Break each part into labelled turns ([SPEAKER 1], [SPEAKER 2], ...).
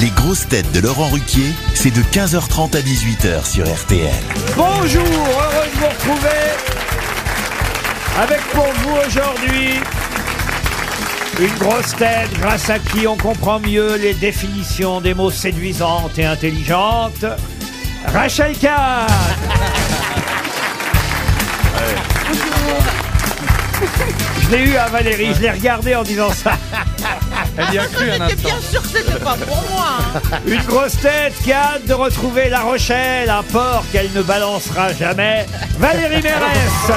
[SPEAKER 1] Les grosses têtes de Laurent Ruquier, c'est de 15h30 à 18h sur RTL.
[SPEAKER 2] Bonjour, heureux de vous retrouver avec pour vous aujourd'hui une grosse tête grâce à qui on comprend mieux les définitions des mots séduisantes et intelligentes. Rachel Kahn Je l'ai eu à Valérie, je l'ai regardé en disant ça.
[SPEAKER 3] Elle y a cru un instant.
[SPEAKER 4] bien sûr que c'était pas pour moi. hein.
[SPEAKER 2] Une grosse tête qui a hâte de retrouver La Rochelle, un port qu'elle ne balancera jamais. Valérie Mérès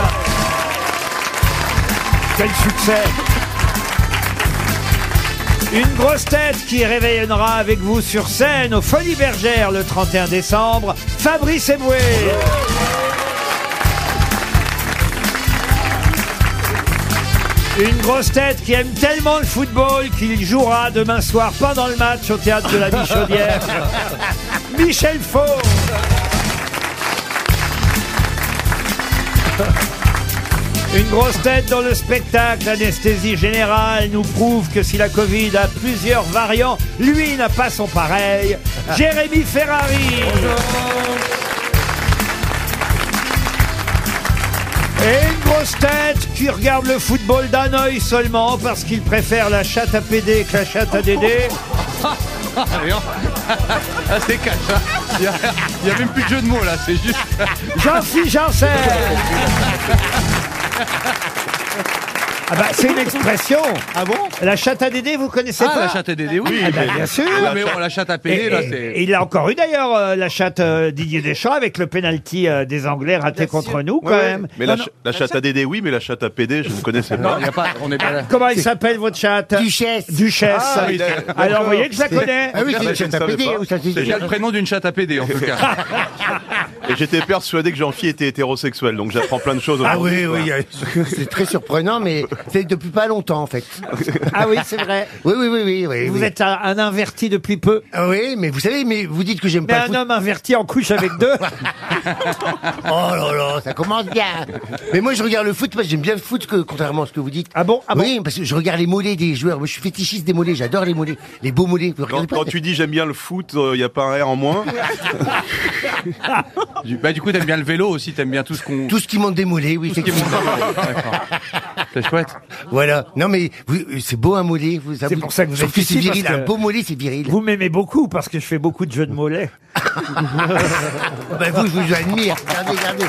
[SPEAKER 2] Quel succès Une grosse tête qui réveillera avec vous sur scène aux Folies Bergères le 31 décembre, Fabrice Eboué Une grosse tête qui aime tellement le football qu'il jouera demain soir pendant le match au théâtre de la Michaudière. Michel Faux. Une grosse tête dans le spectacle Anesthésie Générale nous prouve que si la Covid a plusieurs variants, lui n'a pas son pareil. Jérémy Ferrari. Et une grosse tête qui regarde le football d'un œil seulement parce qu'il préfère la chatte à PD que la chatte à Dédé.
[SPEAKER 3] Ah, c'est cash. Il n'y a, même plus de jeu de mots là, c'est juste.
[SPEAKER 2] Jean-Philippe Janssen Ah bah c'est une expression
[SPEAKER 3] Ah bon
[SPEAKER 2] La chatte à Dédé, vous connaissez
[SPEAKER 3] Ah,
[SPEAKER 2] pas
[SPEAKER 3] la chatte à Dédé, oui.
[SPEAKER 2] Ah bah, bien sûr
[SPEAKER 3] Ouais, mais on la chatte à
[SPEAKER 2] et,
[SPEAKER 3] pédé là,
[SPEAKER 2] et- et
[SPEAKER 3] c'est.
[SPEAKER 2] il a encore eu d'ailleurs euh, la chatte euh, Didier Deschamps avec le penalty euh, des Anglais raté contre nous quand même.
[SPEAKER 5] Mais
[SPEAKER 2] Non,
[SPEAKER 5] la,
[SPEAKER 2] non.
[SPEAKER 5] ch- la chatte à Dédé, oui, mais la chatte à PD, je ne connaissais
[SPEAKER 3] Non,
[SPEAKER 5] pas.
[SPEAKER 3] y a pas, on est pas là.
[SPEAKER 2] Comment il s'appelle votre chatte
[SPEAKER 6] Duchesse.
[SPEAKER 2] Duchesse.
[SPEAKER 5] Ah, il a-
[SPEAKER 2] Alors vous voyez que je la connais.
[SPEAKER 6] Ah oui,
[SPEAKER 5] Ah,
[SPEAKER 6] c'est
[SPEAKER 5] bah,
[SPEAKER 6] une
[SPEAKER 5] je ne
[SPEAKER 6] chatte à
[SPEAKER 5] savais
[SPEAKER 6] pédé,
[SPEAKER 5] pas.
[SPEAKER 6] ou ça c'est
[SPEAKER 5] C'est
[SPEAKER 3] Il a le prénom d'une chatte à pédé en tout cas.
[SPEAKER 5] Et j'étais persuadé que Jean-Phi était hétérosexuel, donc j'apprends plein de choses.
[SPEAKER 6] Ah oui, oui, euh, c'est très surprenant, mais c'est depuis pas longtemps en fait.
[SPEAKER 2] Ah oui, c'est vrai.
[SPEAKER 6] Oui, oui, oui, oui, oui.
[SPEAKER 2] Vous
[SPEAKER 6] oui.
[SPEAKER 2] êtes un, un inverti depuis peu.
[SPEAKER 6] Ah Oui, mais vous savez, mais vous dites que j'aime
[SPEAKER 2] Mais
[SPEAKER 6] pas
[SPEAKER 2] un
[SPEAKER 6] le foot.
[SPEAKER 2] homme inverti en couche avec deux.
[SPEAKER 6] Oh là là, ça commence bien. mais moi, je regarde le foot parce que j'aime bien le foot, que, contrairement à ce que vous dites.
[SPEAKER 2] Ah bon Ah bon
[SPEAKER 6] Oui, parce que je regarde les mollets des joueurs. Moi, je suis fétichiste des mollets. J'adore les mollets, les beaux mollets. Vous regardez
[SPEAKER 5] Quand,
[SPEAKER 6] pas
[SPEAKER 5] quand tu dis j'aime bien le foot, euh, il n'y a pas un R en moins.
[SPEAKER 3] Du- Bah, du coup, t'aimes bien le vélo aussi, t'aimes bien tout ce qu'on.
[SPEAKER 6] Tout ce qui monte des mollets, oui,
[SPEAKER 3] ce qui
[SPEAKER 6] effectivement.
[SPEAKER 3] monte. D'accord. C'est chouette.
[SPEAKER 6] Voilà. Non, mais vous- euh, c'est beau un mollet. Vous,
[SPEAKER 2] C'est pour ça que vous
[SPEAKER 6] Sauf
[SPEAKER 2] êtes ici,
[SPEAKER 6] c'est viril.
[SPEAKER 2] parce que-
[SPEAKER 6] Un beau mollet, c'est viril.
[SPEAKER 2] Vous m'aimez beaucoup parce que je fais beaucoup de jeux de mollets.
[SPEAKER 6] Ah bah, vous, je vous admire. Regardez, regardez.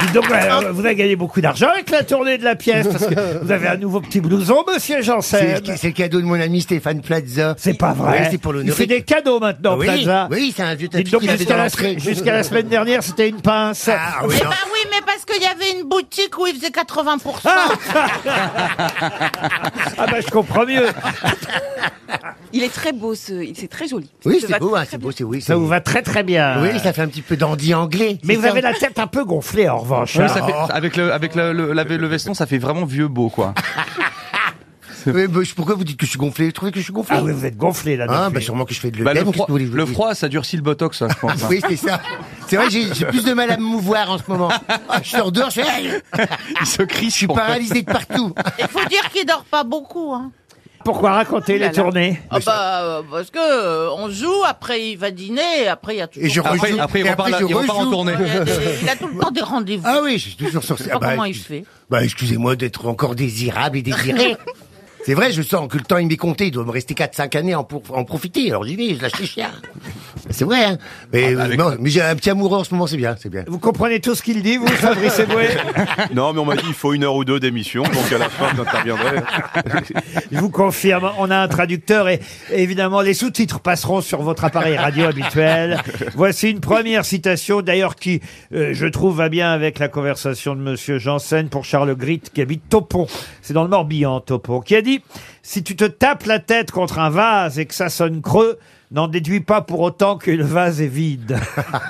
[SPEAKER 2] Dites donc,
[SPEAKER 6] Ah.
[SPEAKER 2] euh, vous avez gagné beaucoup d'argent avec la tournée de la pièce parce que vous avez un nouveau petit blouson, monsieur Janssen.
[SPEAKER 6] C'est c'est le cadeau de mon ami Stéphane Plaza.
[SPEAKER 2] C'est pas vrai.
[SPEAKER 6] Oui, c'est pour
[SPEAKER 2] Ah, Il
[SPEAKER 6] l'honorer.
[SPEAKER 2] fait des cadeaux maintenant,
[SPEAKER 6] oui,
[SPEAKER 2] Plaza.
[SPEAKER 6] Oui, c'est un vieux tapis
[SPEAKER 2] Dites donc,
[SPEAKER 6] qu'il avait
[SPEAKER 2] jusqu'à
[SPEAKER 6] dans
[SPEAKER 2] la,
[SPEAKER 6] l'entrée.
[SPEAKER 2] jusqu'à la semaine dernière, c'était une pince.
[SPEAKER 6] Ah oui,
[SPEAKER 4] Eh
[SPEAKER 6] non.
[SPEAKER 4] ben oui, mais parce qu'il y avait une boutique où il faisait 80%.
[SPEAKER 2] Ah bah je comprends mieux.
[SPEAKER 7] Il est très beau, ce... c'est très joli.
[SPEAKER 6] Oui,
[SPEAKER 7] Ça te
[SPEAKER 6] c'est
[SPEAKER 7] va
[SPEAKER 6] beau,
[SPEAKER 7] très,
[SPEAKER 6] hein,
[SPEAKER 7] très
[SPEAKER 6] c'est
[SPEAKER 7] bien.
[SPEAKER 6] beau, c'est oui. c'est-
[SPEAKER 2] Ça vous va très très bien.
[SPEAKER 6] Oui, ça fait un petit peu dandy anglais.
[SPEAKER 2] Mais
[SPEAKER 6] c'est
[SPEAKER 2] vous
[SPEAKER 6] ça.
[SPEAKER 2] avez la tête un peu gonflée en
[SPEAKER 6] Oh,
[SPEAKER 2] revanche.
[SPEAKER 3] Ouais,
[SPEAKER 2] hein.
[SPEAKER 3] ça fait- avec le, avec le, le, la- le veston, ça fait vraiment vieux beau quoi.
[SPEAKER 6] Oui, bah, je- pourquoi vous dites que je suis gonflé Vous trouvez que je suis gonflé
[SPEAKER 2] Ah oui, vous êtes gonflé là.
[SPEAKER 6] Hein,
[SPEAKER 2] depuis.
[SPEAKER 6] bah, sûrement que je fais de
[SPEAKER 3] Bah, le,
[SPEAKER 6] l'œdème,
[SPEAKER 3] froid,
[SPEAKER 6] qu'est-ce que vous voulez que je vous
[SPEAKER 3] le
[SPEAKER 6] dise
[SPEAKER 3] froid, ça durcit le botox, ça, je pense. hein.
[SPEAKER 6] Oui, c'est ça. C'est vrai, j'ai j'ai plus de mal à me mouvoir en ce moment. Ah, je sors dehors, je fais, Aïe
[SPEAKER 3] Il se crie,
[SPEAKER 6] je suis paralysé de partout.
[SPEAKER 4] Il faut dire qu'il dort pas beaucoup. Hein.
[SPEAKER 2] Pourquoi raconter
[SPEAKER 7] Ouh là
[SPEAKER 2] les
[SPEAKER 7] là.
[SPEAKER 2] tournées
[SPEAKER 4] Ah bah, euh, parce que euh, on joue, après il va dîner, et après il y a toujours.
[SPEAKER 6] Et je
[SPEAKER 3] Après,
[SPEAKER 6] rejoue,
[SPEAKER 3] après, il
[SPEAKER 6] et
[SPEAKER 3] repart,
[SPEAKER 6] après,
[SPEAKER 3] là-
[SPEAKER 6] je
[SPEAKER 3] il repart en
[SPEAKER 6] rejoue.
[SPEAKER 3] tournée.
[SPEAKER 4] Il, y a des- il a tout le temps des rendez-vous.
[SPEAKER 6] Ah oui, je suis toujours sur.
[SPEAKER 4] sais pas comment il fait.
[SPEAKER 6] Bah, excusez-moi d'être encore désirable et désiré. C'est vrai, je sens que le temps il m'est compté. Il doit me rester 4-5 années à en, pour- en profiter. Alors j'y vais, je lâche les chiens. C'est vrai, hein.
[SPEAKER 2] Ah,
[SPEAKER 6] Mais,
[SPEAKER 3] bah, avec-
[SPEAKER 6] non, mais j'ai un petit amoureux en ce moment, c'est bien, c'est bien.
[SPEAKER 2] Vous comprenez tout ce qu'il dit, vous, Fabrice Eboué
[SPEAKER 5] Non, mais on m'a dit il faut une heure ou deux d'émission, donc à la fin, j'interviendrai.
[SPEAKER 2] Je vous confirme, on a un traducteur et évidemment les sous-titres passeront sur votre appareil radio habituel. Voici une première citation d'ailleurs qui, euh, je trouve, va bien avec la conversation de Monsieur Janssen pour Charles Grit qui habite Topon. C'est dans le Morbihan, Topon, qui a dit « Si tu te tapes la tête contre un vase et que ça sonne creux, n'en déduis pas pour autant que le vase est vide.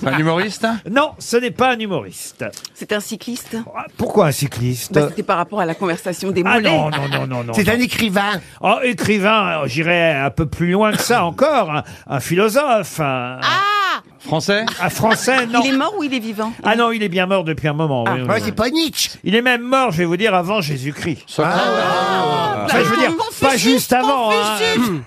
[SPEAKER 3] C'est un humoriste hein »
[SPEAKER 2] Non, ce n'est pas un humoriste.
[SPEAKER 7] C'est un cycliste.
[SPEAKER 2] Pourquoi Ah, un cycliste
[SPEAKER 7] Bah, C'était par rapport à la conversation des
[SPEAKER 2] Ah
[SPEAKER 7] mollets.
[SPEAKER 2] non, non, non, non, non.
[SPEAKER 6] C'est
[SPEAKER 2] non.
[SPEAKER 6] un écrivain.
[SPEAKER 2] Oh, écrivain, euh, j'irais un peu plus loin que ça encore, un, un philosophe, un,
[SPEAKER 4] Ah
[SPEAKER 3] Français
[SPEAKER 2] un français, Ah, non.
[SPEAKER 7] Il est mort ou il est vivant
[SPEAKER 2] Ah non, il est bien mort depuis un moment. oui, oui,
[SPEAKER 6] Ah, Ouais,
[SPEAKER 2] oui.
[SPEAKER 6] c'est pas Nietzsche. Ah.
[SPEAKER 2] Il est même mort, je vais vous dire, avant Jésus-Christ.
[SPEAKER 3] Socrate
[SPEAKER 2] Enfin, je veux dire, pas juste avant. hein.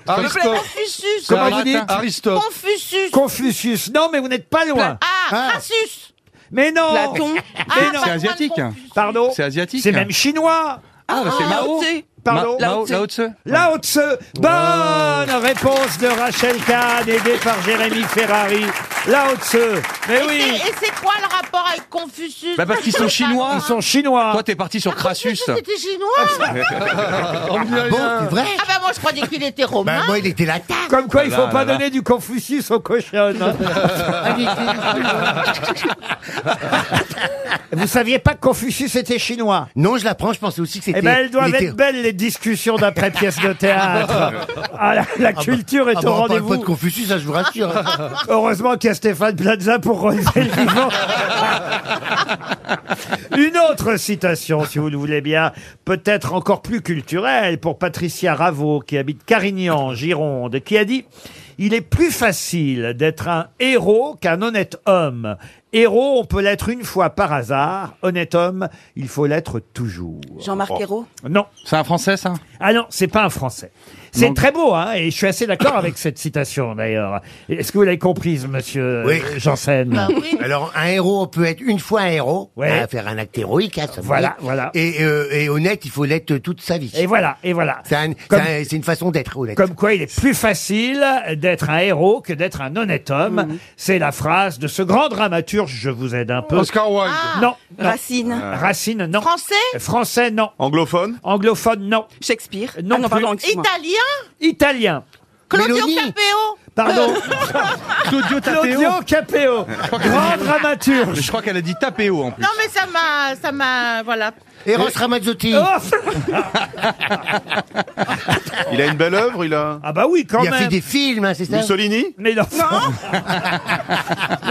[SPEAKER 4] Bah, Confucius
[SPEAKER 3] Aristote.
[SPEAKER 4] Confucius
[SPEAKER 3] Comment vous dites Aristote.
[SPEAKER 4] Confucius
[SPEAKER 2] Confucius. Non, mais vous n'êtes pas loin.
[SPEAKER 4] Ah, Crassus
[SPEAKER 2] Mais non.
[SPEAKER 7] Platon.
[SPEAKER 4] Ah,
[SPEAKER 2] non.
[SPEAKER 4] pas loin de
[SPEAKER 3] asiatique.
[SPEAKER 4] Confucius.
[SPEAKER 2] Pardon.
[SPEAKER 3] C'est asiatique.
[SPEAKER 2] C'est même chinois.
[SPEAKER 3] Ah, bah, c'est
[SPEAKER 7] Ah,
[SPEAKER 3] Mao.
[SPEAKER 7] tu sais.
[SPEAKER 2] Pardon.
[SPEAKER 7] Ma-
[SPEAKER 3] Mao,
[SPEAKER 7] Lao Tse.
[SPEAKER 3] Lao Tse.
[SPEAKER 2] Lao Tse. Bonne réponse de Rachel Kahn, aidée par Jérémy Ferrari. Lao Tse. Mais
[SPEAKER 3] Eh
[SPEAKER 4] Et c'est-
[SPEAKER 2] oui,
[SPEAKER 4] Et c'est quoi le rapport avec Confucius
[SPEAKER 3] Bah, parce qu'ils sont chinois.
[SPEAKER 2] ils sont chinois.
[SPEAKER 3] Toi, t'es parti sur Crassus.
[SPEAKER 4] Confucius était chinois
[SPEAKER 6] Bon, c'est Ah, vrai
[SPEAKER 4] Ah bah moi je croyais qu'il était romain
[SPEAKER 6] Bah, moi, il était latin.
[SPEAKER 2] Comme quoi, il faut
[SPEAKER 3] Ah Là,
[SPEAKER 2] pas
[SPEAKER 3] là, là.
[SPEAKER 2] donner du Confucius aux cochonnes. hein.
[SPEAKER 3] Ah,
[SPEAKER 2] Vous saviez pas que Confucius était chinois
[SPEAKER 6] Non, je l'apprends, je pensais aussi que c'était.
[SPEAKER 2] Eh ben, elles doivent
[SPEAKER 6] il était- bah,
[SPEAKER 2] être belles, les discussions d'après pièce de théâtre. Ah, la, la culture est
[SPEAKER 6] Ah
[SPEAKER 2] au
[SPEAKER 6] bon, on parle pas de
[SPEAKER 2] rendez-vous.
[SPEAKER 6] Confucius, ça je vous rassure. hein.
[SPEAKER 2] Heureusement qu'il y a Stéphane Plaza pour relever le vivant. Une autre citation, si vous le voulez bien, peut-être encore plus culturelle, pour Patricia Raveau, qui habite Carignan, en Gironde, qui a dit « Il est plus facile d'être un héros qu'un honnête homme. Héros, on peut l'être une fois par hasard. Honnête homme, il faut l'être toujours.
[SPEAKER 7] Jean-Marc Ayrault. »
[SPEAKER 2] Non.
[SPEAKER 3] Oh. C'est un français, ça
[SPEAKER 2] Ah non, c'est pas un Français. C'est
[SPEAKER 3] Non.
[SPEAKER 2] très beau, hein, et je suis assez d'accord avec cette citation d'ailleurs. Est-ce que vous l'avez comprise, monsieur
[SPEAKER 6] Oui.
[SPEAKER 2] euh, Janssen
[SPEAKER 4] Bah oui.
[SPEAKER 6] Alors, un héros, on peut être une fois un héros,
[SPEAKER 2] Ouais.
[SPEAKER 6] à faire un acte héroïque, hein, ça me
[SPEAKER 2] Voilà,
[SPEAKER 6] dit.
[SPEAKER 2] voilà.
[SPEAKER 6] Et, euh, et honnête, il faut l'être toute sa vie.
[SPEAKER 2] Et voilà, et voilà.
[SPEAKER 6] C'est un-
[SPEAKER 2] Comme-
[SPEAKER 6] c'est un- c'est une façon d'être honnête.
[SPEAKER 2] Comme quoi, il est plus facile d'être un héros que d'être un honnête homme.
[SPEAKER 7] Mhm.
[SPEAKER 2] C'est la phrase de ce grand dramaturge, je vous aide un peu.
[SPEAKER 3] Oscar Wilde.
[SPEAKER 2] Non, non.
[SPEAKER 7] Ah,
[SPEAKER 2] Euh,
[SPEAKER 7] Racine.
[SPEAKER 2] Racine, non. Euh,
[SPEAKER 4] Français
[SPEAKER 2] Français, non.
[SPEAKER 5] Anglophone
[SPEAKER 2] Anglophone, non. Euh,
[SPEAKER 7] Shakespeare.
[SPEAKER 2] Non
[SPEAKER 7] ah non,
[SPEAKER 2] plus.
[SPEAKER 7] pardon, excuse-moi.
[SPEAKER 4] Italien
[SPEAKER 2] Italien,
[SPEAKER 4] Claudio
[SPEAKER 6] Mélanie.
[SPEAKER 4] Capéo
[SPEAKER 2] pardon.
[SPEAKER 4] Euh,
[SPEAKER 3] Claudio Tapeo.
[SPEAKER 2] Claudio Capéo, grand
[SPEAKER 3] Mais je
[SPEAKER 2] dramaturge.
[SPEAKER 3] crois qu'elle a dit Tapeo en plus.
[SPEAKER 4] Non mais ça m'a... ça m'a... voilà.
[SPEAKER 6] Eros Ramazzotti.
[SPEAKER 2] Oh
[SPEAKER 5] Il a une belle œuvre, il a.
[SPEAKER 2] ah bah oui, quand
[SPEAKER 6] il a
[SPEAKER 2] même.
[SPEAKER 6] fait des films, hein, c'est ça
[SPEAKER 5] Mussolini
[SPEAKER 2] Mais non.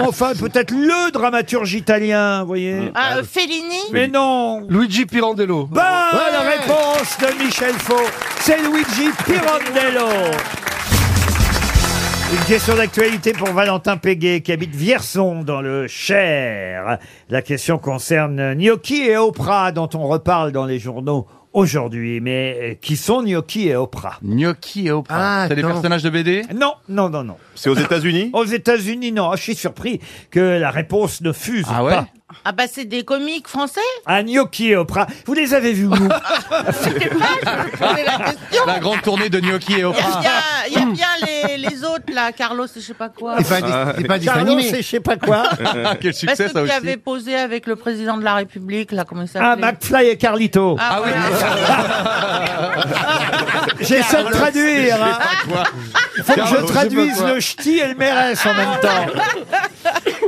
[SPEAKER 2] Bon, enfin, peut-être le dramaturge italien, vous voyez.
[SPEAKER 4] Ah, euh, Fellini
[SPEAKER 2] Mais non.
[SPEAKER 3] Luigi Pirandello.
[SPEAKER 2] Bonne réponse de Michel Faux. C'est Luigi Pirandello. Une question d'actualité pour Valentin Péguet qui habite Vierson dans le Cher. La question concerne Gnocchi et Oprah dont on reparle dans les journaux aujourd'hui. Mais euh, qui sont Gnocchi et Oprah
[SPEAKER 3] Gnocchi et Oprah.
[SPEAKER 6] Ah,
[SPEAKER 3] C'est des
[SPEAKER 6] non.
[SPEAKER 3] personnages de BD
[SPEAKER 2] Non, non, non, non.
[SPEAKER 5] C'est aux États-Unis
[SPEAKER 2] Aux États-Unis, non. Ah, je suis surpris que la réponse ne fuse
[SPEAKER 3] Ah ouais
[SPEAKER 2] pas.
[SPEAKER 4] Ah bah c'est des comiques français
[SPEAKER 2] Un gnocchi et Oprah. Vous les avez vus, vous
[SPEAKER 4] C'est la question
[SPEAKER 3] La grande tournée de Gnocchi et
[SPEAKER 4] Il y
[SPEAKER 3] Oprah.
[SPEAKER 4] a, il y a bien les, les autres là, Carlos et je sais pas quoi. Bah,
[SPEAKER 6] C'est pas des, c'est pas des dessins
[SPEAKER 2] Carlos
[SPEAKER 6] animés.
[SPEAKER 2] et je sais pas quoi.
[SPEAKER 3] Ah, Quel
[SPEAKER 4] Parce
[SPEAKER 3] succès ça
[SPEAKER 4] que tu
[SPEAKER 3] aussi.
[SPEAKER 4] avais posé avec le président de la République là, comment il
[SPEAKER 2] Ah,
[SPEAKER 4] s'appelait
[SPEAKER 2] McFly et Carlito. Ah,
[SPEAKER 4] Ah, oui.
[SPEAKER 2] J'essaie de traduire. hein. Faut que je
[SPEAKER 3] Carlos, je
[SPEAKER 2] traduise
[SPEAKER 3] sais pas quoi.
[SPEAKER 2] le ch'ti et le mérès en même temps.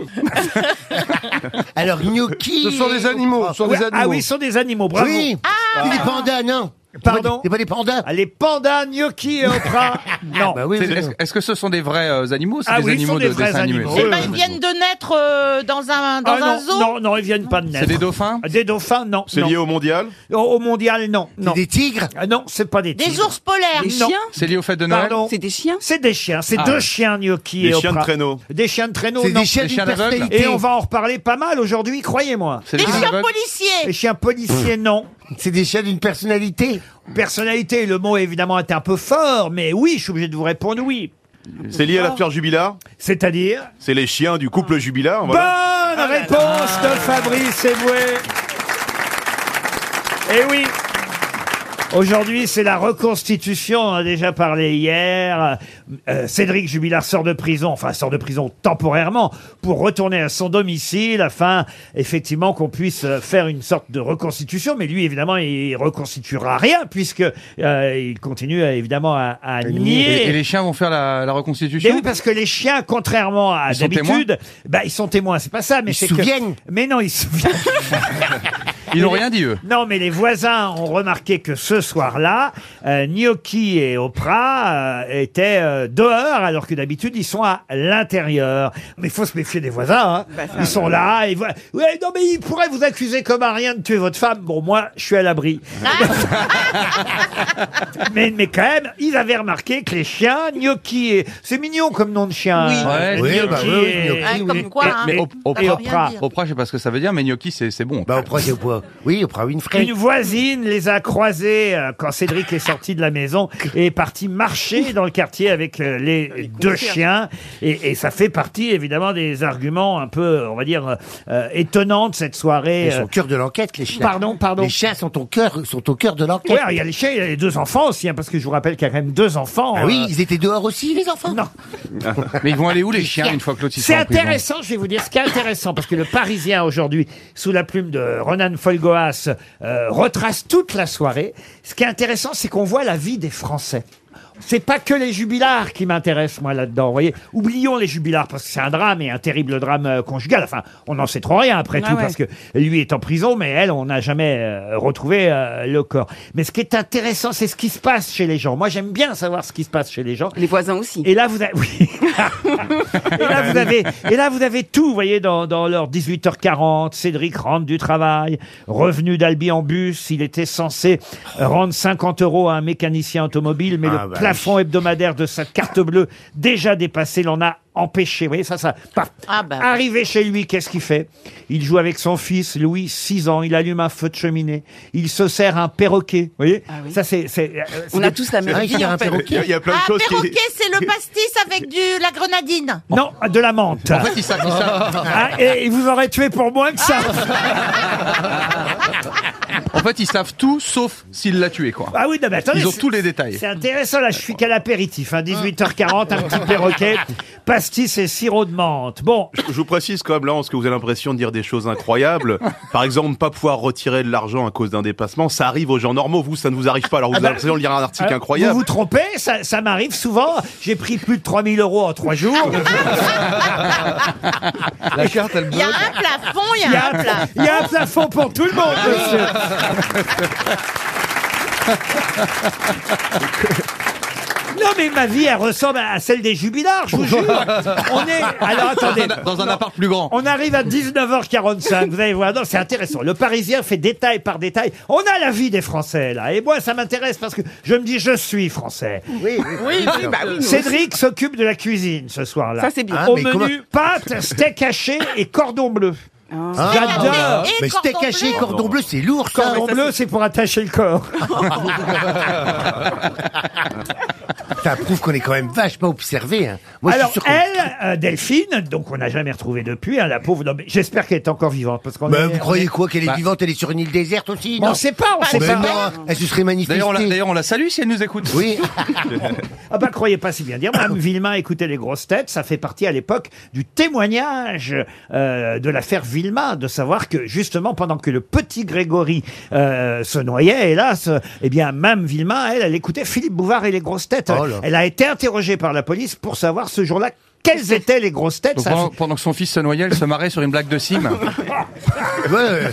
[SPEAKER 6] Alors, gnocchi.
[SPEAKER 3] animaux.
[SPEAKER 2] Ouais, Ah oui, ce sont des animaux. Bravo. Ah.
[SPEAKER 6] Oui. C'est des pandas, non
[SPEAKER 2] Pardon
[SPEAKER 6] C'est pas des pandas.
[SPEAKER 2] Ah, les pandas, gnocchi et Oprah. Non.
[SPEAKER 6] Bah oui,
[SPEAKER 3] C'est-
[SPEAKER 6] oui,
[SPEAKER 3] Est-ce
[SPEAKER 6] oui.
[SPEAKER 3] est-ce que ce sont des vrais euh, animaux ou c'est
[SPEAKER 2] Ah
[SPEAKER 3] des
[SPEAKER 2] oui, ce
[SPEAKER 3] animaux
[SPEAKER 2] sont des
[SPEAKER 3] de
[SPEAKER 2] vrais
[SPEAKER 3] dessins animés
[SPEAKER 2] animaux.
[SPEAKER 4] C'est
[SPEAKER 2] Oui,
[SPEAKER 4] pas,
[SPEAKER 2] oui.
[SPEAKER 4] ils viennent de naître euh, dans un, dans
[SPEAKER 2] Ah,
[SPEAKER 4] un
[SPEAKER 2] non,
[SPEAKER 4] zoo
[SPEAKER 2] non, non, ils viennent pas de
[SPEAKER 3] C'est
[SPEAKER 2] naître.
[SPEAKER 3] des dauphins
[SPEAKER 2] Des dauphins, non.
[SPEAKER 5] C'est
[SPEAKER 2] non.
[SPEAKER 5] lié au mondial
[SPEAKER 2] Au, au mondial, non. non.
[SPEAKER 6] C'est des tigres.
[SPEAKER 2] Ah non, c'est pas des
[SPEAKER 4] Des
[SPEAKER 2] tigres.
[SPEAKER 4] ours polaires
[SPEAKER 7] Des
[SPEAKER 2] Non.
[SPEAKER 7] chiens.
[SPEAKER 3] C'est lié au fait de Noël
[SPEAKER 2] Pardon.
[SPEAKER 7] C'est des chiens.
[SPEAKER 2] C'est des chiens. C'est
[SPEAKER 3] Ah.
[SPEAKER 2] deux chiens, gnocchi et
[SPEAKER 5] Les
[SPEAKER 2] Oprah.
[SPEAKER 5] chiens de traîneau.
[SPEAKER 2] Des chiens de traîneau,
[SPEAKER 6] C'est
[SPEAKER 2] non.
[SPEAKER 6] des chiens
[SPEAKER 3] Des
[SPEAKER 6] d'une
[SPEAKER 3] chiens aveugles.
[SPEAKER 6] personnalité.
[SPEAKER 2] Et on va en reparler pas mal aujourd'hui, croyez-moi.
[SPEAKER 3] C'est
[SPEAKER 4] Des
[SPEAKER 3] des
[SPEAKER 4] chiens
[SPEAKER 3] aveugles
[SPEAKER 2] Les
[SPEAKER 4] policiers
[SPEAKER 2] chiens policiers, non.
[SPEAKER 6] C'est des chiens d'une personnalité.
[SPEAKER 2] Personnalité, le mot évidemment est un peu fort, mais oui, je suis obligé de vous répondre oui.
[SPEAKER 5] C'est lié à l'affaire Jubilard
[SPEAKER 2] C'est-à-dire
[SPEAKER 5] C'est les chiens du couple Jubilard, voilà.
[SPEAKER 2] Bonne réponse de Fabrice Eboué. Eh oui Aujourd'hui, c'est la reconstitution, on en a déjà parlé hier. Euh, Cédric Jubilard sort de prison, enfin sort de prison temporairement, pour retourner à son domicile afin, effectivement, qu'on puisse euh, faire une sorte de reconstitution. Mais lui, évidemment, il reconstituera rien puisque euh, il continue euh, évidemment à, à nier.
[SPEAKER 3] Et, et les chiens vont faire la, la
[SPEAKER 2] Et
[SPEAKER 3] reconstitution
[SPEAKER 2] oui, parce que les chiens, contrairement à
[SPEAKER 3] Ils sont
[SPEAKER 2] d'habitude, bah, ils sont témoins. C'est pas ça, mais
[SPEAKER 6] Ils
[SPEAKER 2] c'est
[SPEAKER 6] se souviennent.
[SPEAKER 2] que. Mais non, ils se souviennent.
[SPEAKER 3] Ils n'ont rien dit eux.
[SPEAKER 2] non, mais les voisins ont remarqué que ce soir-là, euh, Gnocchi et Oprah euh, étaient euh, dehors, alors que d'habitude ils sont à l'intérieur. Mais il faut se méfier des voisins. hein.
[SPEAKER 4] Bah,
[SPEAKER 2] ils sont là. Et voilà. Ouais, non, mais ils pourraient vous accuser comme à rien de tuer votre femme. Bon, moi, je suis à l'abri. mais, mais quand même, ils avaient remarqué que les chiens, Gnocchi, et... c'est mignon comme nom de chien.
[SPEAKER 4] Oui.
[SPEAKER 2] hein,
[SPEAKER 3] Ouais,
[SPEAKER 6] oui, bah
[SPEAKER 2] Gnocchi
[SPEAKER 6] oui,
[SPEAKER 2] et-
[SPEAKER 6] oui, gnocchi.
[SPEAKER 4] Hein, Comme quoi, hein.
[SPEAKER 3] Mais
[SPEAKER 2] Et-
[SPEAKER 3] Op- Oprah,
[SPEAKER 4] rien
[SPEAKER 2] Oprah.
[SPEAKER 4] dire.
[SPEAKER 3] Oprah, je sais pas ce que ça veut dire, mais gnocchi, c'est c'est bon.
[SPEAKER 6] Bah, on prend des bois. euh, oui, Oprah Winfrey.
[SPEAKER 2] Une voisine les a croisés euh, quand Cédric est sorti de la maison et est parti marcher dans le quartier avec euh, les deux chiens. Et, et ça fait partie évidemment des arguments un peu, on va dire, euh, euh, étonnants de cette soirée. euh,
[SPEAKER 6] Ils sont au cœur de l'enquête, les chiens.
[SPEAKER 2] Pardon, pardon.
[SPEAKER 6] Les chiens sont au cœur, sont au cœur de
[SPEAKER 2] Ouais,
[SPEAKER 6] l'enquête.
[SPEAKER 2] alors, il y a les chiens, il y a les deux enfants aussi, hein, parce que je vous rappelle qu'il y a quand même deux enfants.
[SPEAKER 6] Ah oui,
[SPEAKER 2] euh,
[SPEAKER 6] ils étaient dehors aussi, les enfants.
[SPEAKER 2] non.
[SPEAKER 3] Mais ils vont aller où les chiens une fois que l'autre il
[SPEAKER 2] C'est
[SPEAKER 3] sera en prison
[SPEAKER 2] intéressant, je vais vous dire ce qui est intéressant, parce que le Parisien aujourd'hui, sous la plume de Ronan Folgoas, euh, retrace toute la soirée. Ce qui est intéressant, c'est qu'on voit la vie des Français. C'est pas que les jubilards qui m'intéressent, moi, là-dedans. Vous voyez, oublions les jubilards, parce que c'est un drame et un terrible drame euh, conjugal. Enfin, on n'en sait trop rien
[SPEAKER 7] Ah
[SPEAKER 2] après tout, parce que lui est en prison, mais elle, on n'a jamais euh, retrouvé euh, le corps. Mais ce qui est intéressant, c'est ce qui se passe chez les gens. Moi, j'aime bien savoir ce qui se passe chez les gens.
[SPEAKER 7] Les voisins aussi.
[SPEAKER 2] Et là, vous avez, oui. et là, vous avez, et là, vous avez tout, vous voyez, dans, dans leur 18h40, Cédric rentre du travail, revenu d'Albi en bus, il était censé rendre 50 euros à un mécanicien automobile, mais
[SPEAKER 6] Ah,
[SPEAKER 2] le
[SPEAKER 6] bah
[SPEAKER 2] plafond hebdomadaire de sa carte bleue, déjà dépassé, l'en a empêché. Vous voyez, ça, ça, paf.
[SPEAKER 4] Ah, bah.
[SPEAKER 2] Arrivé chez lui, qu'est-ce qu'il fait Il joue avec son fils, Louis, 6 ans, il allume un feu de cheminée, il se sert un perroquet, vous voyez?
[SPEAKER 7] Ah oui.
[SPEAKER 2] Ça, c'est, c'est, euh, c'est
[SPEAKER 7] On
[SPEAKER 2] des-
[SPEAKER 7] a tous la même
[SPEAKER 6] Ah, il
[SPEAKER 7] vie,
[SPEAKER 6] y a
[SPEAKER 7] en
[SPEAKER 6] un
[SPEAKER 7] fait.
[SPEAKER 5] Il y a-
[SPEAKER 6] perroquet.
[SPEAKER 5] il y a plein de
[SPEAKER 4] Ah,
[SPEAKER 5] choses qui.
[SPEAKER 4] perroquet, c'est le pastis avec de la grenadine.
[SPEAKER 2] Non, de la menthe.
[SPEAKER 3] En fait, ils savent, ils savent-
[SPEAKER 2] Ah, et, et vous aurez tué pour moins que ça.
[SPEAKER 3] en fait, ils savent tout sauf s'il l'a tué, quoi.
[SPEAKER 2] Ah oui, non, mais attendez.
[SPEAKER 3] Ils ont
[SPEAKER 2] c'est-
[SPEAKER 3] tous les détails.
[SPEAKER 2] C'est intéressant, là, je suis qu'à l'apéritif, hein, 18h40, un petit perroquet, pastis et sirop de menthe. Bon,
[SPEAKER 5] Je vous précise quand même, là, parce que vous avez l'impression de dire des choses incroyables. Par exemple, pas pouvoir retirer de l'argent à cause d'un dépassement, ça arrive aux gens normaux. Vous, ça ne vous arrive pas. Alors vous
[SPEAKER 2] bah,
[SPEAKER 5] avez l'impression de lire un article
[SPEAKER 2] euh,
[SPEAKER 5] incroyable.
[SPEAKER 2] vous vous trompez, ça, ça m'arrive souvent. J'ai pris plus de 3000 euros en trois jours.
[SPEAKER 3] La carte, elle
[SPEAKER 4] Il y a un plafond, il y
[SPEAKER 2] Il y
[SPEAKER 4] a un
[SPEAKER 2] a un,
[SPEAKER 4] plafond.
[SPEAKER 2] pla- il y a un plafond pour tout le monde, monsieur. Non mais ma vie elle ressemble à celle des jubilards, je vous jure. On est alors attendez.
[SPEAKER 3] Dans un appart plus grand.
[SPEAKER 2] On arrive à 19h45. Vous allez voir. Non, c'est intéressant. Le Parisien fait détail par détail. On a la vie des Français, là. Et moi, ça m'intéresse parce que je me dis, je suis français.
[SPEAKER 6] Oui, oui.
[SPEAKER 7] Oui, oui, bah oui. nous
[SPEAKER 2] Cédric s'occupe de la cuisine ce soir-là. Hein,
[SPEAKER 7] Ça, c'est bien.
[SPEAKER 6] Ah,
[SPEAKER 2] Au
[SPEAKER 6] mais
[SPEAKER 2] menu, pâtes, steak haché et cordon bleu.
[SPEAKER 4] Ah.
[SPEAKER 2] J'adore.
[SPEAKER 4] Et
[SPEAKER 6] Mais c'était
[SPEAKER 4] cordon
[SPEAKER 6] caché,
[SPEAKER 4] bleu.
[SPEAKER 6] cordon bleu, c'est lourd, ça.
[SPEAKER 2] Cordon bleu, c'est pour attacher le corps.
[SPEAKER 6] Ça prouve qu'on est quand même vachement observé. hein. Moi,
[SPEAKER 2] Alors,
[SPEAKER 6] je suis sûr qu'on-
[SPEAKER 2] elle, euh, Delphine, donc on n'a jamais retrouvé depuis, hein, la pauvre. non, mais J'espère qu'elle est encore vivante. Parce qu'on
[SPEAKER 6] Mais
[SPEAKER 2] est-
[SPEAKER 6] Bah,
[SPEAKER 2] Bah,
[SPEAKER 6] vous croyez quoi qu'elle est vivante Elle est sur une île déserte aussi
[SPEAKER 2] on
[SPEAKER 6] Non.
[SPEAKER 2] ne sait pas, on sait
[SPEAKER 6] Mais
[SPEAKER 2] pas.
[SPEAKER 6] non, elle se serait
[SPEAKER 3] D'ailleurs, on la-
[SPEAKER 6] manifestée.
[SPEAKER 3] D'ailleurs, on la salue si elle nous écoute.
[SPEAKER 6] Oui,
[SPEAKER 2] Ah bah croyez pas si bien dire. Madame Villemain écoutait les grosses têtes. Ça fait partie à l'époque du témoignage euh, de l'affaire Villemain, de savoir que justement pendant que le petit Grégory euh, se noyait, hélas, euh, eh bien Madame Villemain, elle, elle écoutait Philippe Bouvard et les grosses têtes.
[SPEAKER 6] Oh là.
[SPEAKER 2] elle a été interrogée par la police pour savoir ce jour-là quelles étaient les grosses têtes.
[SPEAKER 3] Donc,
[SPEAKER 2] Ça a
[SPEAKER 3] pendant,
[SPEAKER 2] fait-
[SPEAKER 3] pendant que son fils se noyait, elle se marrait sur une blague de Sim.
[SPEAKER 6] ouais, ouais.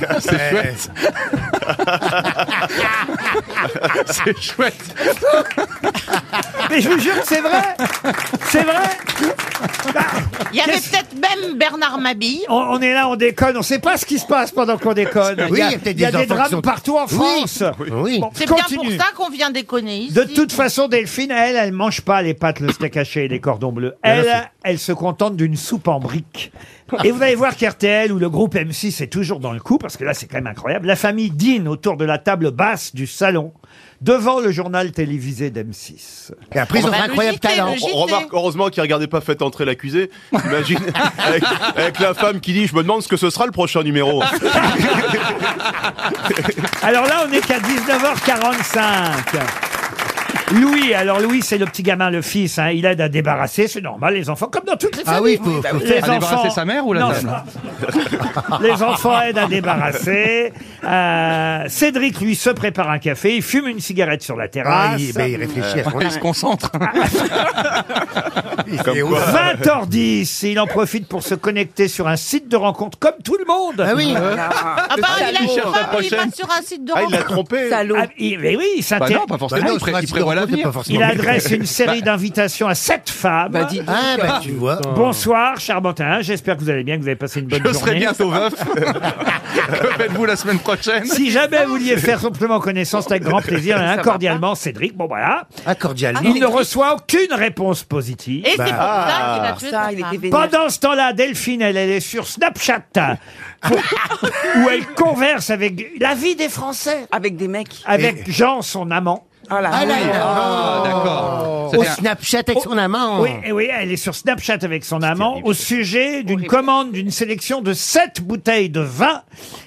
[SPEAKER 3] C'est chouette.
[SPEAKER 2] Mais je vous jure que c'est vrai, c'est vrai.
[SPEAKER 4] Il y avait peut-être même Bernard Mabille.
[SPEAKER 2] On, on est là, on déconne. On sait pas ce qui se passe pendant qu'on déconne.
[SPEAKER 6] Oui, il y a peut-être
[SPEAKER 2] il y a des
[SPEAKER 6] des enfants qui
[SPEAKER 2] drames
[SPEAKER 6] sont-
[SPEAKER 2] partout en
[SPEAKER 6] Oui.
[SPEAKER 2] France.
[SPEAKER 6] Oui.
[SPEAKER 2] Bon,
[SPEAKER 4] C'est bien pour
[SPEAKER 2] continue.
[SPEAKER 4] ça qu'on vient déconner ici.
[SPEAKER 2] De toute façon, Delphine, elle, elle mange pas les pâtes, le steak haché et les cordons bleus. Elle, elle se contente d'une soupe en briques. Et vous allez voir qu'RTL ou le groupe M6 est toujours dans le coup, parce que là, c'est quand même incroyable. La famille dîne autour de la table basse du salon, devant le journal télévisé d'M6.
[SPEAKER 6] Et après, ils ont
[SPEAKER 4] Bah,
[SPEAKER 6] un incroyable
[SPEAKER 4] logique,
[SPEAKER 2] hein,
[SPEAKER 4] et
[SPEAKER 6] talent.
[SPEAKER 4] logique.
[SPEAKER 5] On remarque, heureusement qu'il regardait pas Faites entrer l'accusé. Imagine, avec, avec la femme qui dit Je me demande ce que ce sera le prochain numéro.
[SPEAKER 2] Alors là, on est qu'à 19h45. Louis, alors Louis, c'est le petit gamin, le fils, hein, il aide à débarrasser, c'est normal, les enfants, comme dans toutes les
[SPEAKER 6] Ah
[SPEAKER 2] familles.
[SPEAKER 6] oui, faut, faut-
[SPEAKER 2] Les
[SPEAKER 3] À débarrasser sa mère ou la
[SPEAKER 2] Non,
[SPEAKER 3] dame
[SPEAKER 2] c'est- Les enfants aident à débarrasser. Euh, Cédric, lui, se prépare un café. Il fume une cigarette sur la
[SPEAKER 6] Ah,
[SPEAKER 2] terrasse.
[SPEAKER 6] il, ben, il réfléchit à son
[SPEAKER 3] Il se concentre.
[SPEAKER 6] Il
[SPEAKER 5] Comme
[SPEAKER 6] est
[SPEAKER 5] quoi.
[SPEAKER 6] ouf.
[SPEAKER 2] 20h10, il en profite pour se connecter sur un site de rencontre comme tout le monde. Euh,
[SPEAKER 6] Ah oui,
[SPEAKER 4] Ah bah, il a
[SPEAKER 3] cherche la
[SPEAKER 4] il
[SPEAKER 3] prochaine.
[SPEAKER 4] va sur un site de
[SPEAKER 5] Ah, il l'a
[SPEAKER 4] rencontre.
[SPEAKER 5] trompé.
[SPEAKER 7] Salaud.
[SPEAKER 2] Ah, il- mais oui, il
[SPEAKER 3] Bah
[SPEAKER 2] s'intéresse.
[SPEAKER 3] non, pas forcément.
[SPEAKER 6] Bah non,
[SPEAKER 3] il,
[SPEAKER 6] c'est
[SPEAKER 3] pré-
[SPEAKER 6] pas
[SPEAKER 3] il prévoit
[SPEAKER 6] c'est pas forcément.
[SPEAKER 2] Il adresse une série d'invitations à sept femmes.
[SPEAKER 7] Bah, dis donc.
[SPEAKER 6] Ah, bah, tu vois.
[SPEAKER 2] Bonsoir, Charbentin. J'espère que vous allez bien, que vous avez passé une bonne
[SPEAKER 3] Je serai
[SPEAKER 2] journée.
[SPEAKER 3] bientôt veuf. que faites-vous la semaine prochaine
[SPEAKER 2] Si jamais vous vouliez faire simplement connaissance, c'est avec grand plaisir et hein, cordialement, Cédric. Bon, voilà.
[SPEAKER 6] Ah, cordialement. Bah.
[SPEAKER 2] Il ne reçoit aucune réponse positive.
[SPEAKER 4] Et c'est pour ça
[SPEAKER 6] Ah.
[SPEAKER 4] qu'il a tué
[SPEAKER 7] Ça,
[SPEAKER 4] sa
[SPEAKER 7] il
[SPEAKER 4] femme.
[SPEAKER 7] était vénère.
[SPEAKER 2] Pendant ce temps-là, Delphine, elle, elle est sur Snapchat, hein, pour- où elle converse avec la vie des Français,
[SPEAKER 7] Avec des mecs.
[SPEAKER 2] avec Jean, son amant.
[SPEAKER 7] Ah là
[SPEAKER 6] Ah
[SPEAKER 7] là.
[SPEAKER 6] là là.
[SPEAKER 3] Ah, d'accord. Ça
[SPEAKER 6] Au
[SPEAKER 3] fait un-
[SPEAKER 6] Snapchat avec son amant.
[SPEAKER 2] Oui, et oui, elle est sur Snapchat avec son amant au sujet d'une commande d'une sélection de sept bouteilles de vin.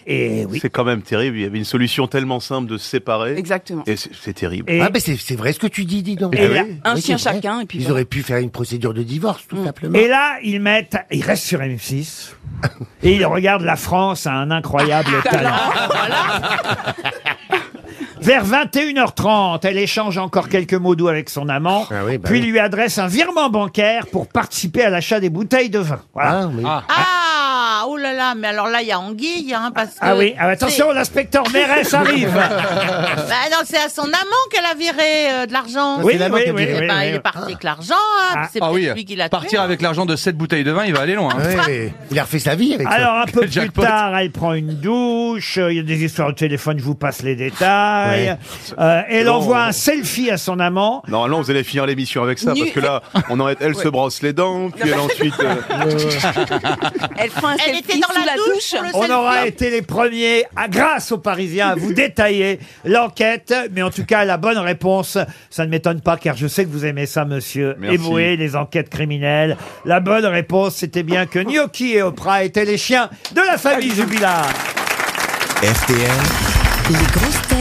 [SPEAKER 2] Et oui.
[SPEAKER 5] C'est quand même terrible. Il y avait une solution tellement simple de se séparer.
[SPEAKER 7] Exactement.
[SPEAKER 5] Et c'est c'est terrible. ben,
[SPEAKER 2] Et,
[SPEAKER 6] Ah, bah, c'est c'est vrai ce que tu dis, dis donc. Ah
[SPEAKER 2] Et là-
[SPEAKER 7] Un
[SPEAKER 6] Oui,
[SPEAKER 7] chien
[SPEAKER 6] c'est vrai.
[SPEAKER 7] chacun, et puis
[SPEAKER 6] Ils
[SPEAKER 7] voilà.
[SPEAKER 6] auraient pu faire une procédure de divorce, tout simplement.
[SPEAKER 2] Mm. et là, ils mettent, ils restent sur M6. Et ils regardent la France à un incroyable talent. Vers 21h30, elle échange encore quelques mots doux avec son amant,
[SPEAKER 6] Ah oui, bah
[SPEAKER 2] puis
[SPEAKER 6] oui.
[SPEAKER 2] lui adresse un virement bancaire pour participer à l'achat des bouteilles de vin. Voilà.
[SPEAKER 6] Ah, oui.
[SPEAKER 4] Ah, oh là là, mais alors là, il y a anguille, hein, parce que...
[SPEAKER 2] Ah oui, ah, attention, l'inspecteur Mérès arrive.
[SPEAKER 4] c'est- Bah non, c'est à son amant qu'elle a viré euh, de l'argent.
[SPEAKER 2] Oui,
[SPEAKER 6] C'est la
[SPEAKER 2] oui,
[SPEAKER 6] banque qui a
[SPEAKER 2] oui,
[SPEAKER 6] dit.
[SPEAKER 4] Eh
[SPEAKER 2] oui,
[SPEAKER 4] ben,
[SPEAKER 2] oui.
[SPEAKER 4] il est parti avec l'argent, hein,
[SPEAKER 2] Ah.
[SPEAKER 4] c'est
[SPEAKER 3] Ah
[SPEAKER 4] peut-être
[SPEAKER 3] oui,
[SPEAKER 4] lui qui l'a tué.
[SPEAKER 3] partir avec l'argent de 7 bouteilles de vin, il va aller loin. hein.
[SPEAKER 6] hein. Ouais, Il a refait sa vie avec ça.
[SPEAKER 2] Alors un peu plus
[SPEAKER 3] Jackpot.
[SPEAKER 2] tard, elle prend une douche, euh, il y a des histoires de téléphone, je vous passe les détails. Euh, elle
[SPEAKER 5] Non.
[SPEAKER 2] envoie un selfie à son amant.
[SPEAKER 5] Normalement, vous allez finir l'émission avec ça,
[SPEAKER 7] Nu-
[SPEAKER 5] parce que là, on en est- elle se brosse les dents, puis elle ensuite. euh,
[SPEAKER 7] Elle prend un
[SPEAKER 4] Elle
[SPEAKER 7] selfie
[SPEAKER 4] était dans
[SPEAKER 7] sous
[SPEAKER 4] la douche, pour le
[SPEAKER 2] On
[SPEAKER 4] selfie.
[SPEAKER 2] aura été les premiers, à, grâce aux Parisiens, à vous détailler l'enquête. Mais en tout cas, la bonne réponse, ça ne m'étonne pas, car je sais que vous aimez ça, monsieur.
[SPEAKER 5] Merci.
[SPEAKER 2] Émoué, les enquêtes criminelles. La bonne réponse, c'était bien que Gnocchi et Oprah étaient les chiens de la famille Jubilard.
[SPEAKER 8] RTL,
[SPEAKER 9] Les grosses têtes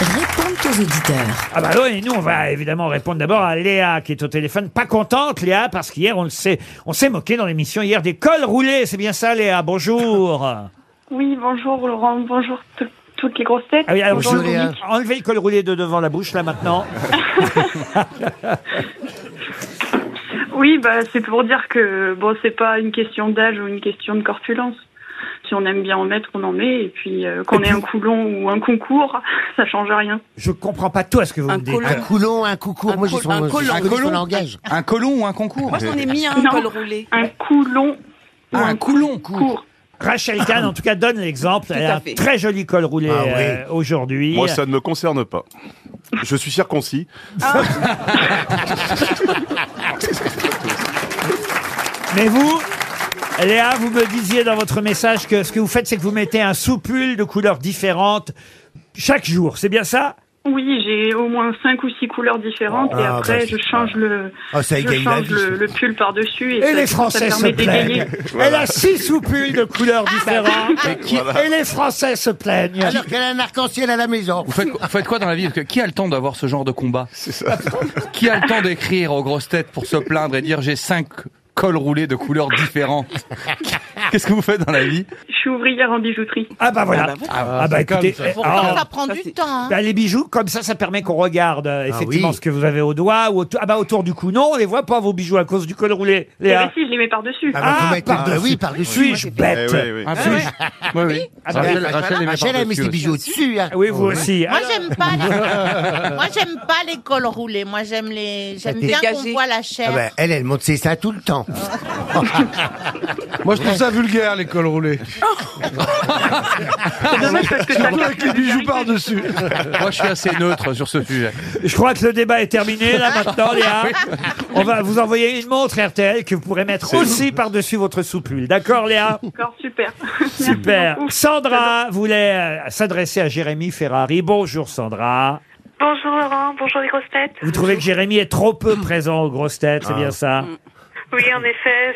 [SPEAKER 9] répondent aux auditeurs.
[SPEAKER 2] Ah bah oui, et nous on va évidemment répondre d'abord à Léa qui est au téléphone. Pas contente Léa parce qu'hier on le sait, on s'est moqué dans l'émission hier des cols roulés, c'est bien ça Léa, bonjour. Ah
[SPEAKER 10] Oui, bonjour Laurent, bonjour tout- toutes les grosses têtes.
[SPEAKER 2] Ah oui, alors,
[SPEAKER 6] Bonjour,
[SPEAKER 2] je-
[SPEAKER 6] Léa.
[SPEAKER 2] Enlevez le col roulé de devant la bouche là maintenant.
[SPEAKER 10] Oui, bah, c'est pour dire que bon, c'est pas une question d'âge ou une question de corpulence. Si on aime bien en mettre, on en met. Et puis euh, qu'on ait un coulon ou un concours, ça change rien.
[SPEAKER 2] Je comprends pas tout à ce que vous
[SPEAKER 7] Un
[SPEAKER 2] me dites.
[SPEAKER 7] col
[SPEAKER 6] Un coulon, un coucour.
[SPEAKER 7] Un
[SPEAKER 6] Moi, j'ai
[SPEAKER 7] col-
[SPEAKER 6] son,
[SPEAKER 7] un
[SPEAKER 6] j'ai
[SPEAKER 7] colon.
[SPEAKER 6] son
[SPEAKER 7] Un
[SPEAKER 3] colon.
[SPEAKER 6] langage.
[SPEAKER 3] Un colon ou un concours
[SPEAKER 7] Moi, j'en ai mis un
[SPEAKER 10] Non.
[SPEAKER 7] col roulé.
[SPEAKER 10] Un coulon
[SPEAKER 3] Ah, Un coulon
[SPEAKER 10] court.
[SPEAKER 2] Rachel Kahn en tout cas donne l'exemple, elle a
[SPEAKER 7] à
[SPEAKER 2] un
[SPEAKER 7] fait.
[SPEAKER 2] très joli col roulé
[SPEAKER 6] Ah oui.
[SPEAKER 2] euh, aujourd'hui.
[SPEAKER 5] Moi, ça ne me concerne pas. Je suis circoncis.
[SPEAKER 7] Ah.
[SPEAKER 2] Mais vous Léa, vous me disiez dans votre message que ce que vous faites c'est que vous mettez un soupule de couleurs différentes chaque jour, c'est bien ça
[SPEAKER 10] Oui, j'ai au moins cinq ou six couleurs différentes et
[SPEAKER 6] Ah,
[SPEAKER 10] après
[SPEAKER 6] bah,
[SPEAKER 10] je
[SPEAKER 6] c'est-
[SPEAKER 10] change le,
[SPEAKER 6] Ah, ça
[SPEAKER 10] je
[SPEAKER 6] égaye la
[SPEAKER 10] change
[SPEAKER 6] vie,
[SPEAKER 10] le,
[SPEAKER 6] ça.
[SPEAKER 10] le pull par dessus et,
[SPEAKER 2] Et
[SPEAKER 10] ça-
[SPEAKER 2] les
[SPEAKER 10] ça
[SPEAKER 2] Français se
[SPEAKER 10] permet d'égayer.
[SPEAKER 2] plaignent. Elle a six soupules de
[SPEAKER 7] Ah,
[SPEAKER 2] couleurs
[SPEAKER 7] bah
[SPEAKER 2] différentes. Et les Français se plaignent.
[SPEAKER 6] Alors qu'elle a un arc-en-ciel à la maison.
[SPEAKER 3] Vous faites, vous faites quoi dans la vie Parce que Qui a le temps d'avoir ce genre de combat Qui a le temps d'écrire aux grosses têtes pour se plaindre et dire j'ai cinq cols roulés de couleurs différentes Qu'est-ce que vous faites dans la vie
[SPEAKER 10] Je suis ouvrière en bijouterie.
[SPEAKER 2] Ah bah voilà. Ah bah écoutez, eh,
[SPEAKER 4] Pourtant,
[SPEAKER 2] ah,
[SPEAKER 4] ça prend du temps. hein.
[SPEAKER 2] bah les bijoux, comme ça, ça permet qu'on regarde euh, effectivement
[SPEAKER 6] oui.
[SPEAKER 2] ce que vous avez au doigt ou autour, ah bah autour du cou. Non, on les voit pas vos bijoux à cause du col roulé, Léa.
[SPEAKER 10] Et Eh ben, bah, si je les mets par dessus.
[SPEAKER 6] Ah, bah, faut mettre-
[SPEAKER 2] pardon.
[SPEAKER 6] ah oui, par-dessus.
[SPEAKER 2] Suis-je
[SPEAKER 5] Eh
[SPEAKER 2] bête
[SPEAKER 5] oui, oui.
[SPEAKER 3] Ah, oui.
[SPEAKER 2] bah,
[SPEAKER 3] Oui, oui. Rachel, Rachel, elle met
[SPEAKER 6] Rachel, elle met
[SPEAKER 3] par-dessus
[SPEAKER 6] ses
[SPEAKER 3] aussi.
[SPEAKER 6] bijoux dessus. hein.
[SPEAKER 2] Ah Oui, Ah, vous aussi.
[SPEAKER 4] Moi j'aime pas les... moi j'aime pas les cols roulés. Moi j'aime les j'aime bien qu'on
[SPEAKER 7] Dégagé.
[SPEAKER 4] voit la chair.
[SPEAKER 6] Ah bah, elle, elle monte ses seins tout le temps.
[SPEAKER 11] Moi, je trouve ça vulgaire, les cols roulés.
[SPEAKER 6] Ah
[SPEAKER 10] C'est dommage parce que ça
[SPEAKER 11] Surtout avec les bijoux par-dessus.
[SPEAKER 3] Moi, je suis assez neutre sur ce sujet.
[SPEAKER 2] Je crois que le débat est terminé là maintenant, Léa. On va vous envoyer une montre RTL que vous pourrez mettre aussi par-dessus votre soupule. D'accord, Léa
[SPEAKER 10] D'accord, super.
[SPEAKER 2] Super.
[SPEAKER 10] Merci beaucoup.
[SPEAKER 2] Sandra voulait euh, s'adresser à Jérémy Ferrari. Bonjour Sandra.
[SPEAKER 10] Bonjour Laurent, bonjour les grosses têtes.
[SPEAKER 2] Vous trouvez que Jérémy est trop peu présent aux grosses têtes,
[SPEAKER 3] Ah.
[SPEAKER 2] c'est bien ça
[SPEAKER 3] Mm.
[SPEAKER 10] Oui, en effet,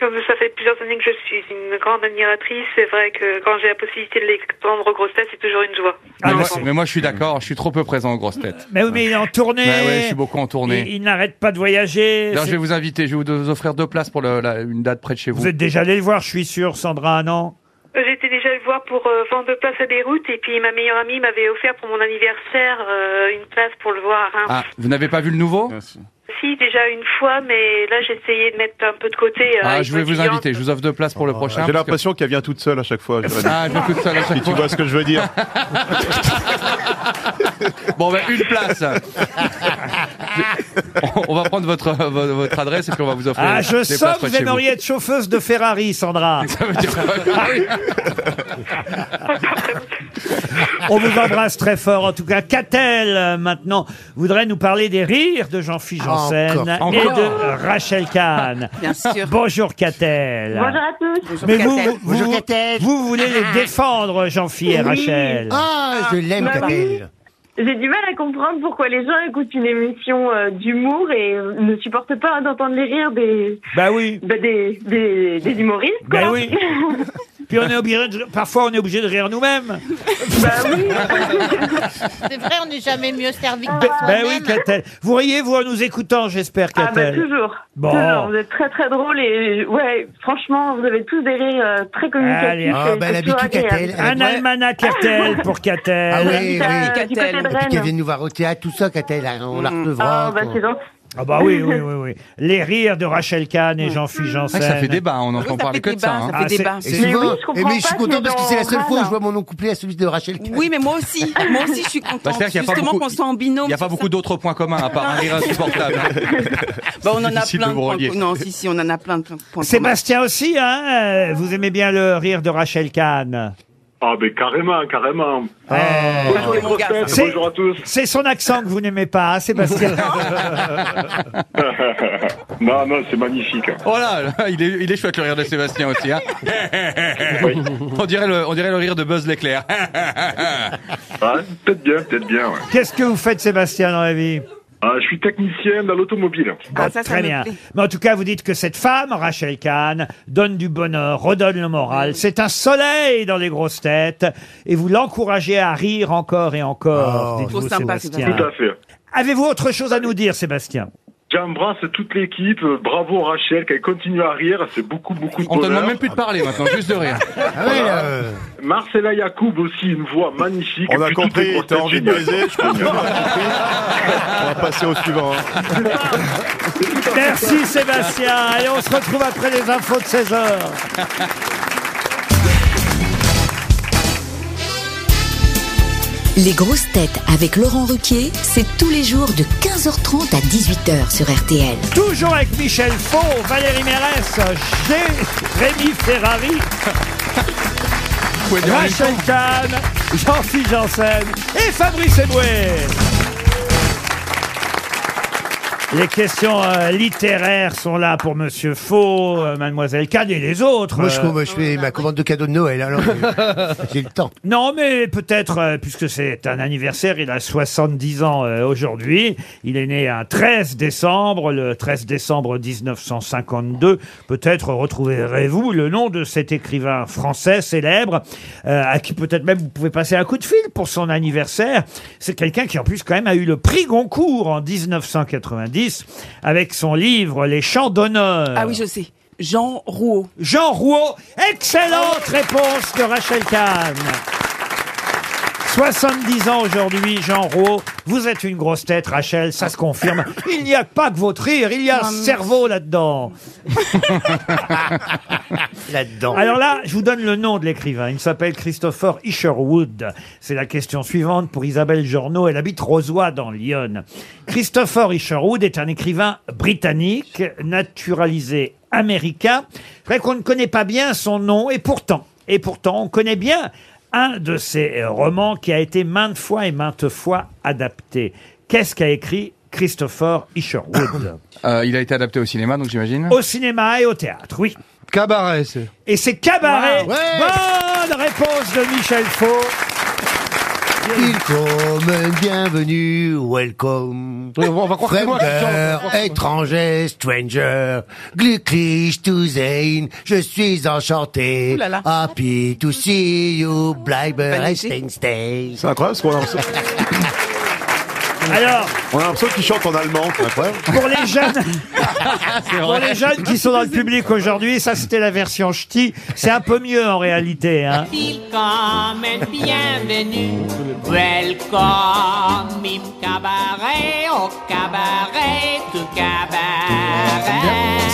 [SPEAKER 10] comme ça fait plusieurs années que je suis une grande admiratrice, c'est vrai que quand j'ai la possibilité de l'extendre aux grosses têtes, c'est toujours une joie.
[SPEAKER 2] Ah,
[SPEAKER 3] mais,
[SPEAKER 2] bah,
[SPEAKER 3] moi,
[SPEAKER 2] c'est-
[SPEAKER 3] mais moi, je suis d'accord, je suis trop peu présent aux grosses têtes.
[SPEAKER 2] Mais oui, mais il est en tournée.
[SPEAKER 3] Bah ouais, je suis beaucoup en tournée.
[SPEAKER 2] Il, il n'arrête pas de voyager.
[SPEAKER 3] D'ailleurs, je
[SPEAKER 2] C'est-
[SPEAKER 3] vais vous inviter, je vais vous offrir deux places pour le- la- une date près de chez vous.
[SPEAKER 2] Vous êtes déjà allé le voir, je suis sûr, Sandra, non
[SPEAKER 10] Euh, J'étais déjà le voir pour euh, vendre place à Beyrouth et puis ma meilleure amie m'avait offert pour mon anniversaire euh, une place pour le voir à Reims.
[SPEAKER 3] Ah, vous n'avez pas vu le nouveau
[SPEAKER 5] Merci.
[SPEAKER 10] si, déjà une fois, mais là, j'ai essayé de mettre un peu de côté. euh,
[SPEAKER 3] Ah,
[SPEAKER 10] avec
[SPEAKER 3] je vais
[SPEAKER 10] ma
[SPEAKER 3] vous
[SPEAKER 10] cliente.
[SPEAKER 3] inviter, je vous offre deux places pour le prochain.
[SPEAKER 5] Ah, J'ai
[SPEAKER 3] parce que-
[SPEAKER 5] l'impression qu'elle vient toute seule à chaque fois. Joanne.
[SPEAKER 3] Ah, elle vient toute seule à chaque
[SPEAKER 5] Si
[SPEAKER 3] fois.
[SPEAKER 5] tu vois ce que je veux dire.
[SPEAKER 3] Oh, Bon, ben, une place. On- On va prendre votre, euh, vo- votre adresse et puis on va vous offrir.
[SPEAKER 2] Ah,
[SPEAKER 3] les-
[SPEAKER 2] je
[SPEAKER 3] les
[SPEAKER 2] sens
[SPEAKER 3] places
[SPEAKER 2] que
[SPEAKER 3] près de
[SPEAKER 2] vous
[SPEAKER 3] chez vous.
[SPEAKER 2] aimeriez être chauffeuse de Ferrari, Sandra. On vous embrasse très fort. En tout cas, Catel, euh, maintenant, voudrait nous parler des rires de Jean-Philippe Janssen
[SPEAKER 12] Ah, Encore.
[SPEAKER 2] et
[SPEAKER 12] Encore.
[SPEAKER 2] de Rachel Kahn.
[SPEAKER 12] Bien sûr.
[SPEAKER 2] Bonjour, Catel.
[SPEAKER 12] tous.
[SPEAKER 2] Mais vous, vous, vous- vous voulez les défendre, Jean-Philippe et
[SPEAKER 12] Oui.
[SPEAKER 2] Rachel.
[SPEAKER 12] Ah, je l'aime,
[SPEAKER 10] Bah oui.
[SPEAKER 12] Catel.
[SPEAKER 10] J'ai du mal à comprendre pourquoi les gens écoutent une émission euh, d'humour et euh, ne supportent pas d'entendre les rires des,
[SPEAKER 2] Bah oui.
[SPEAKER 10] bah, des, des, des humoristes.
[SPEAKER 2] Bah
[SPEAKER 10] quoi.
[SPEAKER 2] oui. Puis on est obligé de- parfois on est obligé de rire nous-mêmes.
[SPEAKER 10] Bah
[SPEAKER 4] C'est vrai, on n'est jamais mieux servi que
[SPEAKER 2] Ben
[SPEAKER 4] par
[SPEAKER 2] ben
[SPEAKER 4] soi-même.
[SPEAKER 2] oui, Catel. Vous riez, vous, en nous écoutant, j'espère,
[SPEAKER 10] Ah bah
[SPEAKER 2] Catel.
[SPEAKER 10] toujours.
[SPEAKER 2] Bon.
[SPEAKER 10] Toujours, vous êtes très très drôles et ouais, franchement, vous avez tous des rires euh, très communicatifs.
[SPEAKER 2] Allez. Ah,
[SPEAKER 10] c'est-
[SPEAKER 2] bah,
[SPEAKER 10] c'est
[SPEAKER 2] l'habitude,
[SPEAKER 10] toujours agréable.
[SPEAKER 2] Catel, elle Un doit- almanach Catel pour Catel.
[SPEAKER 6] Ah oui, oui.
[SPEAKER 10] Ah, du côté de
[SPEAKER 6] Et puis qu'elle
[SPEAKER 10] Rennes.
[SPEAKER 6] vienne nous voir au théâtre, tout ça, Catel, hein, on la recevra.
[SPEAKER 10] Ah, bah,
[SPEAKER 6] quoi.
[SPEAKER 10] c'est gentil.
[SPEAKER 2] Ah bah oui, oui, oui, oui. Les rires de Rachel Kahn
[SPEAKER 10] Mm.
[SPEAKER 2] et Jean-Philippe Janssen.
[SPEAKER 3] Ah, ça fait débat, on entend parler que de ça. hein.
[SPEAKER 2] Ah, c'est-
[SPEAKER 6] Et souvent-
[SPEAKER 2] souvent-
[SPEAKER 6] eh, mais je suis content parce que c'est la seule fois où je
[SPEAKER 7] Rennes.
[SPEAKER 6] vois mon nom couplé à celui de Rachel. Kahn.
[SPEAKER 7] Oui, mais moi aussi. Moi aussi, je suis contente.
[SPEAKER 3] Bah, c'est-à-dire qu'il y a pas
[SPEAKER 7] Justement,
[SPEAKER 3] beaucoup-
[SPEAKER 7] qu'on soit en binôme.
[SPEAKER 3] Il n'y a pas beaucoup d'autres points communs à part un rire insupportable.
[SPEAKER 7] Bah, on en a
[SPEAKER 3] Difficile de
[SPEAKER 7] plein de
[SPEAKER 3] vous
[SPEAKER 7] points
[SPEAKER 3] relier.
[SPEAKER 7] communs. Non, si, si, on en a plein de plein de points
[SPEAKER 2] Sébastien aussi, hein euh, Vous aimez bien le rire de Rachel Kahn.
[SPEAKER 13] Ah, mais carrément, carrément. Bonjour les grosses têtes,
[SPEAKER 2] C'est-
[SPEAKER 13] bonjour à tous.
[SPEAKER 2] Ah. C'est son accent que vous n'aimez pas, hein, Sébastien.
[SPEAKER 13] non, non, c'est magnifique.
[SPEAKER 3] Oh là, là, il, est, il est chouette le rire de Sébastien aussi. hein. on, dirait le, on dirait le rire de Buzz l'éclair.
[SPEAKER 13] Ah, peut-être bien, peut-être bien. ouais.
[SPEAKER 2] Qu'est-ce que vous faites, Sébastien, dans la vie
[SPEAKER 13] Ah, je suis technicien dans l'automobile.
[SPEAKER 2] Bon, très bien. Mais en tout cas, vous dites que cette femme, Rachel Kahn, donne du bonheur, redonne le moral. C'est un soleil dans les grosses têtes. Et vous l'encouragez à rire encore et encore. dites-vous,
[SPEAKER 13] Oh, Trop sympa,
[SPEAKER 2] Sébastien.
[SPEAKER 13] Sébastien. Tout à fait.
[SPEAKER 2] Avez-vous autre chose à nous dire, Sébastien
[SPEAKER 13] J'embrasse toute l'équipe. Bravo Rachel, qu'elle continue à rire. C'est beaucoup, beaucoup de
[SPEAKER 3] On te
[SPEAKER 13] bonheur.
[SPEAKER 3] demande même plus de parler maintenant, juste de rire.
[SPEAKER 5] Ah
[SPEAKER 13] Voilà. Marcella Yacoub aussi, une voix magnifique.
[SPEAKER 5] euh. On a compris, t'as envie de baiser, je
[SPEAKER 13] comprends.
[SPEAKER 5] On va passer au suivant. hein.
[SPEAKER 2] Merci, Sébastien. Allez, on se retrouve après les infos de 16 heures.
[SPEAKER 14] Les grosses têtes avec Laurent Ruquier, c'est tous les jours de 15h30 à 18h sur RTL.
[SPEAKER 2] Toujours avec Michel Faux, Valérie Mérès, Gé- Rémi Ferrari, Rachel Kahn, Jean-Philippe Janssen et Fabrice Eboué. Les questions euh, littéraires sont là pour Monsieur Faux, euh, Mademoiselle Kahn et les autres.
[SPEAKER 6] Moi, je,
[SPEAKER 2] euh.
[SPEAKER 6] moi, je fais ma commande de cadeau de Noël, alors euh, j'ai le temps.
[SPEAKER 2] Non, mais peut-être, euh, puisque c'est un anniversaire, il a 70 ans euh, aujourd'hui. Il est né un 13 décembre, le 13 décembre 1952. Peut-être retrouverez-vous le nom de cet écrivain français célèbre, euh, à qui peut-être même vous pouvez passer un coup de fil pour son anniversaire. C'est quelqu'un qui, en plus, quand même, a eu le prix Goncourt en 1990 avec son livre Les Chants d'honneur.
[SPEAKER 7] Ah oui, je sais. Jean Rouault.
[SPEAKER 2] Jean Rouault. Excellente réponse de Rachel Kahn. 70 ans aujourd'hui, Jean Rouault. Vous êtes une grosse tête, Rachel, ça se confirme. Il n'y a pas que votre rire, il y a un cerveau là-dedans.
[SPEAKER 6] Là-dedans.
[SPEAKER 2] Alors là, je vous donne le nom de l'écrivain. Il s'appelle Christopher Isherwood. C'est la question suivante pour Isabelle Journeau. Elle habite Rosoy dans l'Yonne. Christopher Isherwood est un écrivain britannique, naturalisé américain. C'est vrai qu'on ne connaît pas bien son nom et pourtant, et pourtant, on connaît bien un de ses romans qui a été maintes fois et maintes fois adapté. Qu'est-ce qu'a écrit Christopher Isherwood
[SPEAKER 3] Euh, il a été adapté au cinéma, donc j'imagine.
[SPEAKER 2] Au cinéma et au théâtre, oui.
[SPEAKER 11] Cabaret, c'est.
[SPEAKER 2] Et c'est Cabaret.
[SPEAKER 11] Wow. Ouais.
[SPEAKER 2] Bonne réponse de Michel Faux.
[SPEAKER 6] Il come, bienvenue, welcome.
[SPEAKER 11] On va croire que c'est moi qui chante, on
[SPEAKER 6] Fremder,
[SPEAKER 11] va croire que c'est moi.
[SPEAKER 6] étranger, stranger, glücklich to sein, je suis enchanté,
[SPEAKER 11] là là.
[SPEAKER 6] happy to see you, bleibe,
[SPEAKER 11] Magnifique.
[SPEAKER 6] resting, stay.
[SPEAKER 5] C'est incroyable ce qu'on a
[SPEAKER 2] Alors,
[SPEAKER 5] On a l'impression qu'il chante en allemand, c'est incroyable.
[SPEAKER 2] pour les jeunes, pour les jeunes qui sont dans le public aujourd'hui, ça c'était la version ch'ti. C'est un peu mieux en réalité. Hein.
[SPEAKER 12] Welcome and bienvenue. Welcome im cabaret, au cabaret, tout cabaret.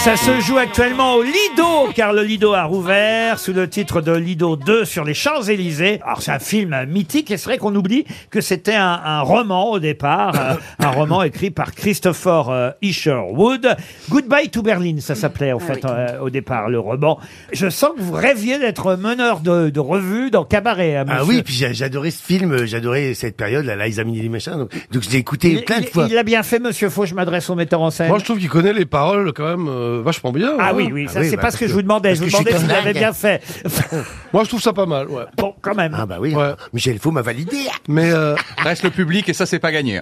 [SPEAKER 2] Ça se joue actuellement au Lido, car le Lido a rouvert sous le titre de Lido 2 sur les Champs-Élysées. Alors c'est un film mythique et c'est vrai qu'on oublie que c'était un, un roman au départ, euh, un roman écrit par Christopher euh, Isherwood. Goodbye to Berlin, ça s'appelait en
[SPEAKER 9] Ah
[SPEAKER 2] fait
[SPEAKER 9] oui.
[SPEAKER 2] euh, au départ le roman. Je sens que vous rêviez d'être meneur de, de revue dans Cabaret. hein,
[SPEAKER 6] Ah
[SPEAKER 2] monsieur.
[SPEAKER 6] oui, puis j'a- j'adorais ce film, euh, j'adorais cette période, là, là, ils les machins, donc, donc je l'ai écouté
[SPEAKER 2] Il-
[SPEAKER 6] plein de
[SPEAKER 2] il-
[SPEAKER 6] fois.
[SPEAKER 2] Il a bien fait, monsieur Faux, je m'adresse au metteur en scène.
[SPEAKER 11] Moi, je trouve qu'il connaît les paroles quand même euh, vachement bien.
[SPEAKER 2] Ah oui, oui, ça, c'est pas ce que je vous demandais. Je vous demandais si vous l'avez bien fait.
[SPEAKER 11] Moi, je trouve ça pas mal, ouais.
[SPEAKER 2] Bon, quand même.
[SPEAKER 6] Ah bah oui, Michel Faux m'a validé.
[SPEAKER 11] Mais euh,
[SPEAKER 3] Reste le public et ça, c'est pas gagné.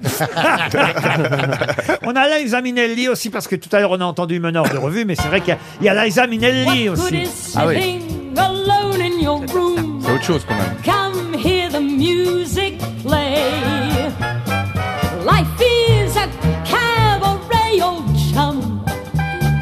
[SPEAKER 2] On a Liza Minnelli aussi, parce que tout à l'heure on a entendu Meneur de revue, mais c'est vrai qu'il y a- il y a Liza Minnelli aussi.
[SPEAKER 15] Ah oui. Alone in your room.
[SPEAKER 3] C'est autre chose quand même.
[SPEAKER 15] Come hear the music play. Life is a cabaret, old chum.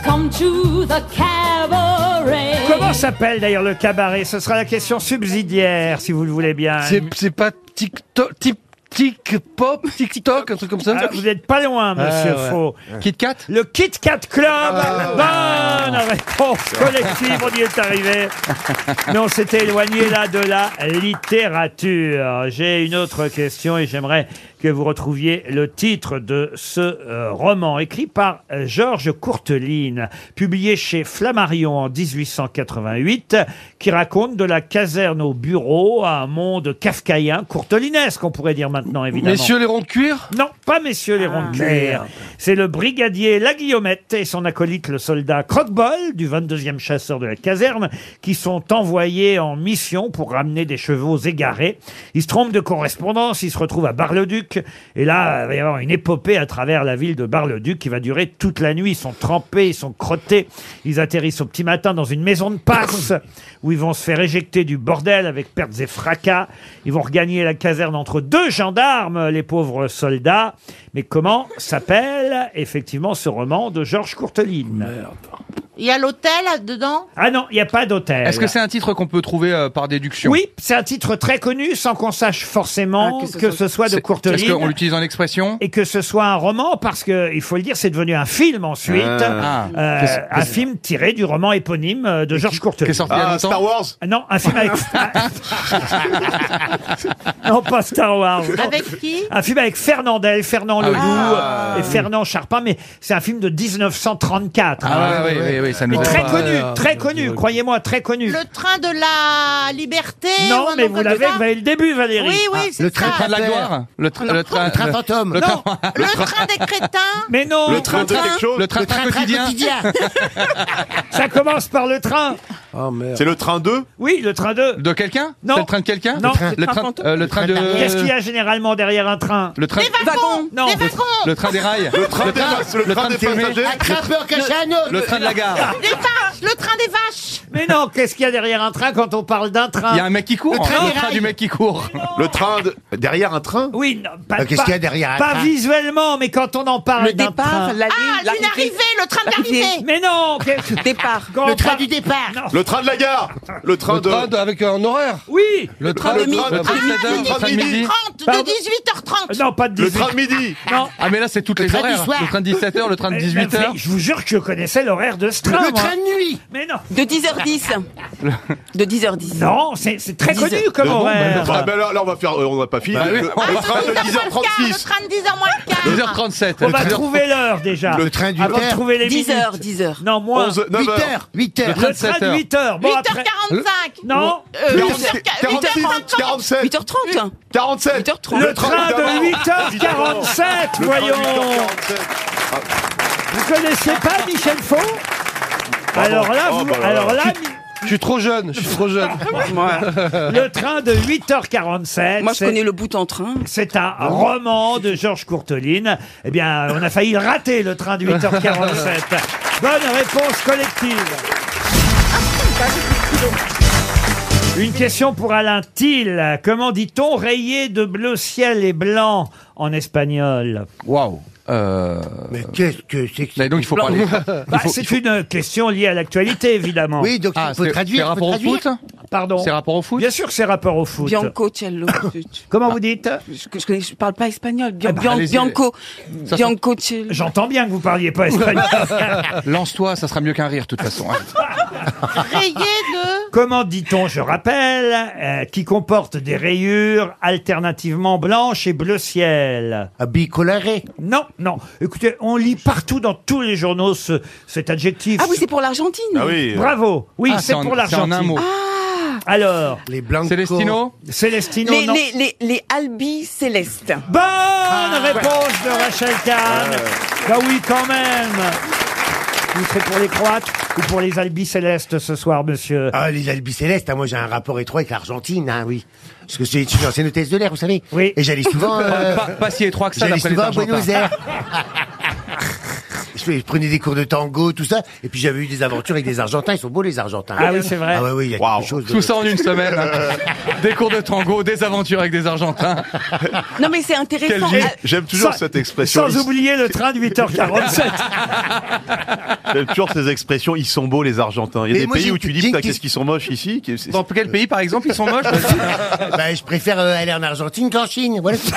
[SPEAKER 15] Come to the cabaret.
[SPEAKER 2] Comment s'appelle d'ailleurs le cabaret Ce sera la question subsidiaire, si vous le voulez bien.
[SPEAKER 11] c'est c'est pas TikTok, tip, tic pop, TikTok, un truc comme ça.
[SPEAKER 2] Ah, vous n'êtes pas loin, monsieur
[SPEAKER 11] Ah, ouais.
[SPEAKER 2] Faux.
[SPEAKER 11] Kit
[SPEAKER 2] Kat Le Kit Kat Club
[SPEAKER 11] Ah.
[SPEAKER 2] Bonne réponse collective, on y est arrivé. Mais on s'était éloigné là de la littérature. J'ai une autre question et j'aimerais que vous retrouviez le titre de ce euh, roman écrit par euh, Georges Courteline, publié chez Flammarion en 1888, qui raconte de la caserne au bureau à un monde kafkaïen, courtelinesque, on pourrait dire maintenant, évidemment.
[SPEAKER 11] Messieurs les ronds de cuir
[SPEAKER 2] Non, pas messieurs les
[SPEAKER 11] Ah,
[SPEAKER 2] ronds de cuir. Ah, C'est le brigadier La Guillomette et son acolyte le soldat Croquebol du 22e chasseur de la caserne qui sont envoyés en mission pour ramener des chevaux égarés. Ils se trompent de correspondance, ils se retrouvent à Bar-le-Duc et là, il va y avoir une épopée à travers la ville de Bar-le-Duc qui va durer toute la nuit. Ils sont trempés, ils sont crottés, ils atterrissent au petit matin dans une maison de passe où ils vont se faire éjecter du bordel avec pertes et fracas. Ils vont regagner la caserne entre deux gendarmes, les pauvres soldats. Mais comment s'appelle effectivement ce roman de Georges Courteline
[SPEAKER 4] Il y a l'hôtel là, dedans
[SPEAKER 2] Ah non, il n'y a pas d'hôtel.
[SPEAKER 3] Est-ce que c'est un titre qu'on peut trouver euh, par déduction
[SPEAKER 2] Oui, c'est un titre très connu sans qu'on sache forcément
[SPEAKER 3] Ah,
[SPEAKER 2] que ce, soit de
[SPEAKER 3] C'est-
[SPEAKER 2] Courteline.
[SPEAKER 3] Est-ce qu'on l'utilise en expression
[SPEAKER 2] et que ce soit un roman, parce que il faut le dire, c'est devenu un film ensuite,
[SPEAKER 3] Ah.
[SPEAKER 2] Euh,
[SPEAKER 3] Qu'est-ce-
[SPEAKER 2] un film tiré du roman éponyme euh, de Georges Courteline.
[SPEAKER 3] qui est sorti il y a Ah, longtemps Star Wars
[SPEAKER 2] Non, un film avec non pas Star Wars. Non.
[SPEAKER 4] Avec qui
[SPEAKER 2] Un film avec Fernandel, Fernand
[SPEAKER 3] Ah oui.
[SPEAKER 2] Ledoux euh,
[SPEAKER 3] Ah.
[SPEAKER 2] et Fernand Charpin, mais c'est un film de 1934.
[SPEAKER 3] Ah ouais, ouais, ouais, ouais, ça nous
[SPEAKER 2] Mais
[SPEAKER 3] a
[SPEAKER 2] très
[SPEAKER 3] pas-
[SPEAKER 2] connu,
[SPEAKER 3] euh,
[SPEAKER 2] très connu, croyez-moi, très connu.
[SPEAKER 4] Le train de la liberté
[SPEAKER 3] Eh,
[SPEAKER 2] Non,
[SPEAKER 4] ou un
[SPEAKER 2] mais
[SPEAKER 4] nom
[SPEAKER 2] vous
[SPEAKER 4] comme
[SPEAKER 2] l'avez,
[SPEAKER 4] ça
[SPEAKER 2] vous avez le début, Valérie. Ah,
[SPEAKER 4] Oui, oui, c'est Le train ça.
[SPEAKER 3] de la gloire Le tra- le train- le- le train-
[SPEAKER 2] Non,
[SPEAKER 3] le
[SPEAKER 4] Le train des crétins
[SPEAKER 2] mais non.
[SPEAKER 3] Le train de quelque chose Le train quotidien.
[SPEAKER 2] Ça commence par le train.
[SPEAKER 5] C'est le train 2
[SPEAKER 2] Oui, le train 2.
[SPEAKER 3] De quelqu'un
[SPEAKER 2] Non.
[SPEAKER 3] C'est le train de quelqu'un
[SPEAKER 2] Non.
[SPEAKER 3] Le train, euh, le train de.
[SPEAKER 2] Qu'est-ce qu'il y a généralement derrière un train
[SPEAKER 3] Le train.
[SPEAKER 2] wagons. Non.
[SPEAKER 3] Le train des rails.
[SPEAKER 5] Le train des- le train des
[SPEAKER 3] fumée.
[SPEAKER 5] passagers.
[SPEAKER 6] Attrapeur caché à notre-
[SPEAKER 3] Le train de la gare.
[SPEAKER 4] Des vaches Le train des vaches
[SPEAKER 2] Mais non, qu'est-ce qu'il y a derrière un train quand on parle d'un train
[SPEAKER 3] Il y a un mec qui court. hein,
[SPEAKER 2] Le train
[SPEAKER 3] Le
[SPEAKER 2] des
[SPEAKER 3] train
[SPEAKER 2] rails.
[SPEAKER 3] du mec qui court.
[SPEAKER 5] Le train de- derrière un train
[SPEAKER 2] Oui, non, pas,
[SPEAKER 5] Euh, qu'est-ce
[SPEAKER 2] pas-
[SPEAKER 5] qu'il y a derrière un
[SPEAKER 2] Pas
[SPEAKER 5] train
[SPEAKER 2] visuellement, mais quand on en parle
[SPEAKER 5] Le
[SPEAKER 2] d'un
[SPEAKER 5] départ,
[SPEAKER 2] train.
[SPEAKER 5] l'allée,
[SPEAKER 4] Ah,
[SPEAKER 2] l'arrivée.
[SPEAKER 4] l'une arrivée, le train de l'arrivée
[SPEAKER 2] Mais non Départ.
[SPEAKER 6] Le train du départ.
[SPEAKER 5] Le train de la gare Le train
[SPEAKER 11] Le
[SPEAKER 5] de...
[SPEAKER 11] train de- avec un horaire.
[SPEAKER 2] Oui
[SPEAKER 11] Le train
[SPEAKER 5] Le
[SPEAKER 11] de
[SPEAKER 5] train de-
[SPEAKER 11] le train de
[SPEAKER 5] Ah,
[SPEAKER 11] sept heures,
[SPEAKER 5] midi,
[SPEAKER 11] le train de
[SPEAKER 5] midi.
[SPEAKER 11] midi.
[SPEAKER 4] 30
[SPEAKER 2] Pardon.
[SPEAKER 4] de 18h30
[SPEAKER 2] Euh, Non, pas de 18
[SPEAKER 5] Le train de midi
[SPEAKER 2] Non.
[SPEAKER 3] Ah, mais là, c'est toutes les
[SPEAKER 2] train du
[SPEAKER 3] horaires.
[SPEAKER 2] soir.
[SPEAKER 3] Le train de 17h, le train de
[SPEAKER 2] Mais-
[SPEAKER 3] 18h.
[SPEAKER 2] mais Je vous jure que je connaissais l'horaire de ce train.
[SPEAKER 6] Le
[SPEAKER 2] moi.
[SPEAKER 6] train de nuit.
[SPEAKER 2] Mais non.
[SPEAKER 7] De 10h10. De 10h10.
[SPEAKER 2] Non, c'est c'est très
[SPEAKER 7] 10
[SPEAKER 2] connu
[SPEAKER 7] heures.
[SPEAKER 2] comme
[SPEAKER 5] Ah bon,
[SPEAKER 2] horaire.
[SPEAKER 5] bah, bah, là, là, on va faire... euh, On va pas fini.
[SPEAKER 3] Bah,
[SPEAKER 5] le,
[SPEAKER 3] oui.
[SPEAKER 5] le
[SPEAKER 4] Ah,
[SPEAKER 5] train de 10h36
[SPEAKER 4] Le train de 10h moins le quart
[SPEAKER 3] 10h37.
[SPEAKER 2] On
[SPEAKER 3] le
[SPEAKER 2] va
[SPEAKER 3] train de-
[SPEAKER 2] trouver l'heure déjà.
[SPEAKER 5] Le train du
[SPEAKER 2] Avant de
[SPEAKER 5] terre.
[SPEAKER 2] trouver les
[SPEAKER 7] 10h,
[SPEAKER 2] minutes.
[SPEAKER 7] 10h.
[SPEAKER 2] Non, moins.
[SPEAKER 5] 11,
[SPEAKER 6] 8
[SPEAKER 5] 9h.
[SPEAKER 6] heures, 8
[SPEAKER 3] Le
[SPEAKER 6] heures.
[SPEAKER 3] train
[SPEAKER 2] Le
[SPEAKER 3] de
[SPEAKER 2] train de
[SPEAKER 3] 7h.
[SPEAKER 2] 8 heures. Bon, après.
[SPEAKER 4] 8h45
[SPEAKER 2] Non.
[SPEAKER 4] Euh,
[SPEAKER 5] 46,
[SPEAKER 4] 8h45
[SPEAKER 5] 47
[SPEAKER 7] 8h30.
[SPEAKER 5] 47
[SPEAKER 7] 8h30.
[SPEAKER 2] Le train
[SPEAKER 5] d'abord.
[SPEAKER 2] de 8h47,
[SPEAKER 5] Le train de
[SPEAKER 2] voyons.
[SPEAKER 5] 8h47.
[SPEAKER 2] Vous connaissez
[SPEAKER 11] Ah.
[SPEAKER 2] pas Michel Faux Alors là,
[SPEAKER 5] Oh,
[SPEAKER 2] vous-
[SPEAKER 5] bah, bah,
[SPEAKER 2] alors
[SPEAKER 5] bah.
[SPEAKER 2] là,
[SPEAKER 11] Je suis trop jeune, je suis trop jeune.
[SPEAKER 2] le train de 8h47.
[SPEAKER 7] Moi, je
[SPEAKER 2] c'est-
[SPEAKER 7] connais le bout en train.
[SPEAKER 2] C'est un roman de Georges Courteline. Eh bien, on a failli rater le train de 8h47. Bonne réponse collective. Une question pour Alain Thiel. Comment dit-on rayé de bleu ciel et blanc en espagnol
[SPEAKER 3] Waouh Mais
[SPEAKER 6] qu'est-ce que c'est que
[SPEAKER 3] Donc il faut parler.
[SPEAKER 2] Bah,
[SPEAKER 3] il faut-
[SPEAKER 2] C'est une question liée à l'actualité, évidemment.
[SPEAKER 3] Oui, donc il Ah, faut c'est- traduire, c'est faut rapport au traduire. foot
[SPEAKER 2] Ah, Pardon.
[SPEAKER 3] C'est rapport au foot
[SPEAKER 2] Bien sûr que c'est rapport au foot.
[SPEAKER 7] Bianco Cello. Ah.
[SPEAKER 2] Comment vous dites
[SPEAKER 7] je, je, connais- je parle pas espagnol. Bian-
[SPEAKER 2] Eh ben,
[SPEAKER 7] Bian-
[SPEAKER 2] allez-y.
[SPEAKER 7] Bianco.
[SPEAKER 2] Ça, ça-
[SPEAKER 7] Bianco Cello.
[SPEAKER 2] J'entends bien que vous parliez pas espagnol.
[SPEAKER 3] Lance-toi, ça sera mieux qu'un rire, de toute façon. hein.
[SPEAKER 4] Rayé de.
[SPEAKER 2] Comment dit-on, je rappelle, euh, qui comporte des rayures alternativement blanches et bleu ciel Un Ah, bicoloré Non, non. Écoutez, on lit partout dans tous les journaux ce- cet adjectif.
[SPEAKER 7] Ah oui, c'est pour l'Argentine. Ah.
[SPEAKER 2] Bravo. Oui,
[SPEAKER 3] Ah,
[SPEAKER 2] Ah, c'est pour l'Argentine. Alors. Les blancs.
[SPEAKER 3] Célestino
[SPEAKER 2] Célestino,
[SPEAKER 7] Les,
[SPEAKER 2] non. Bah,
[SPEAKER 7] les, les, les Albi Célestes.
[SPEAKER 2] Bonne Ah. réponse de Rachel Kahn. Bah oui, quand même. Vous serez pour les Croates ou pour les Albicélestes ce soir, monsieur
[SPEAKER 6] Ah, les albicélestes, ah, moi j'ai un rapport étroit avec l'Argentine, hein, oui. Parce que c'est une ancienne hôtesse de l'air, vous savez.
[SPEAKER 2] Oui.
[SPEAKER 6] Et j'allais souvent. euh,
[SPEAKER 3] pas, pas si étroit que ça,
[SPEAKER 6] J'allais
[SPEAKER 3] d'après les
[SPEAKER 6] souvent à Buenos
[SPEAKER 3] Argentins.
[SPEAKER 6] Aires. Je fais- je prenais des cours de tango, tout ça. Et puis j'avais eu des aventures avec des Argentins. Ils sont beaux, les Argentins.
[SPEAKER 3] Ah oui, c'est vrai.
[SPEAKER 6] Ah ouais, oui, il y a quelque chose de...
[SPEAKER 3] Tout ça en une semaine. hein. Des cours de tango, des aventures avec des Argentins.
[SPEAKER 7] Non, mais c'est intéressant.
[SPEAKER 5] Quel
[SPEAKER 7] Ah,
[SPEAKER 5] génie. J'aime toujours
[SPEAKER 2] Sans-
[SPEAKER 5] cette expression.
[SPEAKER 2] Sans oublier le train de 8h47.
[SPEAKER 5] J'aime toujours ces expressions. Ils sont beaux, les Argentins. Il y a
[SPEAKER 6] Mais
[SPEAKER 5] des
[SPEAKER 6] moi,
[SPEAKER 5] pays
[SPEAKER 6] j'ai-
[SPEAKER 5] où tu dis,
[SPEAKER 6] j'ai une
[SPEAKER 5] putain,
[SPEAKER 6] question-
[SPEAKER 5] qu'est-ce qu'ils sont moches ici Qu'est- c'est-
[SPEAKER 3] Dans quel pays, par exemple, ils sont moches
[SPEAKER 6] Bah, je préfère euh, aller en Argentine qu'en Chine. Voilà.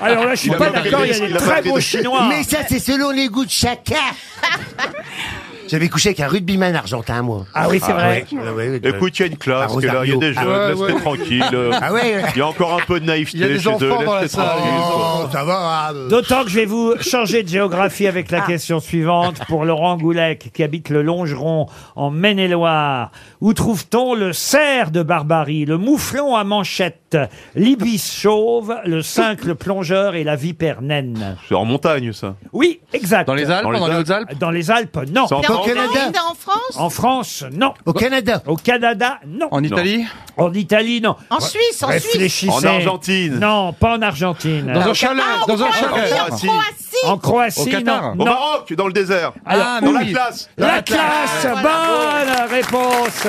[SPEAKER 2] Ah, Alors là, je suis
[SPEAKER 6] Il a
[SPEAKER 2] pas
[SPEAKER 6] pas
[SPEAKER 2] d'accord, il y
[SPEAKER 6] appelé-
[SPEAKER 2] a des
[SPEAKER 6] il a pas
[SPEAKER 2] très
[SPEAKER 6] appelé
[SPEAKER 2] beaux
[SPEAKER 6] de-
[SPEAKER 2] Chinois.
[SPEAKER 6] Mais ça, c'est selon les goûts de chacun. J'avais couché avec un rugbyman argentin, moi.
[SPEAKER 2] Ah oui, c'est vrai.
[SPEAKER 6] ouais. Ouais, ouais, ouais, de-
[SPEAKER 5] Écoute, il y a une classe,
[SPEAKER 6] À
[SPEAKER 5] que là, il y a
[SPEAKER 6] Rosario.
[SPEAKER 5] des
[SPEAKER 6] Ah
[SPEAKER 5] jeunes,
[SPEAKER 6] ouais,
[SPEAKER 5] laisse-les
[SPEAKER 6] ouais.
[SPEAKER 5] tranquilles. euh.
[SPEAKER 6] Ah ouais.
[SPEAKER 5] Il y a encore un peu de naïveté chez eux, laisse-les tranquilles.
[SPEAKER 6] Oh, bah, ça va. Ah. euh.
[SPEAKER 2] D'autant que je vais vous changer de géographie avec la question suivante pour Laurent Goulec qui habite le Longeron en Maine-et-Loire. Où trouve-t-on le cerf de Barbarie, le mouflon à manchette, l'ibis chauve, le cinq, le plongeur et la vipère naine
[SPEAKER 5] C'est en montagne, ça.
[SPEAKER 2] Oui, exact. Dans
[SPEAKER 3] les Alpes, Dans les dans les Hautes-Alpes
[SPEAKER 2] Dans les Alpes, non.
[SPEAKER 5] C'est en Au France
[SPEAKER 4] Canada En France
[SPEAKER 2] En France, non. Au Canada Au Canada, non.
[SPEAKER 3] En Italie
[SPEAKER 2] En Italie, non.
[SPEAKER 4] En Suisse, en Suisse.
[SPEAKER 2] Réfléchissez.
[SPEAKER 5] En Argentine.
[SPEAKER 2] Non, pas en Argentine.
[SPEAKER 3] Dans un chalet, dans un chalet.
[SPEAKER 5] En
[SPEAKER 4] En
[SPEAKER 5] Croatie.
[SPEAKER 4] Croatie.
[SPEAKER 2] En Croatie,
[SPEAKER 3] Au Qatar.
[SPEAKER 5] Au
[SPEAKER 2] non. non.
[SPEAKER 5] Maroc, dans le désert.
[SPEAKER 2] Alors,
[SPEAKER 5] dans
[SPEAKER 2] Ah, oui.
[SPEAKER 5] la classe.
[SPEAKER 2] La classe, bonne réponse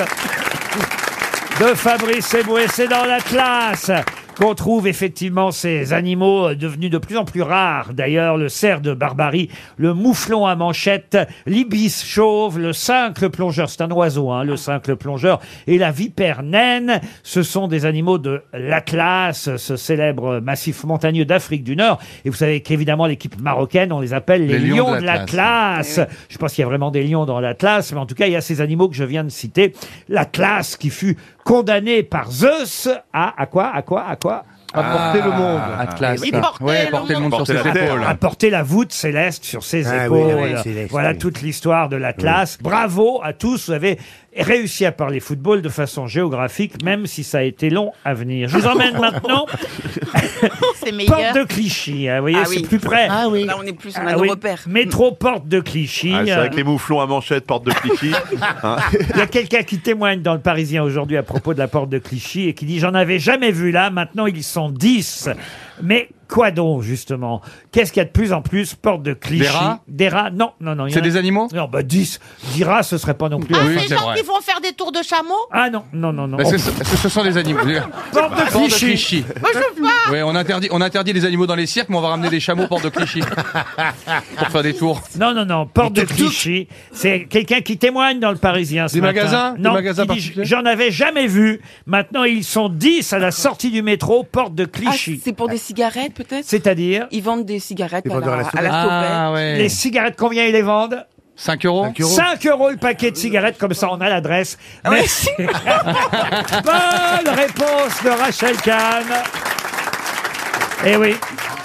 [SPEAKER 2] de Fabrice Eboué. C'est dans la classe qu'on trouve effectivement ces animaux devenus de plus en plus rares. D'ailleurs, le cerf de Barbarie, le mouflon à manchette, l'ibis chauve, le cincle plongeur, c'est un oiseau, hein, le cincle plongeur, et la vipère naine. Ce sont des animaux de l'Atlas, ce célèbre massif montagneux d'Afrique du Nord. Et vous savez qu'évidemment, l'équipe marocaine, on les appelle les, lions, de l'Atlas.
[SPEAKER 6] Eh
[SPEAKER 2] Je Je sais pas s'il y a vraiment des lions dans l'Atlas, mais en tout cas, il y a ces animaux que je viens de citer. L'Atlas qui fut condamné par Zeus à, à quoi, à quoi, à quoi
[SPEAKER 11] porter le monde.
[SPEAKER 6] Ah,
[SPEAKER 3] Atlas.
[SPEAKER 4] Il portait
[SPEAKER 3] ouais,
[SPEAKER 4] le
[SPEAKER 3] porter le
[SPEAKER 4] monde.
[SPEAKER 3] monde sur ses
[SPEAKER 5] Porter la terre.
[SPEAKER 3] épaules.
[SPEAKER 2] à porter la voûte céleste sur ses
[SPEAKER 6] Ah oui,
[SPEAKER 2] épaules.
[SPEAKER 6] la voûte céleste,
[SPEAKER 2] voilà
[SPEAKER 6] oui.
[SPEAKER 2] toute l'histoire de l'Atlas. Bravo à tous, vous avez réussi à parler football de façon géographique, même si ça a été long à venir. Je vous emmène maintenant
[SPEAKER 4] C'est meilleur.
[SPEAKER 2] porte de Clichy. hein, vous voyez,
[SPEAKER 7] Ah
[SPEAKER 2] c'est
[SPEAKER 7] oui.
[SPEAKER 2] plus près.
[SPEAKER 6] Ah oui.
[SPEAKER 7] Là, on est plus, on a
[SPEAKER 2] Ah
[SPEAKER 7] nos
[SPEAKER 2] oui,
[SPEAKER 7] repères.
[SPEAKER 2] Métro porte de Clichy.
[SPEAKER 5] Ah, c'est
[SPEAKER 2] Euh,
[SPEAKER 5] vrai que les mouflons à manchette, porte de Clichy. Hein.
[SPEAKER 2] Il y a quelqu'un qui témoigne dans le Parisien aujourd'hui à propos de la porte de Clichy et qui dit J'en avais jamais vu là, maintenant ils sont 10. Mais quoi donc, justement Qu'est-ce qu'il y a de plus en plus Porte de Clichy
[SPEAKER 3] Des rats
[SPEAKER 2] Des rats Non, non, non. il y
[SPEAKER 3] C'est
[SPEAKER 2] en a-
[SPEAKER 3] des animaux
[SPEAKER 2] Non, bah 10. 10 rats, ce serait pas non plus.
[SPEAKER 4] Ah,
[SPEAKER 3] Oui,
[SPEAKER 4] ces
[SPEAKER 3] c'est
[SPEAKER 4] gens
[SPEAKER 3] vrai.
[SPEAKER 4] qui vont faire des tours de chameau
[SPEAKER 2] Ah non, non, non, non.
[SPEAKER 3] Parce que ce, parce que ce sont des animaux.
[SPEAKER 2] Porte de
[SPEAKER 3] Porte de
[SPEAKER 2] Clichy.
[SPEAKER 3] Clichy.
[SPEAKER 4] Moi, je veux pas.
[SPEAKER 3] Oui, on interdit, on interdit les animaux dans les cirques, mais on va ramener des chameaux porte de Clichy pour faire des tours.
[SPEAKER 2] Non, non, non, porte de Clichy. C'est quelqu'un qui témoigne dans le Parisien. ce
[SPEAKER 11] Des
[SPEAKER 2] matin.
[SPEAKER 11] magasins Des
[SPEAKER 2] Non,
[SPEAKER 11] magasins
[SPEAKER 2] qui dit,
[SPEAKER 11] particuliers
[SPEAKER 2] j'en avais jamais vu. Maintenant, ils sont 10 à la sortie du métro, porte de
[SPEAKER 7] Ah,
[SPEAKER 2] Clichy.
[SPEAKER 7] c'est pour des cigarettes, peut-être
[SPEAKER 2] C'est-à-dire,
[SPEAKER 7] Ils vendent des cigarettes
[SPEAKER 6] Ils
[SPEAKER 7] à
[SPEAKER 6] vendent dans
[SPEAKER 7] la,
[SPEAKER 6] la
[SPEAKER 7] à la sauvette.
[SPEAKER 3] Ah
[SPEAKER 2] les
[SPEAKER 3] ouais.
[SPEAKER 2] cigarettes, combien ils les vendent
[SPEAKER 3] 5 euros.
[SPEAKER 2] 5 euros le paquet de cigarettes, comme ça on a l'adresse. Merci. Bonne réponse de Rachel Kahn. Eh oui.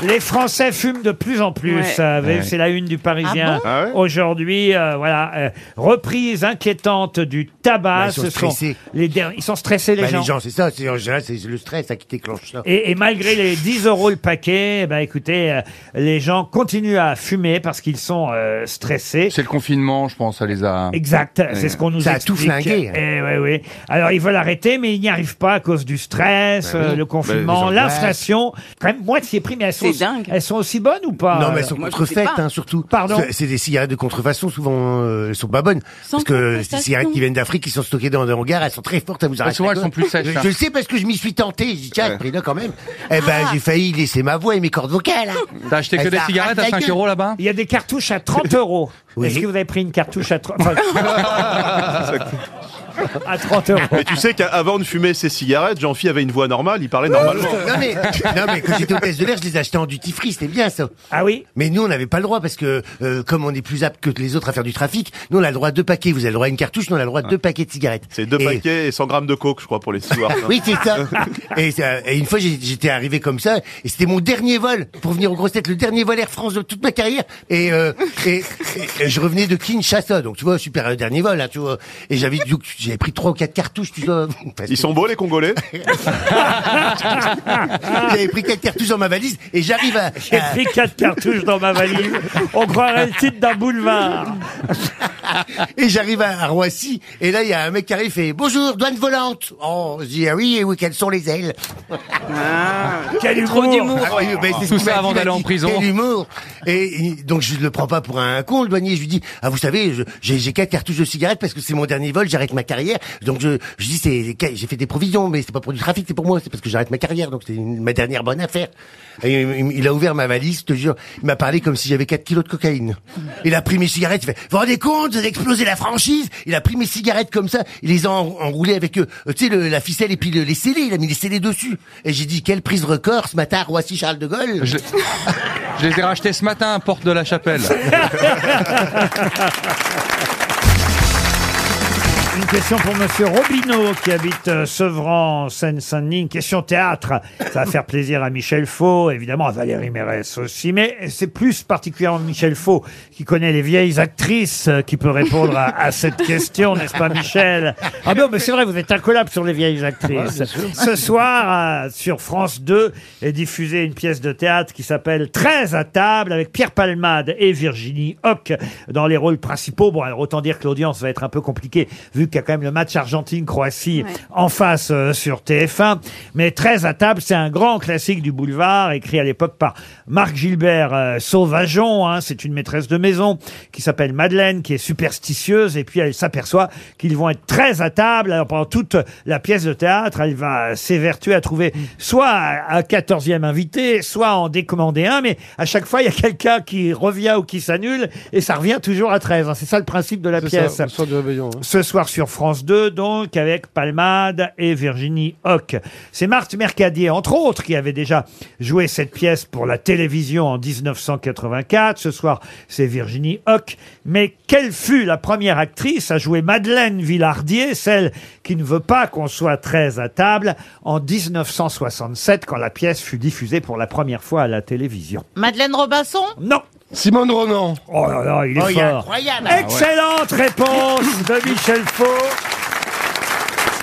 [SPEAKER 2] Les Français fument de plus en plus,
[SPEAKER 7] Ouais.
[SPEAKER 2] euh, vous savez,
[SPEAKER 3] Ouais.
[SPEAKER 2] c'est la une du Parisien
[SPEAKER 5] Ah bon Ah ouais
[SPEAKER 2] aujourd'hui. euh, voilà, euh, reprise inquiétante du tabac.
[SPEAKER 6] Bah, ils sont
[SPEAKER 2] Ce sont
[SPEAKER 6] stressés.
[SPEAKER 2] les derniers- ils sont stressés les
[SPEAKER 6] Bah,
[SPEAKER 2] gens.
[SPEAKER 6] les gens, c'est ça. c'est- En général, c'est le stress hein, qui déclenche ça.
[SPEAKER 2] Et, et malgré les 10 euros le paquet, eh ben écoutez, euh, les gens continuent à fumer parce qu'ils sont euh, stressés.
[SPEAKER 3] C'est le confinement, je pense, ça les a.
[SPEAKER 2] Exact, c'est ce qu'on nous
[SPEAKER 6] Ça a
[SPEAKER 2] explique.
[SPEAKER 6] tout flingué. hein.
[SPEAKER 2] Eh, ouais, ouais. Alors ils veulent
[SPEAKER 6] Bah
[SPEAKER 2] arrêter, mais ils n'y arrivent pas à cause du stress, euh, le confinements,
[SPEAKER 6] les angoisses.
[SPEAKER 2] l'inflation. Quand même moitié prix, mais elles sont sont,
[SPEAKER 7] C'est dingue.
[SPEAKER 2] Elles sont aussi bonnes ou pas
[SPEAKER 6] non, mais elles sont
[SPEAKER 2] euh,
[SPEAKER 6] contrefaites, hein, surtout.
[SPEAKER 2] Pardon
[SPEAKER 6] C'est- C'est des cigarettes de contrefaçon, souvent, euh, elles sont pas bonnes. parce que euh, ces
[SPEAKER 2] contrefaçon.
[SPEAKER 6] cigarettes qui viennent d'Afrique, qui sont stockées dans des hangars, elles sont très fortes à vous arrêter.
[SPEAKER 3] souvent,
[SPEAKER 6] la
[SPEAKER 3] elles
[SPEAKER 6] gorge.
[SPEAKER 3] sont plus sèches,
[SPEAKER 6] Je,
[SPEAKER 3] hein.
[SPEAKER 6] je le sais parce que je m'y suis tenté. J'ai dit, tiens, pris là quand même. Eh
[SPEAKER 2] Ah.
[SPEAKER 6] ben, j'ai failli laisser ma voix et mes cordes vocales. hein.
[SPEAKER 3] T'as acheté que
[SPEAKER 6] Eh,
[SPEAKER 3] des
[SPEAKER 6] ça
[SPEAKER 3] cigarettes à
[SPEAKER 6] arrache la
[SPEAKER 3] 5
[SPEAKER 6] gueule.
[SPEAKER 3] euros là-bas
[SPEAKER 2] Il y a des cartouches à 30 euros. Est-ce que vous avez pris une cartouche à 30 enfin, à 30 euros
[SPEAKER 5] Mais tu sais qu'avant de fumer ses cigarettes, Jean-Phi avait une voix normale, il parlait normalement.
[SPEAKER 6] Non mais, non mais quand j'étais hôtesse de l'air, je les achetais en duty free, c'était bien ça.
[SPEAKER 2] Ah oui
[SPEAKER 6] Mais nous, on n'avait pas le droit parce que euh, comme on est plus apte que les autres à faire du trafic, nous on a le droit à deux paquets. Vous avez le droit à une cartouche, nous on a le droit à deux paquets de cigarettes.
[SPEAKER 5] Ah. C'est deux
[SPEAKER 6] Et-
[SPEAKER 5] paquets et 100 grammes de coke, je crois, pour les soirs.
[SPEAKER 6] Oui, c'est ça. Et, ça- et une fois, j'ai- j'étais arrivé comme ça, et c'était mon dernier vol pour venir aux grosses têtes, le dernier vol Air France de toute ma carrière. Et, euh, et, et- et je revenais de Kinshasa, donc tu vois, super euh, dernier vol, là, tu vois. Et j'avais donc, j'avais pris trois ou quatre cartouches, tu vois.
[SPEAKER 5] Ils sont beaux les Congolais
[SPEAKER 6] J'avais pris quatre cartouches dans ma valise, et j'arrive à.
[SPEAKER 2] J'ai
[SPEAKER 6] à-
[SPEAKER 2] pris quatre cartouches dans ma valise. On croirait le titre d'un boulevard.
[SPEAKER 6] Et j'arrive à à Roissy, et là, il y a un mec qui arrive, fait Bonjour, douane volante Oh, je dis Ah oui, et oui, quelles sont les ailes
[SPEAKER 2] Quel Ah, Trop humour. d'humour.
[SPEAKER 6] Ah oui, mais c'est ce
[SPEAKER 3] Tout
[SPEAKER 6] qu'il
[SPEAKER 3] ça
[SPEAKER 6] m'a
[SPEAKER 3] avant
[SPEAKER 6] dit, il m'a
[SPEAKER 3] d'aller en
[SPEAKER 6] dit,
[SPEAKER 3] prison.
[SPEAKER 6] Quel humour Et il- donc, je le prends pas pour un con, le douanier, je lui dis Ah, vous savez, je- j'ai j'ai quatre cartouches de cigarettes parce que c'est mon dernier vol, j'arrête ma carrière. Donc, je, je dis c'est- J'ai fait des provisions, mais c'est pas pour du trafic, c'est pour moi, c'est parce que j'arrête ma carrière, donc c'est une- ma dernière bonne affaire. Et il il a ouvert ma valise, je te jure, il m'a parlé comme si j'avais 4 kilos de cocaïne. Il a pris mes cigarettes, il fait, vous vous rendez compte, vous avez explosé la franchise Il a pris mes cigarettes comme ça, il les a en- enroulées avec, euh, tu sais, le- la ficelle et puis le- les scellés, il a mis les scellés dessus. Et j'ai dit, quelle prise record ce matin à Roissy-Charles de Gaulle
[SPEAKER 3] Je- Je les ai rachetés ce matin à Porte de la Chapelle.
[SPEAKER 2] Une question pour Monsieur Robineau qui habite euh, Sevran, en Seine-Saint-Denis. Une question théâtre. Ça va faire plaisir à Michel Faux, évidemment à Valérie Mérès aussi, mais c'est plus particulièrement Michel Faux qui connaît les vieilles actrices euh, qui peut répondre à, à cette question, n'est-ce pas Michel Ah non, mais c'est vrai, vous êtes incollable sur les vieilles actrices.
[SPEAKER 11] Ouais, bien sûr.
[SPEAKER 2] Ce soir, euh, sur France 2, est diffusée une pièce de théâtre qui s'appelle 13 à table avec Pierre Palmade et Virginie Hoc dans les rôles principaux. Bon, alors autant dire que l'audience va être un peu compliquée vu qu'il y a quand même le match Argentine-Croatie
[SPEAKER 11] Ouais.
[SPEAKER 2] en face euh, sur TF1. Mais 13 à table, c'est un grand classique du boulevard écrit à l'époque par Marc Gilbert euh, Sauvageon. hein. c'est une maîtresse de maison qui s'appelle Madeleine, qui est superstitieuse et puis elle s'aperçoit qu'ils vont être très à table. Alors pendant toute la pièce de théâtre, elle va s'évertuer à trouver soit un 14e invité, soit en décommander un, mais à chaque fois, il y a quelqu'un qui revient ou qui s'annule et ça revient toujours à 13. hein. C'est ça le principe de la pièce.
[SPEAKER 11] hein.
[SPEAKER 2] hein. Ce soir sur France 2, donc, avec Palmade et Virginie Hoc. C'est Marthe Mercadier, entre autres, qui avait déjà joué cette pièce pour la télévision en 1984. Ce soir, c'est Virginie Hoc. Mais quelle fut la première actrice à jouer Madeleine Villardier, celle qui ne veut pas qu'on soit très à table, en 1967, quand la pièce fut diffusée pour la première fois à la télévision
[SPEAKER 4] Madeleine Robinson
[SPEAKER 2] Non. Simone Ronan. Oh là là, il est
[SPEAKER 4] Oh, il est
[SPEAKER 2] fort. Ah,
[SPEAKER 4] incroyable.
[SPEAKER 2] Excellente réponse de Michel Faux.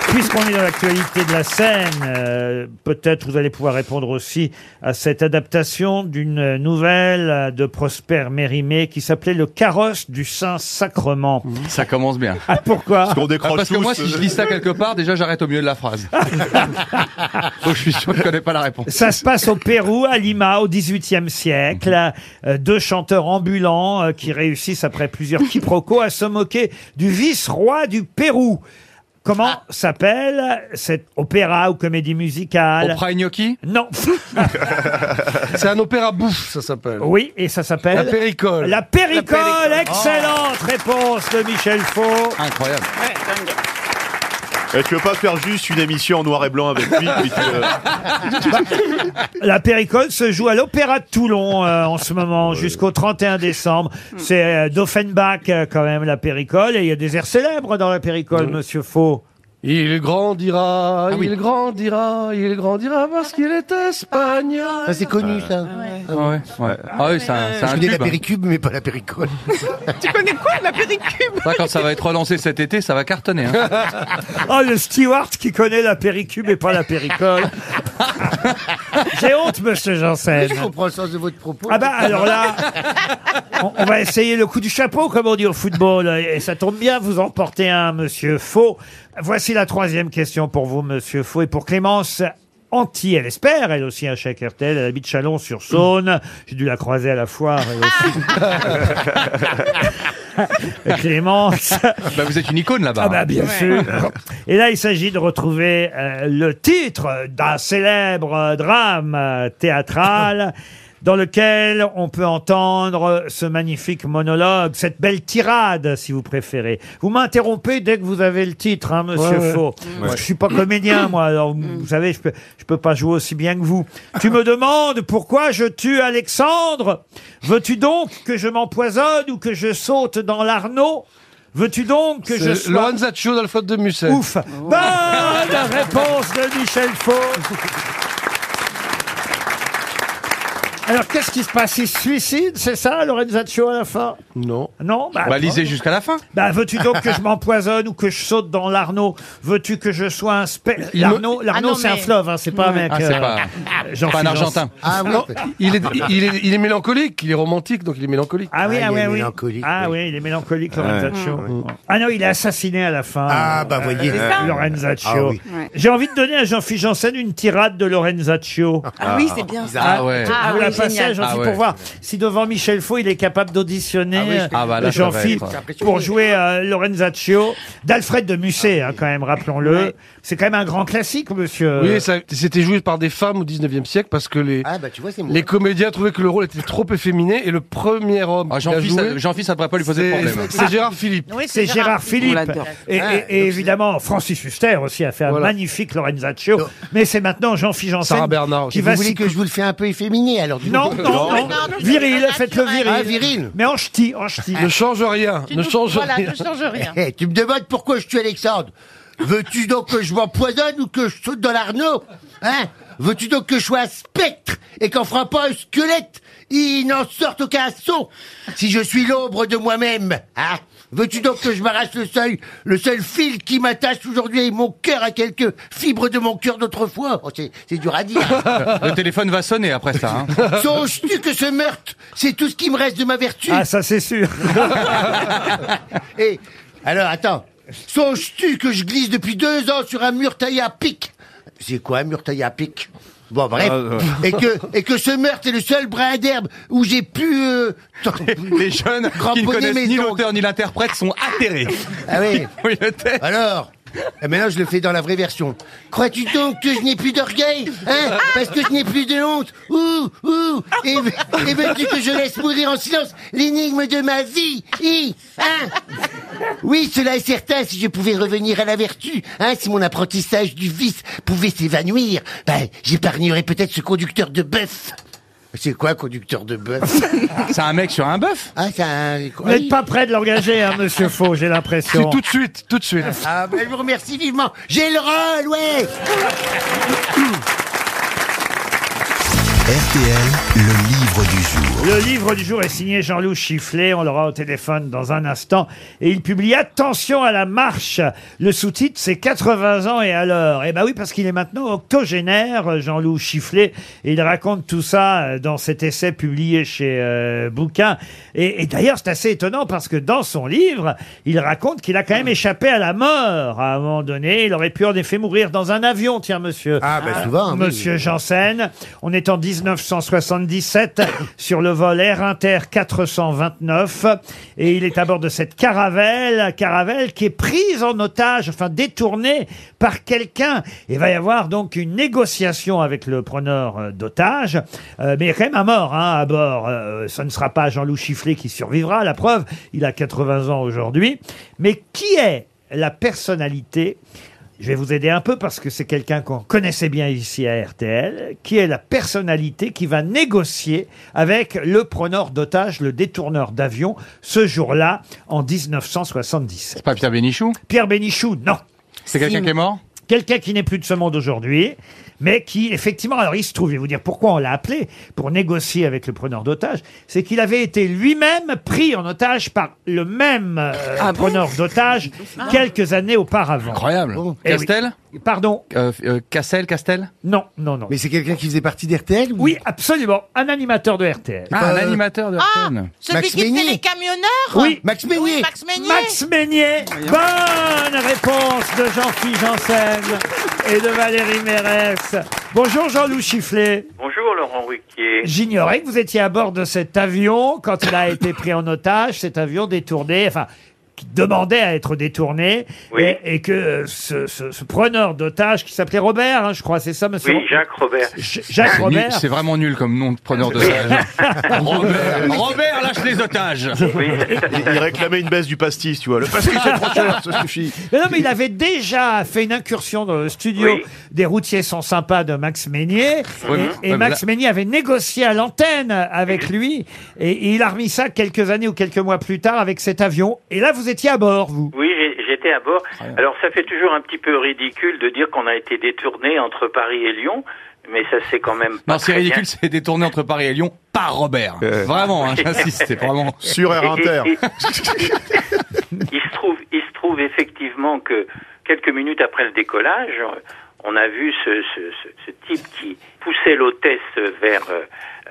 [SPEAKER 2] Puisqu'on est dans l'actualité de la scène, euh, peut-être vous allez pouvoir répondre aussi à cette adaptation d'une nouvelle euh, de Prosper Mérimée qui s'appelait Le carrosse du Saint-Sacrement.
[SPEAKER 3] Ça commence bien.
[SPEAKER 2] Ah, pourquoi
[SPEAKER 3] Ah, Parce que moi, si je lis ça quelque part, déjà, j'arrête au milieu de la phrase. Donc, je suis sûr que je connais pas la réponse.
[SPEAKER 2] Ça se passe au Pérou, à Lima, au XVIIIe siècle.
[SPEAKER 11] Mhm.
[SPEAKER 2] Euh, deux chanteurs ambulants euh, qui réussissent, après plusieurs quiproquos, à se moquer du vice-roi du Pérou. Comment
[SPEAKER 11] Ah.
[SPEAKER 2] s'appelle cet opéra ou comédie musicale
[SPEAKER 3] Opéra Gnocchi
[SPEAKER 2] Non.
[SPEAKER 11] C'est un opéra bouffe, ça s'appelle.
[SPEAKER 2] Oui, et ça s'appelle
[SPEAKER 11] La Péricole.
[SPEAKER 2] La Péricole,
[SPEAKER 11] La Péricole.
[SPEAKER 2] excellente réponse de Michel Faux.
[SPEAKER 3] Incroyable.
[SPEAKER 5] Et tu veux pas faire juste une émission en noir et blanc avec lui puis tu, euh,
[SPEAKER 2] La Péricole se joue à l'Opéra de Toulon euh, en ce moment jusqu'au 31 décembre.
[SPEAKER 11] Hmm.
[SPEAKER 2] C'est euh, d'Offenbach euh, quand même la Péricole et il y a des airs célèbres dans la Péricole, Monsieur Faux.
[SPEAKER 11] Il grandira,
[SPEAKER 2] Ah
[SPEAKER 11] il grandira, il grandira parce qu'il est espagnol. Euh,
[SPEAKER 6] c'est connu, ça.
[SPEAKER 3] Ah ouais, ouais. Ah oui, c'est un, c'est
[SPEAKER 6] Je
[SPEAKER 3] un
[SPEAKER 6] connais la
[SPEAKER 3] tube.
[SPEAKER 6] péricube, mais pas la péricole.
[SPEAKER 7] Tu connais quoi, la péricube
[SPEAKER 3] Ça, quand ça va être relancé cet été, ça va cartonner. hein.
[SPEAKER 2] Oh, le steward qui connaît la Péricube et pas la Péricole. J'ai honte, Monsieur Janssen.
[SPEAKER 6] Je comprends le sens de votre propos.
[SPEAKER 2] Ah bah alors là, on, on va essayer le coup du chapeau, comme on dit au football. Et ça tombe bien, vous en portez un, monsieur Faux. Voici la troisième question pour vous, monsieur Faux, et pour Clémence Anti. Elle espère, elle aussi, un chèque RTL. Elle habite Chalon-sur-Saône. J'ai dû la croiser à la foire, elle aussi. Clémence.
[SPEAKER 3] Bah, vous êtes une icône là-bas.
[SPEAKER 2] Ah bah bien
[SPEAKER 3] Ouais.
[SPEAKER 2] sûr. Et là, il s'agit de retrouver euh, le titre d'un célèbre euh, drame euh, théâtral dans lequel on peut entendre ce magnifique monologue, cette belle tirade, si vous préférez. Vous m'interrompez dès que vous avez le titre, hein, monsieur
[SPEAKER 11] Ouais, ouais.
[SPEAKER 2] Faux.
[SPEAKER 11] Ouais.
[SPEAKER 2] Je suis pas comédien, moi. Alors, vous savez, je peux, je peux pas jouer aussi bien que vous. Tu me demandes pourquoi je tue Alexandre. Veux-tu donc que je m'empoisonne ou que je saute dans l'Arnaud? Veux-tu donc que je
[SPEAKER 11] C'est
[SPEAKER 2] sois...
[SPEAKER 11] Lorenzaccio dans le faute de Musset. Oh.
[SPEAKER 2] Ouf Bonne réponse de Michel Faux Alors, qu'est-ce qui se passe Il se suicide, c'est ça, Lorenzaccio, à la fin
[SPEAKER 11] Non.
[SPEAKER 2] Non
[SPEAKER 3] Bah, lisez jusqu'à la fin.
[SPEAKER 2] Bah, veux-tu donc que je m'empoisonne ou que je saute dans l'Arnaud Veux-tu que je sois un spé...
[SPEAKER 11] Il me-
[SPEAKER 2] L'Arnaud, l'Arnaud,
[SPEAKER 11] Ah non,
[SPEAKER 2] c'est un
[SPEAKER 11] mais-
[SPEAKER 2] fleuve, hein, c'est pas un mec...
[SPEAKER 11] Ah, c'est
[SPEAKER 2] euh,
[SPEAKER 11] pas-
[SPEAKER 2] Jean
[SPEAKER 11] pas un
[SPEAKER 2] Fulgence.
[SPEAKER 11] Argentin. Non, il, est, il, est, il est mélancolique, il est romantique, donc il est mélancolique.
[SPEAKER 2] Ah oui, ah, oui, oui. Ah oui, il est mélancolique,
[SPEAKER 11] Ouais.
[SPEAKER 2] Lorenzaccio.
[SPEAKER 11] Mm.
[SPEAKER 2] Ah non, il est assassiné à la fin. Ah
[SPEAKER 11] bah, voyez. C'est ça.
[SPEAKER 2] Lorenzaccio.
[SPEAKER 11] Ah oui.
[SPEAKER 7] Ouais.
[SPEAKER 2] J'ai envie de donner à Jean-Philippe Janssen une tirade de Lorenzaccio.
[SPEAKER 7] Ah oui, c'est bien ça.
[SPEAKER 2] Ah
[SPEAKER 7] Ah
[SPEAKER 2] ouais.
[SPEAKER 7] ouais.
[SPEAKER 2] Vous
[SPEAKER 7] Ah
[SPEAKER 2] la
[SPEAKER 7] oui,
[SPEAKER 2] passez à
[SPEAKER 7] génial.
[SPEAKER 2] Jean-Philippe
[SPEAKER 7] Ah
[SPEAKER 2] pour
[SPEAKER 7] ouais.
[SPEAKER 2] voir si devant Michel Faux, il est capable d'auditionner
[SPEAKER 7] Ah oui, je-
[SPEAKER 3] Ah bah là, ça va
[SPEAKER 2] Jean-Philippe
[SPEAKER 3] être-
[SPEAKER 2] pour jouer euh, Lorenzaccio. D'Alfred de Musset, hein, quand même, rappelons-le. C'est quand même un grand classique, monsieur.
[SPEAKER 3] Euh,
[SPEAKER 11] Oui, ça- c'était joué par des femmes au 19e siècle parce que les,
[SPEAKER 6] Ah bah tu vois, c'est moi.
[SPEAKER 11] les comédiens trouvaient que le rôle était trop efféminé et le premier homme. qui l'a
[SPEAKER 3] Jean-Philippe,
[SPEAKER 11] joué,
[SPEAKER 3] ça- Jean-Philippe, ça devrait pas lui poser de
[SPEAKER 11] c'est-
[SPEAKER 3] problème.
[SPEAKER 11] C'est Gérard Philippe.
[SPEAKER 2] Oui, c'est Gérard, Philippe. Et, et- et évidemment, Francis Huster aussi a fait
[SPEAKER 11] Voilà.
[SPEAKER 2] un magnifique Lorenzaccio. Mais c'est maintenant Jean-Philippe Janssen
[SPEAKER 11] Sarah Bernard.
[SPEAKER 2] qui
[SPEAKER 11] Et vous
[SPEAKER 2] va
[SPEAKER 11] voulez
[SPEAKER 2] s'y-
[SPEAKER 6] que je vous le fais un peu efféminé alors du
[SPEAKER 2] Non,
[SPEAKER 6] coup.
[SPEAKER 2] non, non, Viril, faites-le viril.
[SPEAKER 6] Ah, viril.
[SPEAKER 2] Mais en ch'ti, en ch'ti.
[SPEAKER 11] Ne change rien.
[SPEAKER 6] Tu
[SPEAKER 11] ne
[SPEAKER 6] nous-
[SPEAKER 11] change
[SPEAKER 6] voilà,
[SPEAKER 11] rien.
[SPEAKER 6] ne change Eh, eh, tu me demandes pourquoi je tue Alexandre Veux-tu donc que je m'empoisonne ou que je saute dans l'Arnaud Hein Veux-tu donc que je sois un spectre et qu'en frappant un squelette, il n'en sorte aucun son Si je suis l'ombre de moi-même, hein Veux-tu donc que je m'arrache le seul, le seul fil qui m'attache aujourd'hui et mon cœur à quelques fibres de mon cœur d'autrefois Oh, C'est c'est dur à dire.
[SPEAKER 3] Le téléphone va sonner après ça. hein.
[SPEAKER 6] Songes-tu que ce meurtre, c'est tout ce qui me reste de ma vertu
[SPEAKER 2] Ah, ça c'est sûr.
[SPEAKER 6] Et Eh, alors, attends. Songes-tu que je glisse depuis deux ans sur un mur taillé à pic C'est quoi un mur taillé à pic Bon, bref.
[SPEAKER 12] Ah,
[SPEAKER 3] Euh,
[SPEAKER 12] ouais.
[SPEAKER 6] Et, que, et que ce meurtre est le seul brin d'herbe où j'ai pu... euh,
[SPEAKER 3] Les jeunes qui ne
[SPEAKER 6] Cramponner
[SPEAKER 3] connaissent
[SPEAKER 6] mes
[SPEAKER 3] ni
[SPEAKER 6] ongles.
[SPEAKER 3] l'auteur ni l'interprète sont atterrés.
[SPEAKER 6] Ah oui.
[SPEAKER 3] Oui, le texte.
[SPEAKER 6] Alors Et maintenant, je le fais dans la vraie version. Crois-tu donc que je n'ai plus d'orgueil Hein Parce que je n'ai plus de honte Ouh Ouh Eh ben, Et, ve- et veux-tu que je laisse mourir en silence l'énigme de ma vie Hi Hein Oui, cela est certain, si je pouvais revenir à la vertu, hein, si mon apprentissage du vice pouvait s'évanouir, ben, j'épargnerais peut-être ce conducteur de bœuf c'est quoi conducteur de bœuf
[SPEAKER 3] C'est un mec sur un bœuf
[SPEAKER 6] Ah, c'est un...
[SPEAKER 2] Vous n'êtes pas prêt de l'engager, hein, monsieur Faux, j'ai l'impression.
[SPEAKER 6] C'est tout
[SPEAKER 2] de suite, tout de suite.
[SPEAKER 6] Ah, ben, je vous remercie vivement. J'ai le rôle, ouais
[SPEAKER 1] RTL, le livre du jour.
[SPEAKER 2] Le livre du jour est signé Jean-Loup Chifflet. On l'aura au téléphone dans un instant. Et il publie Attention à la marche. Le sous-titre, c'est 80 ans et alors. Eh ben oui, parce qu'il est maintenant octogénaire, Jean-Loup Chifflet. Et il raconte tout ça euh, dans cet essai publié chez euh, Bouquin. Et, et d'ailleurs, c'est assez étonnant parce que dans son livre, il raconte qu'il a quand même échappé à la mort à un moment donné. Il aurait pu en effet mourir dans un avion, tiens, monsieur. Ah,
[SPEAKER 6] ben, souvent, oui.
[SPEAKER 2] Monsieur Janssen. On est en 1977 sur le vol Air Inter 429 et il est à bord de cette caravelle, caravelle qui est prise en otage, enfin détournée par quelqu'un. Il va y avoir donc une négociation avec le preneur euh, d'otage, Euh, mais il y a quand même un mort hein, à bord. Euh, ça ne sera pas Jean-Loup Chifflet qui survivra, la preuve, il a 80 ans aujourd'hui. Mais qui est la personnalité je vais vous aider un peu parce que c'est quelqu'un qu'on connaissait bien ici à RTL, qui est la personnalité qui va négocier avec le preneur d'otage, le détourneur d'avion, ce jour-là, en 1977. C'est
[SPEAKER 3] pas Pierre Bénichou
[SPEAKER 2] Pierre Bénichou, non.
[SPEAKER 3] C'est quelqu'un qui est mort
[SPEAKER 2] Quelqu'un qui n'est plus de ce monde aujourd'hui, mais qui, effectivement, alors il se trouve, je vais vous dire pourquoi on l'a appelé, pour négocier avec le preneur d'otage, c'est qu'il avait été lui-même pris en otage par le même euh, preneur d'otage quelques années auparavant.
[SPEAKER 3] Incroyable.
[SPEAKER 2] Eh oui.
[SPEAKER 3] Castel
[SPEAKER 2] Pardon
[SPEAKER 3] Euh, euh, Cassel, Castel
[SPEAKER 2] Non, non, non.
[SPEAKER 6] Mais c'est quelqu'un qui faisait partie d'RTL
[SPEAKER 2] Oui, absolument. Un animateur de RTL.
[SPEAKER 3] Ah,
[SPEAKER 6] Euh,
[SPEAKER 3] un animateur de
[SPEAKER 4] Ah,
[SPEAKER 3] RTL.
[SPEAKER 4] Celui qui fait les camionneurs
[SPEAKER 2] Oui.
[SPEAKER 6] Max Meunier.
[SPEAKER 4] Max Meunier.
[SPEAKER 2] Max Meunier. Bonne réponse de Jean-Philippe Janssen. et de Valérie Mérès. Bonjour Jean-Loup Chifflet.
[SPEAKER 9] Bonjour Laurent Ruquier.
[SPEAKER 2] J'ignorais que vous étiez à bord de cet avion quand il a été pris en otage, cet avion détourné, enfin qui demandait à être détourné,
[SPEAKER 9] Oui.
[SPEAKER 2] et, et que euh, ce, ce- ce preneur d'otage qui s'appelait Robert, hein, je crois, c'est ça, monsieur
[SPEAKER 9] Oui, Jacques Robert.
[SPEAKER 2] J- Jacques
[SPEAKER 3] C'est nul,
[SPEAKER 2] Robert.
[SPEAKER 3] C'est vraiment nul comme nom de preneur d'otage.
[SPEAKER 6] Euh,
[SPEAKER 3] Robert, Robert, lâche les otages.
[SPEAKER 5] Il il réclamait une baisse du pastis, tu vois. Le pastis, c'est trop cher, ça suffit.
[SPEAKER 2] Mais non, mais il avait déjà fait une incursion dans le studio des routiers sont sympas de Max Meignier.
[SPEAKER 3] Oui,
[SPEAKER 2] Et-
[SPEAKER 3] mais-
[SPEAKER 2] et
[SPEAKER 3] mais
[SPEAKER 2] Max
[SPEAKER 3] là-
[SPEAKER 2] Meignier avait négocié à l'antenne avec lui. Et, et il a remis ça quelques années ou quelques mois plus tard avec cet avion. Et là, vous étiez à bord, vous.
[SPEAKER 9] Oui, j'ai- j'étais à bord. Alors ça fait toujours un petit peu ridicule de dire qu'on a été détourné entre Paris et Lyon, mais ça c'est quand même pas
[SPEAKER 3] Non, c'est
[SPEAKER 9] très bien.
[SPEAKER 3] ridicule, c'est détourné entre Paris et Lyon par Robert.
[SPEAKER 5] Euh.
[SPEAKER 3] Vraiment, hein, j'insiste, c'est vraiment.
[SPEAKER 9] Et- et- et- il se trouve, il se trouve effectivement que quelques minutes après le décollage, on a vu ce, ce- ce- ce type qui poussait l'hôtesse vers euh,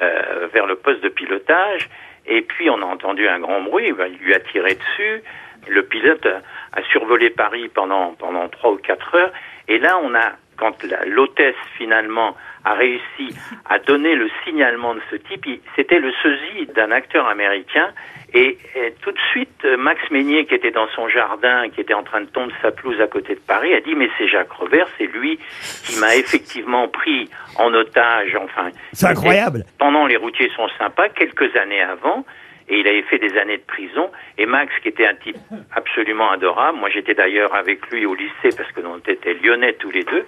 [SPEAKER 9] euh, vers le poste de pilotage, et puis on a entendu un grand bruit. Ben, il lui a tiré dessus. Le pilote a- a survolé Paris pendant pendant trois ou quatre heures, et là on a quand la- l'hôtesse finalement a réussi à donner le signalement de ce type, il- c'était le sosie d'un acteur américain. Et, et tout de suite, euh, Max Meignier, qui était dans son jardin, qui était en train de tomber sa pelouse à côté de Paris, a dit Mais c'est Jacques Robert, c'est lui qui m'a effectivement pris en otage. Enfin,
[SPEAKER 2] C'est incroyable.
[SPEAKER 9] C'était Pendant les routiers sont sympas, quelques années avant. Et il avait fait des années de prison. Et Max, qui était un type absolument adorable, moi j'étais d'ailleurs avec lui au lycée parce que nous on était lyonnais tous les deux.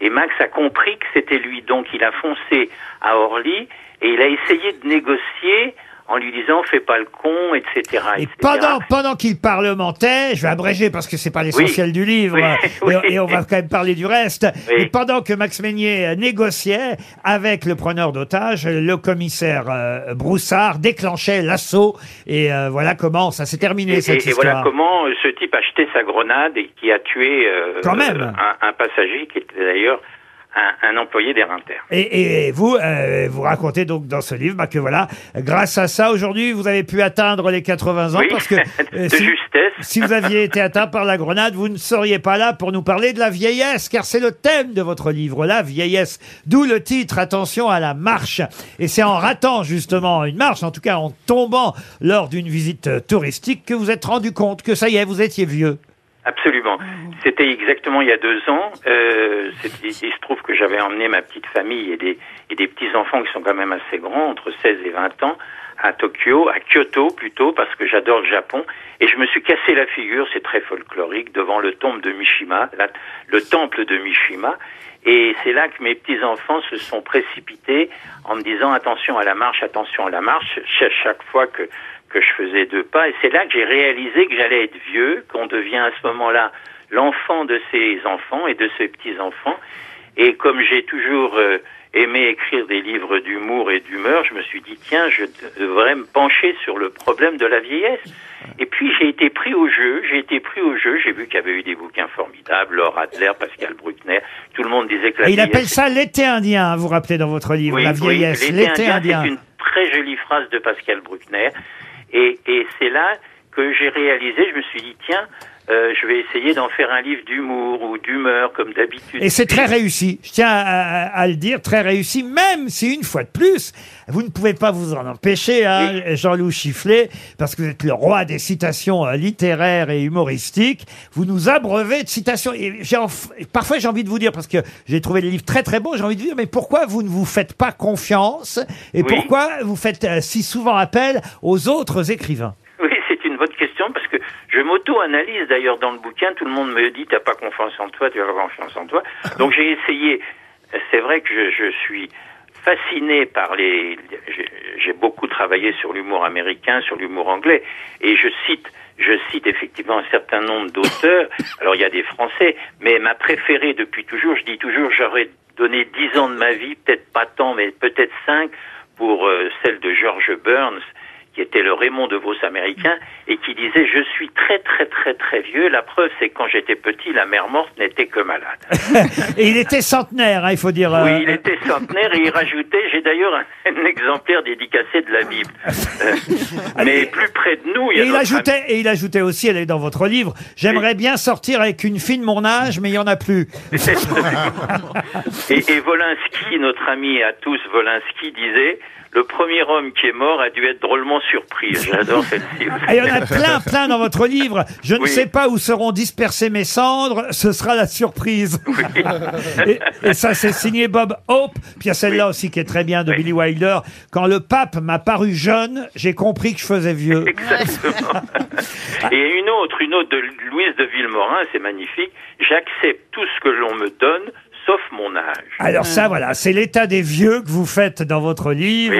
[SPEAKER 9] Et Max a compris que c'était lui. Donc il a foncé à Orly et il a essayé de négocier en lui disant fais pas le con, etc.
[SPEAKER 2] Et
[SPEAKER 9] etc..
[SPEAKER 2] pendant, pendant qu'il parlementait, je vais abréger parce que c'est pas l'essentiel
[SPEAKER 9] Oui.
[SPEAKER 2] du livre,
[SPEAKER 9] Oui,
[SPEAKER 2] euh, et, et on va quand même parler du reste.
[SPEAKER 9] Oui.
[SPEAKER 2] Et pendant que Max Meignier euh, négociait avec le preneur d'otage, le commissaire euh, Broussard déclenchait l'assaut, et euh, voilà comment ça s'est terminé
[SPEAKER 9] Et,
[SPEAKER 2] cette
[SPEAKER 9] et- et
[SPEAKER 2] histoire.
[SPEAKER 9] voilà comment euh, ce type a jeté sa grenade et qui a tué euh,
[SPEAKER 2] Quand même.
[SPEAKER 9] Un, un passager qui était d'ailleurs un, un employé des Rinters.
[SPEAKER 2] Et, et vous, euh, vous racontez donc dans ce livre bah, que voilà, grâce à ça, aujourd'hui, vous avez pu atteindre les 80 ans
[SPEAKER 9] Oui,
[SPEAKER 2] parce que
[SPEAKER 9] de
[SPEAKER 2] si,
[SPEAKER 9] justesse.
[SPEAKER 2] si vous aviez été atteint par la grenade, vous ne seriez pas là pour nous parler de la vieillesse, car c'est le thème de votre livre, la vieillesse. D'où le titre, attention à la marche. Et c'est en ratant justement une marche, en tout cas en tombant lors d'une visite euh, touristique, que vous êtes rendu compte que ça y est, vous étiez vieux.
[SPEAKER 9] Absolument. C'était exactement il y a deux ans. Euh, c'est- il, il se trouve que j'avais emmené ma petite famille et des, et des petits-enfants qui sont quand même assez grands, entre 16 et 20 ans, à Tokyo, à Kyoto plutôt, parce que j'adore le Japon. Et je me suis cassé la figure, c'est très folklorique, devant le tombe de Mishima, la- le temple de Mishima. Et c'est là que mes petits-enfants se sont précipités en me disant attention à la marche, attention à la marche, Cha- chaque fois que, que je faisais deux pas. Et c'est là que j'ai réalisé que j'allais être vieux, qu'on devient à ce moment-là l'enfant de ses enfants et de ses petits-enfants. Et comme j'ai toujours euh, aimé écrire des livres d'humour et d'humeur, je me suis dit, tiens, je de- devrais me pencher sur le problème de la vieillesse. Et puis j'ai été pris au jeu, j'ai été pris au jeu, j'ai vu qu'il y avait eu des bouquins formidables, Laure Adler, Pascal Bruckner, tout le monde disait que la
[SPEAKER 2] Et il
[SPEAKER 9] vieillesse...
[SPEAKER 2] appelle ça l'été indien, hein, vous rappelez dans votre livre,
[SPEAKER 9] Oui,
[SPEAKER 2] la
[SPEAKER 9] oui,
[SPEAKER 2] vieillesse,
[SPEAKER 9] l'été indien. C'est une très jolie phrase de Pascal Bruckner. Et, et c'est là que j'ai réalisé, je me suis dit, tiens, euh, je vais essayer d'en faire un livre d'humour ou d'humeur, comme d'habitude.
[SPEAKER 2] Et c'est très réussi. Je tiens à, à- à le dire, très réussi, même si une fois de plus, vous ne pouvez pas vous en empêcher, hein, Jean-Loup Chifflet, parce que vous êtes le roi des citations euh, littéraires et humoristiques. Vous nous abreuvez de citations. Et j'ai enf- et parfois, j'ai envie de vous dire, parce que j'ai trouvé le livre très très beau, j'ai envie de vous dire, mais pourquoi vous ne vous faites pas confiance et
[SPEAKER 9] Oui.
[SPEAKER 2] pourquoi vous faites euh, si souvent appel aux autres écrivains
[SPEAKER 9] Oui, c'est une bonne question parce que je m'auto-analyse d'ailleurs dans le bouquin. Tout le monde me dit t'as pas confiance en toi, tu as pas confiance en toi. Donc j'ai essayé. C'est vrai que je, je suis fasciné par les. j'ai- J'ai beaucoup travaillé sur l'humour américain, sur l'humour anglais, et je cite. Je cite effectivement un certain nombre d'auteurs. Alors il y a des Français, mais ma préférée depuis toujours, je dis toujours, j'aurais donné dix ans de ma vie, peut-être pas tant, mais peut-être cinq, pour euh, celle de George Burns qui était le Raymond DeVos américain, et qui disait Je suis très, très, très, très vieux. La preuve, c'est que quand j'étais petit, la mère morte n'était que malade.
[SPEAKER 2] Et il était centenaire, hein, il faut dire.
[SPEAKER 9] Oui,
[SPEAKER 2] euh,
[SPEAKER 9] il était centenaire et il rajoutait, j'ai d'ailleurs un, un exemplaire dédicacé de la Bible. Euh, mais plus près de nous, il y a
[SPEAKER 2] Et il,
[SPEAKER 9] notre
[SPEAKER 2] ajoutait, et il ajoutait aussi, elle est dans votre livre, j'aimerais bien sortir avec une fille de mon âge, mais il n'y en a plus.
[SPEAKER 9] et, et Volinsky, notre ami à tous, Volinsky disait le premier homme qui est mort a dû être drôlement surpris. J'adore cette cible.
[SPEAKER 2] Et Ah, il y en a plein, plein dans votre livre. Je ne
[SPEAKER 9] Oui.
[SPEAKER 2] sais pas où seront dispersées mes cendres, ce sera la surprise. et, et ça, c'est signé Bob Hope. Puis il y a celle-là aussi qui est très bien de Billy Wilder. Quand le pape m'a paru jeune, j'ai compris que je faisais vieux.
[SPEAKER 9] Exactement. Et une autre, une autre de Louise de Villemorin, c'est magnifique. J'accepte tout ce que l'on me donne, sauf mon âge.
[SPEAKER 2] Alors ça, voilà, c'est l'état des vieux que vous faites dans votre livre.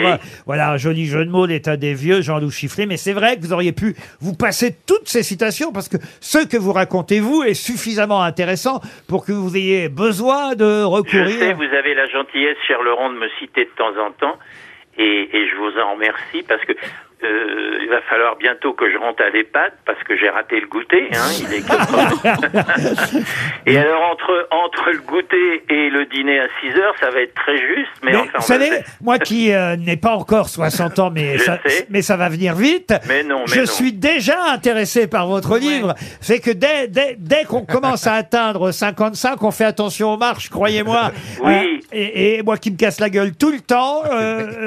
[SPEAKER 2] Voilà, un joli jeu de mots, l'état des vieux, Jean-Loup Chifflet. Mais c'est vrai que vous auriez pu vous passer toutes ces citations parce que ce que vous racontez, vous, est suffisamment intéressant pour que vous ayez besoin de
[SPEAKER 9] Je sais,
[SPEAKER 2] recourir.
[SPEAKER 9] vous avez la gentillesse, cher Laurent, de me citer de temps en temps, et, et je vous en remercie parce que euh, il va falloir bientôt que je rentre à l'EHPAD parce que j'ai raté le goûter. Hein, il est quatre heures. et alors entre entre le goûter et le dîner à 6 heures, ça va être très juste, mais,
[SPEAKER 2] Mais
[SPEAKER 9] enfin, on
[SPEAKER 2] vous
[SPEAKER 9] va le
[SPEAKER 2] savez,
[SPEAKER 9] faire.
[SPEAKER 2] moi qui euh, n'ai pas encore 60 ans, mais
[SPEAKER 9] Je
[SPEAKER 2] ça,
[SPEAKER 9] sais.
[SPEAKER 2] mais ça va venir vite.
[SPEAKER 9] Mais non, mais
[SPEAKER 2] je
[SPEAKER 9] non.
[SPEAKER 2] suis déjà intéressé par votre livre. C'est que dès, dès, dès qu'on commence à atteindre 55, on fait attention aux marches, croyez-moi.
[SPEAKER 9] Oui.
[SPEAKER 2] Euh, et, et moi qui me casse la gueule tout le temps, euh,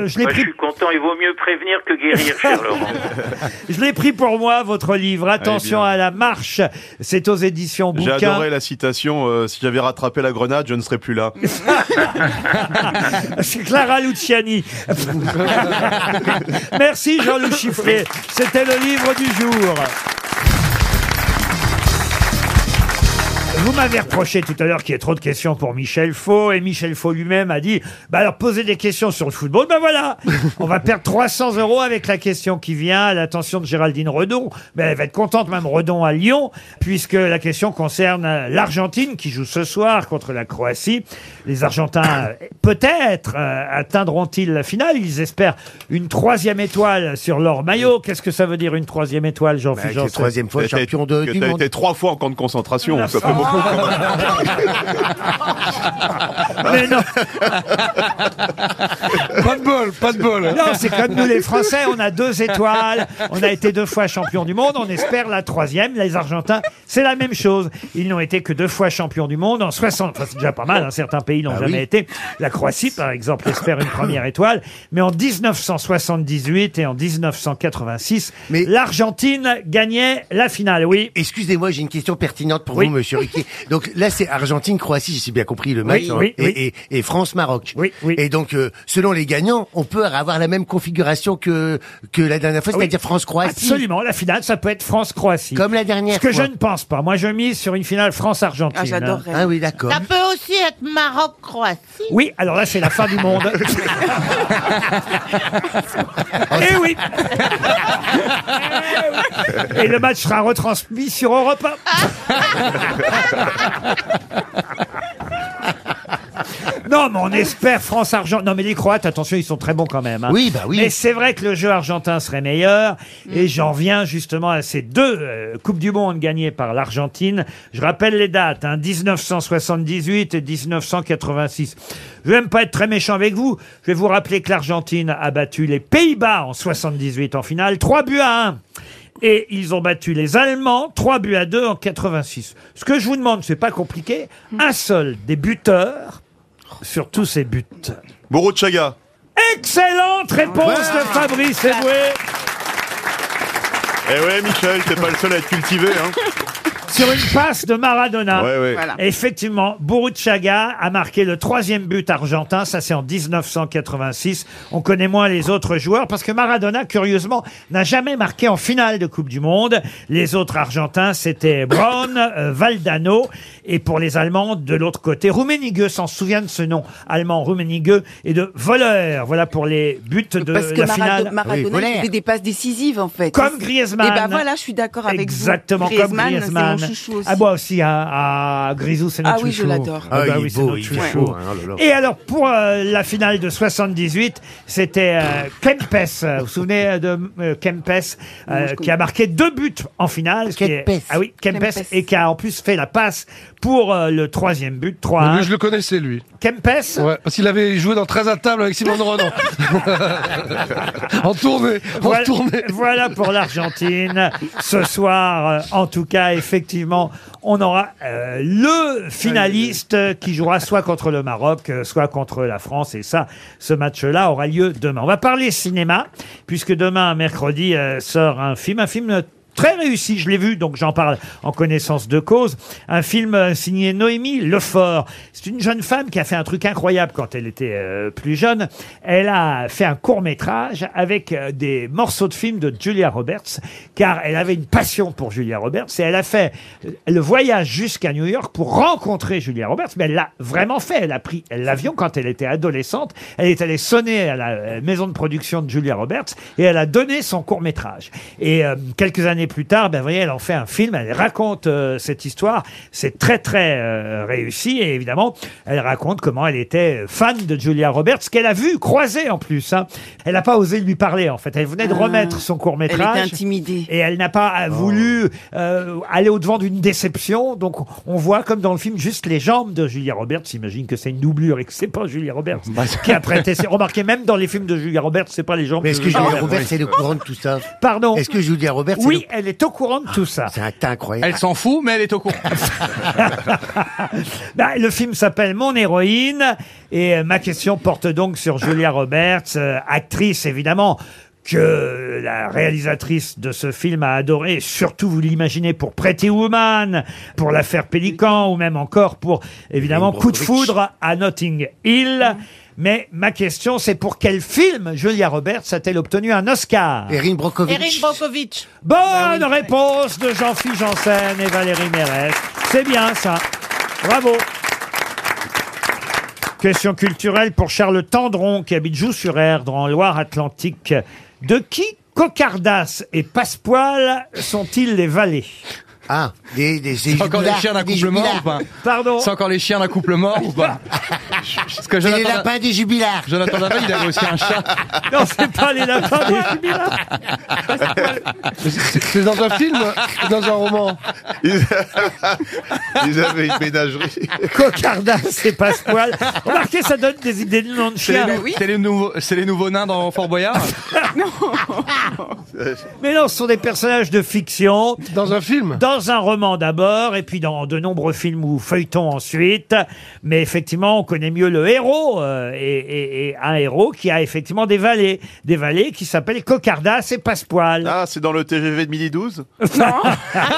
[SPEAKER 2] euh, je l'ai
[SPEAKER 9] Moi, je
[SPEAKER 2] pris,
[SPEAKER 9] suis content. Il vaut mieux prévenir que guérir, cher Laurent.
[SPEAKER 2] je l'ai pris pour moi, votre livre.
[SPEAKER 9] Eh
[SPEAKER 2] Attention
[SPEAKER 5] bien.
[SPEAKER 2] à la marche. C'est aux éditions
[SPEAKER 5] J'ai
[SPEAKER 2] Bouquin.
[SPEAKER 5] adoré la citation euh, Si j'avais rattrapé la grenade, je ne serais plus là.
[SPEAKER 6] Bah,
[SPEAKER 2] C'est Clara Luciani. Merci Jean-Loup Chifflet. C'était le livre du jour. Vous m'avez reproché tout à l'heure qu'il y ait trop de questions pour Michel Faux, et Michel Faux lui-même a dit, bah alors posez des questions sur le football, ben voilà, on va perdre 300 euros avec la question qui vient à l'attention de Géraldine Redon, mais elle va être contente même Redon à Lyon, puisque la question concerne euh, l'Argentine qui joue ce soir contre la Croatie. Les Argentins, euh, peut-être, euh, atteindront-ils la finale, ils espèrent une troisième étoile sur leur maillot, qu'est-ce que ça veut dire une troisième étoile,
[SPEAKER 6] Bah,
[SPEAKER 2] Jean-Philippe
[SPEAKER 6] que troisième fois
[SPEAKER 5] T'as été-
[SPEAKER 6] champion de-
[SPEAKER 5] que
[SPEAKER 6] du
[SPEAKER 5] t'as
[SPEAKER 6] monde.
[SPEAKER 5] été trois fois en camp de concentration, ça
[SPEAKER 2] Ah.
[SPEAKER 5] fait beaucoup.
[SPEAKER 2] Mais non
[SPEAKER 11] Pas de bol, pas de bol. hein.
[SPEAKER 2] Non, c'est comme nous les Français, on a deux étoiles, on a été deux fois champion du monde, on espère la troisième. Les Argentins, c'est la même chose. Ils n'ont été que deux fois champions du monde en 60. Enfin, c'est déjà pas mal, hein, certains pays n'ont jamais
[SPEAKER 11] Bah oui.
[SPEAKER 2] été. La Croatie, par exemple, espère une première étoile. Mais en 1978 et en 1986, l'Argentine gagnait la finale, oui.
[SPEAKER 6] Excusez-moi, j'ai une question pertinente pour
[SPEAKER 2] Oui.
[SPEAKER 6] vous, monsieur Riquet. Donc là, c'est Argentine-Croatie, j'ai bien compris le match,
[SPEAKER 2] Oui,
[SPEAKER 6] hein,
[SPEAKER 2] oui,
[SPEAKER 6] et,
[SPEAKER 2] oui.
[SPEAKER 6] et- et France-Maroc. Et donc, euh, selon les gagnants, on peut avoir la même configuration que, que la dernière fois,
[SPEAKER 2] Ah Oui.
[SPEAKER 6] c'est-à-dire France-Croatie.
[SPEAKER 2] Absolument, la finale, ça peut être France-Croatie.
[SPEAKER 6] Comme la dernière
[SPEAKER 2] Ce que
[SPEAKER 6] fois.
[SPEAKER 2] je ne pense pas. Moi, je mise sur une finale France-Argentine.
[SPEAKER 6] Ah, j'adorerais. Ah oui, d'accord.
[SPEAKER 4] Ça peut aussi être Maroc-Croatie.
[SPEAKER 2] Oui, alors là, c'est la fin du monde. Eh oui Eh Et le match sera retransmis sur Europe 1. Non, mais on espère France-Argent. Non, mais les Croates, attention, ils sont très bons quand même. hein.
[SPEAKER 6] Oui, bah oui. Mm.
[SPEAKER 2] Mais c'est vrai que le jeu argentin serait meilleur. Et j'en viens justement à ces deux euh, Coupes du Monde gagnées par l'Argentine. Je rappelle les dates, hein, 1978 et 1986. Je vais même pas être très méchant avec vous. Je vais vous rappeler que l'Argentine a battu les Pays-Bas en 78 en finale. 3 buts à 1. Et ils ont battu les Allemands, 3 buts à 2 en 86. Ce que je vous demande, c'est pas compliqué. Un seul des buteurs sur tous ces buts.
[SPEAKER 5] Bourreau de Chaga.
[SPEAKER 2] Excellente réponse de Fabrice Eboué.
[SPEAKER 5] Eh ouais, Michel, t'es pas le seul à être cultivé. Hein.
[SPEAKER 2] sur une passe de Maradona.
[SPEAKER 5] Ouais, ouais. Voilà.
[SPEAKER 2] Effectivement, Buruchaga a marqué le troisième but argentin. Ça, c'est en 1986. On connaît moins les autres joueurs parce que Maradona, curieusement, n'a jamais marqué en finale de Coupe du Monde. Les autres Argentins, c'était Braun, euh, Valdano. Et pour les Allemands, de l'autre côté, Rummenigge s'en souvient de ce nom allemand, Rummenigge, et de voleur. Voilà pour les buts de
[SPEAKER 7] Parce que
[SPEAKER 2] la
[SPEAKER 7] Marado-
[SPEAKER 2] finale.
[SPEAKER 7] Maradona, il faisait des passes décisives, en fait.
[SPEAKER 2] Comme Griezmann.
[SPEAKER 7] Et ben voilà, je suis d'accord avec
[SPEAKER 2] Mmh. Exactement
[SPEAKER 7] vous.
[SPEAKER 2] comme Griezmann.
[SPEAKER 7] c'est mon chouchou aussi.
[SPEAKER 2] Ah, moi aussi, hein. Ah, Grisou, c'est notre
[SPEAKER 7] Ah oui, je
[SPEAKER 2] chouchou.
[SPEAKER 7] l'adore.
[SPEAKER 2] Ah,
[SPEAKER 7] Ah,
[SPEAKER 2] bah
[SPEAKER 7] il est
[SPEAKER 2] oui, c'est
[SPEAKER 7] beau,
[SPEAKER 2] notre
[SPEAKER 7] il est
[SPEAKER 2] chouchou.
[SPEAKER 7] beau, hein, oh là là.
[SPEAKER 2] Et alors, pour euh, la finale de 78, c'était euh, Kempes. Vous vous souvenez de euh, Kempes, euh,
[SPEAKER 16] Non, je
[SPEAKER 2] qui a marqué deux buts en finale. ce qui est-
[SPEAKER 16] Kempes.
[SPEAKER 2] Ah oui, Kempes,
[SPEAKER 16] Kempes.
[SPEAKER 2] et qui a en plus fait la passe pour euh, le troisième but, 3
[SPEAKER 11] Lui, je le connaissais, lui.
[SPEAKER 2] Kempes
[SPEAKER 11] Ouais, parce qu'il avait joué dans 13 à table avec Simon Renan. en tournée, en
[SPEAKER 2] voilà,
[SPEAKER 11] tournée.
[SPEAKER 2] voilà pour l'Argentine. Ce soir, euh, en tout cas, effectivement, on aura euh, le finaliste euh, qui jouera soit contre le Maroc, euh, soit contre la France. Et ça, ce match-là aura lieu demain. On va parler cinéma, puisque demain, mercredi, euh, sort un film, un film très réussi, je l'ai vu, donc j'en parle en connaissance de cause. Un film euh, signé Noémie Lefort. C'est une jeune femme qui a fait un truc incroyable quand elle était euh, plus jeune. Elle a fait un court métrage avec euh, des morceaux de films de Julia Roberts, car elle avait une passion pour Julia Roberts et elle a fait euh, le voyage jusqu'à New York pour rencontrer Julia Roberts. Mais elle l'a vraiment fait. Elle a pris l'avion quand elle était adolescente. Elle est allée sonner à la euh, maison de production de Julia Roberts et elle a donné son court métrage. Et euh, quelques années plus tard, ben vous voyez, elle en fait un film. Elle raconte euh, cette histoire. C'est très très euh, réussi et évidemment, elle raconte comment elle était fan de Julia Roberts, qu'elle a vu croiser en plus. hein. Elle n'a pas osé lui parler en fait. Elle venait de
[SPEAKER 7] Ah.
[SPEAKER 2] remettre son court
[SPEAKER 7] Elle était
[SPEAKER 2] métrage.
[SPEAKER 7] intimidée.
[SPEAKER 2] Et elle n'a pas voulu euh, aller au-devant d'une déception. Donc, on voit, comme dans le film, juste les jambes de Julia Roberts. J'imagine que c'est une doublure et que c'est pas Julia Roberts
[SPEAKER 6] Bah,
[SPEAKER 2] qui a prêté. ses- Remarquez, même dans les films de Julia Roberts, c'est pas les jambes
[SPEAKER 6] Mais est-ce que Julia Roberts
[SPEAKER 2] c'est
[SPEAKER 6] est au courant de tout ça
[SPEAKER 2] Pardon
[SPEAKER 6] Est-ce que Julia Roberts est
[SPEAKER 2] Oui, elle est au courant de tout ça.
[SPEAKER 6] C'est un teint incroyable.
[SPEAKER 3] Elle s'en fout, mais elle est au courant.
[SPEAKER 2] Bah, le film s'appelle Mon héroïne et euh, ma question porte donc sur Julia Roberts, euh, actrice évidemment que la réalisatrice de ce film a adoré, surtout vous l'imaginez pour Pretty Woman, pour l'affaire Pélican ou même encore pour évidemment Coup de foudre à Notting Hill. Mais ma question c'est pour quel film Julia Roberts a-t-elle obtenu un Oscar
[SPEAKER 6] Erin
[SPEAKER 4] Erin Brokovich.
[SPEAKER 2] Bonne réponse de Jean-Philippe Janssen et Valérie Mérès. C'est bien ça. Bravo. Question culturelle pour Charles Tendron qui habite Joux-sur-Erdre en Loire-Atlantique. De qui Cocardas et Passepoil sont-ils les valets
[SPEAKER 6] Ah, des, des,
[SPEAKER 3] C'est encore les chiens d'un couple mort ou pas
[SPEAKER 2] Pardon
[SPEAKER 3] C'est encore les chiens d'un couple mort ou pas Parce
[SPEAKER 6] Ah, C'est les
[SPEAKER 3] Jonathan-
[SPEAKER 6] lapins des jubilards.
[SPEAKER 3] Jonathan David, il avait aussi un chat.
[SPEAKER 2] Non, c'est pas les lapins des jubilards.
[SPEAKER 11] C'est dans un film, dans un roman.
[SPEAKER 5] Ils avaient une ménagerie.
[SPEAKER 2] Cocardas et Passepoil. Remarquez, ça donne des idées de nom de
[SPEAKER 3] C'est
[SPEAKER 2] chien.
[SPEAKER 3] les, nou- c'est les nouveaux, c'est les nouveaux nains dans Fort Boyard.
[SPEAKER 2] Mais non, ce sont des personnages de fiction.
[SPEAKER 11] Dans un film
[SPEAKER 2] Dans un roman d'abord, et puis dans de nombreux films ou feuilletons ensuite. Mais effectivement, on connaît mieux le héros, euh, et, et- et un héros qui a effectivement des valets. Des valets qui s'appellent Cocardas et Passepoil.
[SPEAKER 5] Ah, c'est dans le TGV de midi 12
[SPEAKER 4] Ah,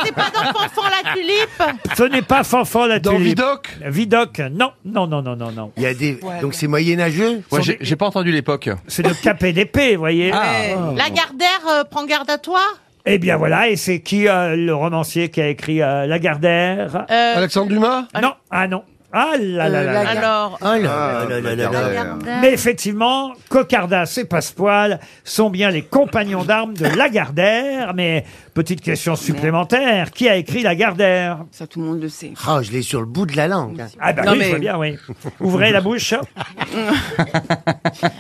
[SPEAKER 4] c'est pas dans Fanfan la tulipe
[SPEAKER 2] Ce n'est pas Fanfan la
[SPEAKER 11] Dans
[SPEAKER 2] tulipe.
[SPEAKER 11] Vidocq
[SPEAKER 2] Vidoc, non, non, non, non, non, non.
[SPEAKER 6] Il y a des. Donc c'est moyenâgeux
[SPEAKER 3] Ouais, j'ai, j'ai pas entendu l'époque.
[SPEAKER 2] C'est de KPDP, vous voyez. Ah.
[SPEAKER 4] Ah. Lagardère, euh, prends garde à toi
[SPEAKER 2] Eh bien voilà, et c'est qui euh, le romancier qui a écrit euh, Lagardère
[SPEAKER 4] Euh,
[SPEAKER 11] Alexandre Dumas
[SPEAKER 2] Non, ah non. Ah là là
[SPEAKER 11] Euh,
[SPEAKER 2] là là.
[SPEAKER 11] Lagarde.
[SPEAKER 4] Alors,
[SPEAKER 6] Oh là
[SPEAKER 3] Ah,
[SPEAKER 6] là là là là là.
[SPEAKER 2] Mais effectivement, Cocardas et Passepoil sont bien les compagnons d'armes de Lagardère. Mais petite question supplémentaire, qui a écrit Lagardère
[SPEAKER 7] Ça, tout le monde le sait.
[SPEAKER 6] Ah, je l'ai sur le bout de la langue.
[SPEAKER 2] Ah bah
[SPEAKER 7] Non,
[SPEAKER 2] oui, je
[SPEAKER 7] mais-
[SPEAKER 2] vois bien, oui. Ouvrez la bouche.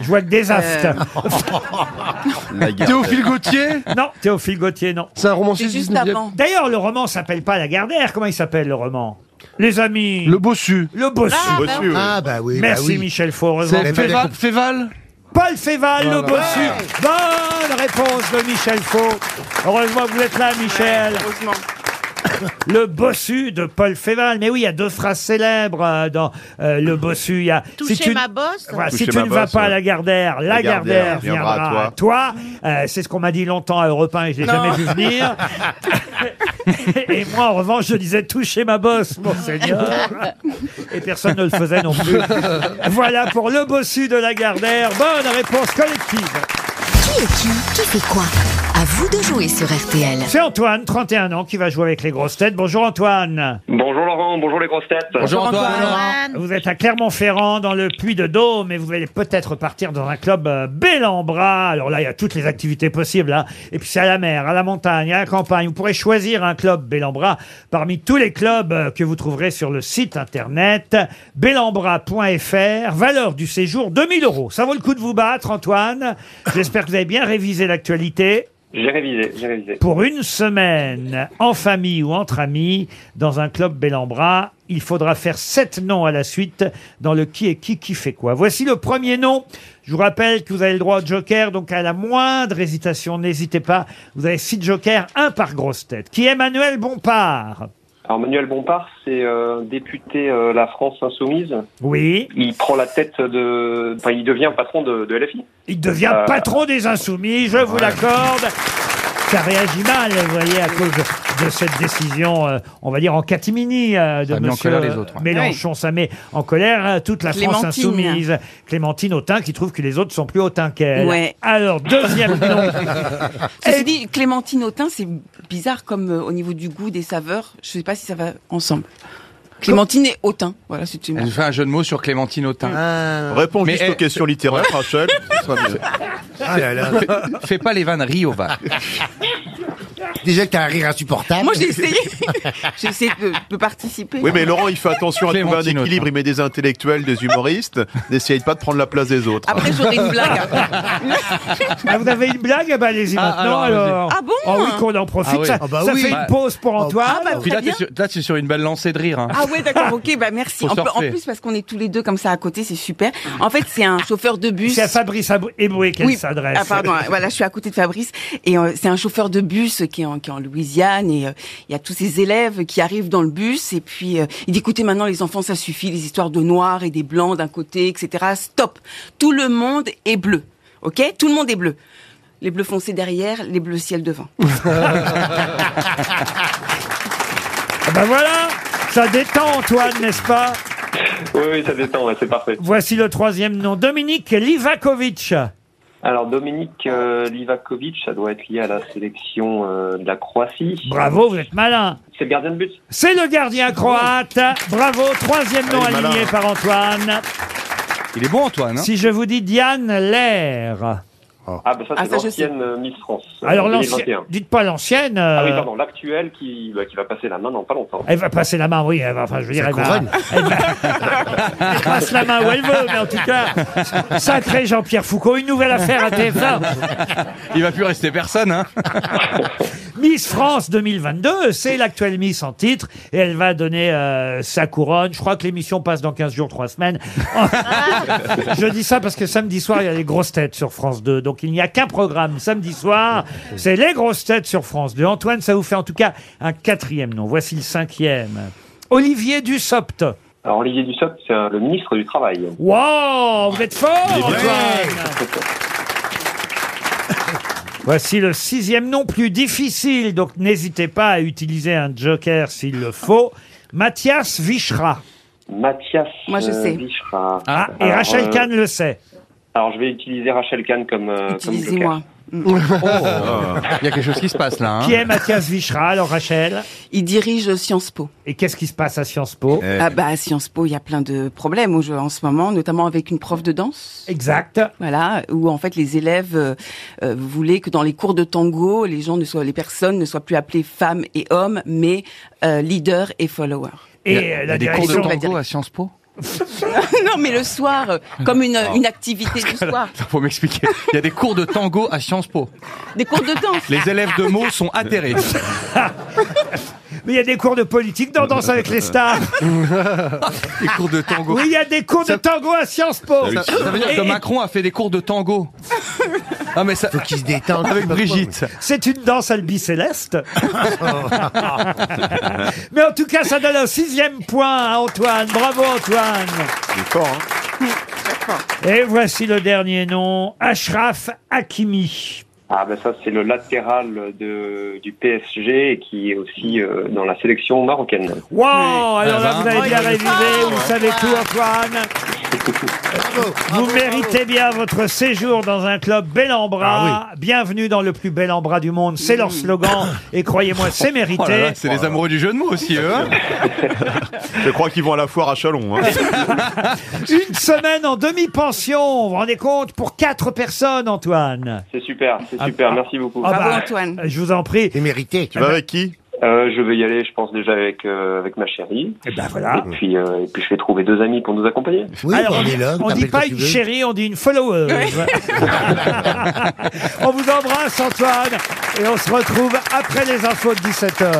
[SPEAKER 2] je vois que des
[SPEAKER 7] Euh,
[SPEAKER 2] aftes. Euh,
[SPEAKER 11] Théophile Gauthier
[SPEAKER 2] Non, Théophile Gauthier, non.
[SPEAKER 11] C'est un romancier du 19e.
[SPEAKER 2] D'ailleurs, le roman s'appelle pas Lagardère. Comment il s'appelle, le roman Les amis.
[SPEAKER 11] Le bossu.
[SPEAKER 2] Le bossu.
[SPEAKER 4] Ah, bah oui.
[SPEAKER 6] Ah bah oui. bah
[SPEAKER 2] Merci
[SPEAKER 6] oui.
[SPEAKER 2] Michel Faux, heureusement.
[SPEAKER 11] C'est Féval, Féval
[SPEAKER 2] Paul Féval, le
[SPEAKER 11] Voilà.
[SPEAKER 2] bossu. Bonne réponse de Michel Faux. Heureusement que vous êtes là, Michel.
[SPEAKER 7] Heureusement.
[SPEAKER 2] Le bossu de Paul Féval. Mais oui, il y a deux phrases célèbres euh, dans euh, Le bossu. Il y a
[SPEAKER 4] toucher
[SPEAKER 2] tu-
[SPEAKER 4] ma bosse
[SPEAKER 2] Voilà, si
[SPEAKER 5] Toucher
[SPEAKER 2] tu
[SPEAKER 5] ma
[SPEAKER 2] ne vas
[SPEAKER 5] bosse,
[SPEAKER 2] pas à
[SPEAKER 5] ouais.
[SPEAKER 2] Lagardère, Lagardère viendra, à toi. Euh, c'est ce qu'on m'a dit longtemps à Europe 1 et je l'ai
[SPEAKER 7] Non.
[SPEAKER 2] jamais vu venir. et moi, en revanche, je disais toucher ma bosse, mon seigneur. oh. Et personne ne le faisait non plus. voilà pour le bossu de Lagardère. Bonne réponse collective.
[SPEAKER 14] Qui est qui Qui fait quoi À vous de jouer sur RTL.
[SPEAKER 2] C'est Antoine, 31 ans, qui va jouer avec les grosses têtes. Bonjour Antoine.
[SPEAKER 16] Bonjour Laurent, bonjour les grosses têtes.
[SPEAKER 2] Vous êtes à Clermont-Ferrand, dans le Puy de Dôme, et vous allez peut-être partir dans un club euh, bel en bras. Alors là, il y a toutes les activités possibles. hein. Et puis c'est à la mer, à la montagne, à la campagne. Vous pourrez choisir un club bel en bras parmi tous les clubs euh, que vous trouverez sur le site internet belambras.fr. Valeur du séjour 2000 euros. Ça vaut le coup de vous battre, Antoine. J'espère que vous avez bien révisé l'actualité.
[SPEAKER 16] J'ai révisé, j'ai révisé.
[SPEAKER 2] Pour une semaine, en famille ou entre amis, dans un club Bellambra, il faudra faire sept noms à la suite dans le qui est qui, qui fait quoi. Voici le premier nom. Je vous rappelle que vous avez le droit au joker, donc à la moindre hésitation, n'hésitez pas. Vous avez six jokers, un par grosse tête. Qui est Emmanuel Bompard
[SPEAKER 16] Alors Manuel Bompard, c'est euh, député euh, La France Insoumise.
[SPEAKER 2] Oui.
[SPEAKER 16] Il prend la tête de... Enfin, il devient patron de, de LFI.
[SPEAKER 2] Il devient
[SPEAKER 16] Euh.
[SPEAKER 2] patron des Insoumis, je vous l'accorde. Ça réagit mal, vous voyez, à cause de cette décision, euh, on va dire en catimini euh, de
[SPEAKER 3] Ça a mis en
[SPEAKER 2] monsieur,
[SPEAKER 3] colère les
[SPEAKER 2] euh,
[SPEAKER 3] autres, ouais.
[SPEAKER 2] Mélenchon. Ça met en colère euh, toute la France
[SPEAKER 7] Clémentine.
[SPEAKER 2] insoumise. Clémentine Autain qui trouve que les autres sont plus hautains qu'elle. Ah.
[SPEAKER 7] Ouais.
[SPEAKER 2] Alors, deuxième nom.
[SPEAKER 7] Ceci dit, Clémentine Autain, c'est bizarre comme euh, au niveau du goût, des saveurs. Je sais pas si ça va ensemble. Clémentine et Autain. Voilà, c'est une.
[SPEAKER 3] Elle nous fait un jeu de mots sur Clémentine Autain.
[SPEAKER 5] Réponds
[SPEAKER 3] Mais
[SPEAKER 5] juste
[SPEAKER 3] elle-
[SPEAKER 5] aux questions littéraires, Rachel.
[SPEAKER 6] Ah là là.
[SPEAKER 3] Fais, fais pas les vannes, ris au va.
[SPEAKER 6] Déjà que t'as un rire insupportable.
[SPEAKER 7] Moi, j'ai essayé. j'ai essayé de, de participer.
[SPEAKER 5] Oui, mais Laurent, il fait attention à trouver un
[SPEAKER 3] Clémentine
[SPEAKER 5] équilibre. Il met des intellectuels, des humoristes. N'essayez pas de prendre la place des autres.
[SPEAKER 7] Après, j'aurai une blague.
[SPEAKER 2] Ah, vous avez une blague Eh ben, Allez-y
[SPEAKER 3] Ah,
[SPEAKER 2] maintenant.
[SPEAKER 3] alors,
[SPEAKER 2] Alors,
[SPEAKER 3] vas-y.
[SPEAKER 7] Ah bon
[SPEAKER 2] Oh oui, qu'on en profite.
[SPEAKER 3] Ah oui.
[SPEAKER 2] Ça,
[SPEAKER 3] Ah bah
[SPEAKER 2] ça
[SPEAKER 3] oui.
[SPEAKER 2] fait
[SPEAKER 3] Bah-
[SPEAKER 2] une pause pour Antoine.
[SPEAKER 6] Oh,
[SPEAKER 7] Ah bah,
[SPEAKER 3] Puis là,
[SPEAKER 7] très
[SPEAKER 3] t'es
[SPEAKER 7] bien.
[SPEAKER 3] sur, là, t'es sur une belle lancée de rire. hein.
[SPEAKER 7] Ah ouais, d'accord, ok, bah merci.
[SPEAKER 3] Faut
[SPEAKER 7] En, pl- en
[SPEAKER 3] surfer.
[SPEAKER 7] plus, parce qu'on est tous les deux comme ça à côté, c'est super. En fait, c'est un chauffeur de bus.
[SPEAKER 2] C'est à Fabrice Abou- Eboué qu'elle
[SPEAKER 7] Oui.
[SPEAKER 2] s'adresse.
[SPEAKER 7] Ah pardon, euh, voilà, je suis à côté de Fabrice et euh, c'est un chauffeur de bus qui est en, qui est en Louisiane et euh, il y a tous ses élèves qui arrivent dans le bus et puis euh, il dit écoutez maintenant les enfants ça suffit les histoires de noirs et des blancs d'un côté etc stop tout le monde est bleu ok tout le monde est bleu les bleus foncés derrière les bleus ciel devant
[SPEAKER 2] Ah bah voilà, ça détend Antoine, n'est-ce pas
[SPEAKER 16] Oui, oui, ça détend, ouais, c'est parfait.
[SPEAKER 2] Voici le troisième nom, Dominique Livakovic.
[SPEAKER 16] Alors Dominique euh, Livakovic, ça doit être lié à la sélection euh, de la Croatie.
[SPEAKER 2] Bravo, vous êtes malin.
[SPEAKER 16] C'est le gardien de but.
[SPEAKER 2] C'est le gardien croate. Bravo, troisième nom
[SPEAKER 5] Ah, il est
[SPEAKER 2] aligné
[SPEAKER 5] malin.
[SPEAKER 2] par Antoine.
[SPEAKER 3] Il est bon, Antoine. hein
[SPEAKER 2] Si je vous dis Diane Lair.
[SPEAKER 16] Ah, bah ça,
[SPEAKER 7] Ah,
[SPEAKER 16] c'est
[SPEAKER 7] ça, je
[SPEAKER 16] l'ancienne euh, Miss France. euh,
[SPEAKER 2] Alors l'ancienne,
[SPEAKER 16] 2021.
[SPEAKER 2] dites pas l'ancienne.
[SPEAKER 16] Ah oui,
[SPEAKER 2] euh,
[SPEAKER 16] pardon, l'actuelle qui, bah, qui va passer la main dans pas longtemps.
[SPEAKER 2] Elle va passer la main, oui. Elle va, enfin, je veux dire, elle va,
[SPEAKER 6] couronne.
[SPEAKER 2] elle va- elle passe la main où elle veut, mais en tout cas, sacré Jean-Pierre Foucault, une nouvelle affaire à TF1.
[SPEAKER 3] Il va plus rester personne. Hein.
[SPEAKER 2] Miss France 2022, c'est l'actuelle Miss en titre, et elle va donner euh, sa couronne. Je crois que l'émission passe dans 15 jours, 3 semaines. Je dis ça parce que samedi soir, il y a les grosses têtes sur France 2, donc il n'y a qu'un programme samedi soir, c'est les grosses têtes sur France 2. Antoine, ça vous fait en tout cas un quatrième nom. Voici le cinquième. Olivier Dussopt. Oh,
[SPEAKER 16] Alors Olivier Dussopt, c'est euh, le ministre du Travail. Euh,
[SPEAKER 2] Wow, vous êtes fort
[SPEAKER 5] Il est
[SPEAKER 2] Antoine Voici le sixième nom plus difficile, donc n'hésitez pas à utiliser un joker s'il le faut. Mathias Vichra.
[SPEAKER 16] Mathias
[SPEAKER 7] Moi, je
[SPEAKER 16] euh,
[SPEAKER 7] sais.
[SPEAKER 16] Vichra.
[SPEAKER 2] Ah, et
[SPEAKER 16] Alors,
[SPEAKER 2] Rachel
[SPEAKER 16] euh,
[SPEAKER 2] Kahn le sait.
[SPEAKER 16] Alors je vais utiliser Rachel Kahn comme, euh, comme Oh. joker.
[SPEAKER 7] utilisez-moi Mm.
[SPEAKER 3] Oh, Il y a quelque chose qui se passe là. hein.
[SPEAKER 2] Qui est Mathias Vichra Alors Rachel,
[SPEAKER 7] il dirige Sciences Po
[SPEAKER 2] et qu'est-ce qui se passe à Sciences Po
[SPEAKER 5] Eh,
[SPEAKER 7] ah bah à Sciences Po il y a plein de problèmes au- en ce moment notamment avec une prof de danse
[SPEAKER 2] Exact.
[SPEAKER 7] Voilà, où en fait les élèves euh, euh, voulaient que dans les cours de tango, les gens ne soient, les personnes ne soient plus appelées femmes et hommes, mais euh, leader et follower.
[SPEAKER 3] Il y
[SPEAKER 2] Et
[SPEAKER 3] a-
[SPEAKER 2] euh,
[SPEAKER 3] il y a
[SPEAKER 2] la
[SPEAKER 3] des cours de
[SPEAKER 2] direction...
[SPEAKER 3] tango à Sciences Po Ah.
[SPEAKER 7] non, mais le soir, euh, comme une, une activité du soir,
[SPEAKER 3] Ça, Faut m'expliquer. Il y a des cours de tango à Sciences Po.
[SPEAKER 7] des cours de danse.
[SPEAKER 3] Les élèves de mots sont atterrés.
[SPEAKER 2] Mais il y a des cours de politique dans Danse avec les stars.
[SPEAKER 3] Des cours de tango.
[SPEAKER 2] Oui, il y a des cours de tango à Sciences Po.
[SPEAKER 3] Ça, ça veut dire que
[SPEAKER 2] Et-
[SPEAKER 3] Macron a fait des cours de tango. Ah mais ça.
[SPEAKER 6] Faut qu'il se détende.
[SPEAKER 3] Avec Brigitte.
[SPEAKER 2] C'est une danse albicéleste. Mais en tout cas, ça donne un sixième point à Antoine. Bravo Antoine.
[SPEAKER 5] il est fort, hein.
[SPEAKER 2] Et voici le dernier nom, Ashraf Hakimi.
[SPEAKER 16] Ah ben ça c'est le latéral de, du PSG et qui est aussi euh, dans la sélection marocaine.
[SPEAKER 2] Wow Alors là,
[SPEAKER 3] Ah,
[SPEAKER 2] vous avez bien révisé, vous savez tout, Antoine. Vous méritez bien votre séjour dans un club bel en
[SPEAKER 3] Ah
[SPEAKER 2] bras. Bienvenue dans le plus bel en bras du monde. C'est leur slogan. Et croyez-moi, c'est mérité.
[SPEAKER 3] Oh là là, c'est les amoureux du jeu de mots aussi, eux. hein.
[SPEAKER 5] Je crois qu'ils vont à la foire à Chalon. hein.
[SPEAKER 2] Une semaine en demi-pension, vous vous rendez compte, pour quatre personnes, Antoine.
[SPEAKER 16] C'est super, c'est super, merci beaucoup.
[SPEAKER 2] Ah bah, euh, Je vous en prie. Ah bah, Et mérité.
[SPEAKER 16] Tu vas avec qui euh, Je vais y aller, je pense déjà avec euh, avec ma chérie. Et
[SPEAKER 2] ben voilà.
[SPEAKER 16] Et puis euh, et puis je vais trouver deux amis pour nous accompagner.
[SPEAKER 2] Alors, on dit pas une chérie, on dit une follower. on vous embrasse, Antoine, et on se retrouve après les infos de 17h.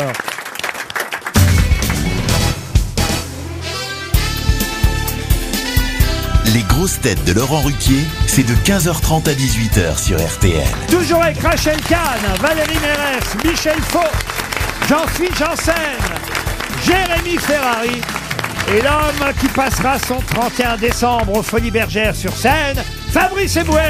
[SPEAKER 1] Les grosses têtes de Laurent Ruquier, c'est de 15h30 à 18h sur RTL.
[SPEAKER 2] Toujours avec Rachel Kahn, Valérie Mérès, Michel Faux, Jean-Philippe Janssen, Jérémy Ferrari et l'homme qui passera son 31 décembre aux Folies Bergères sur scène, Fabrice Eboué.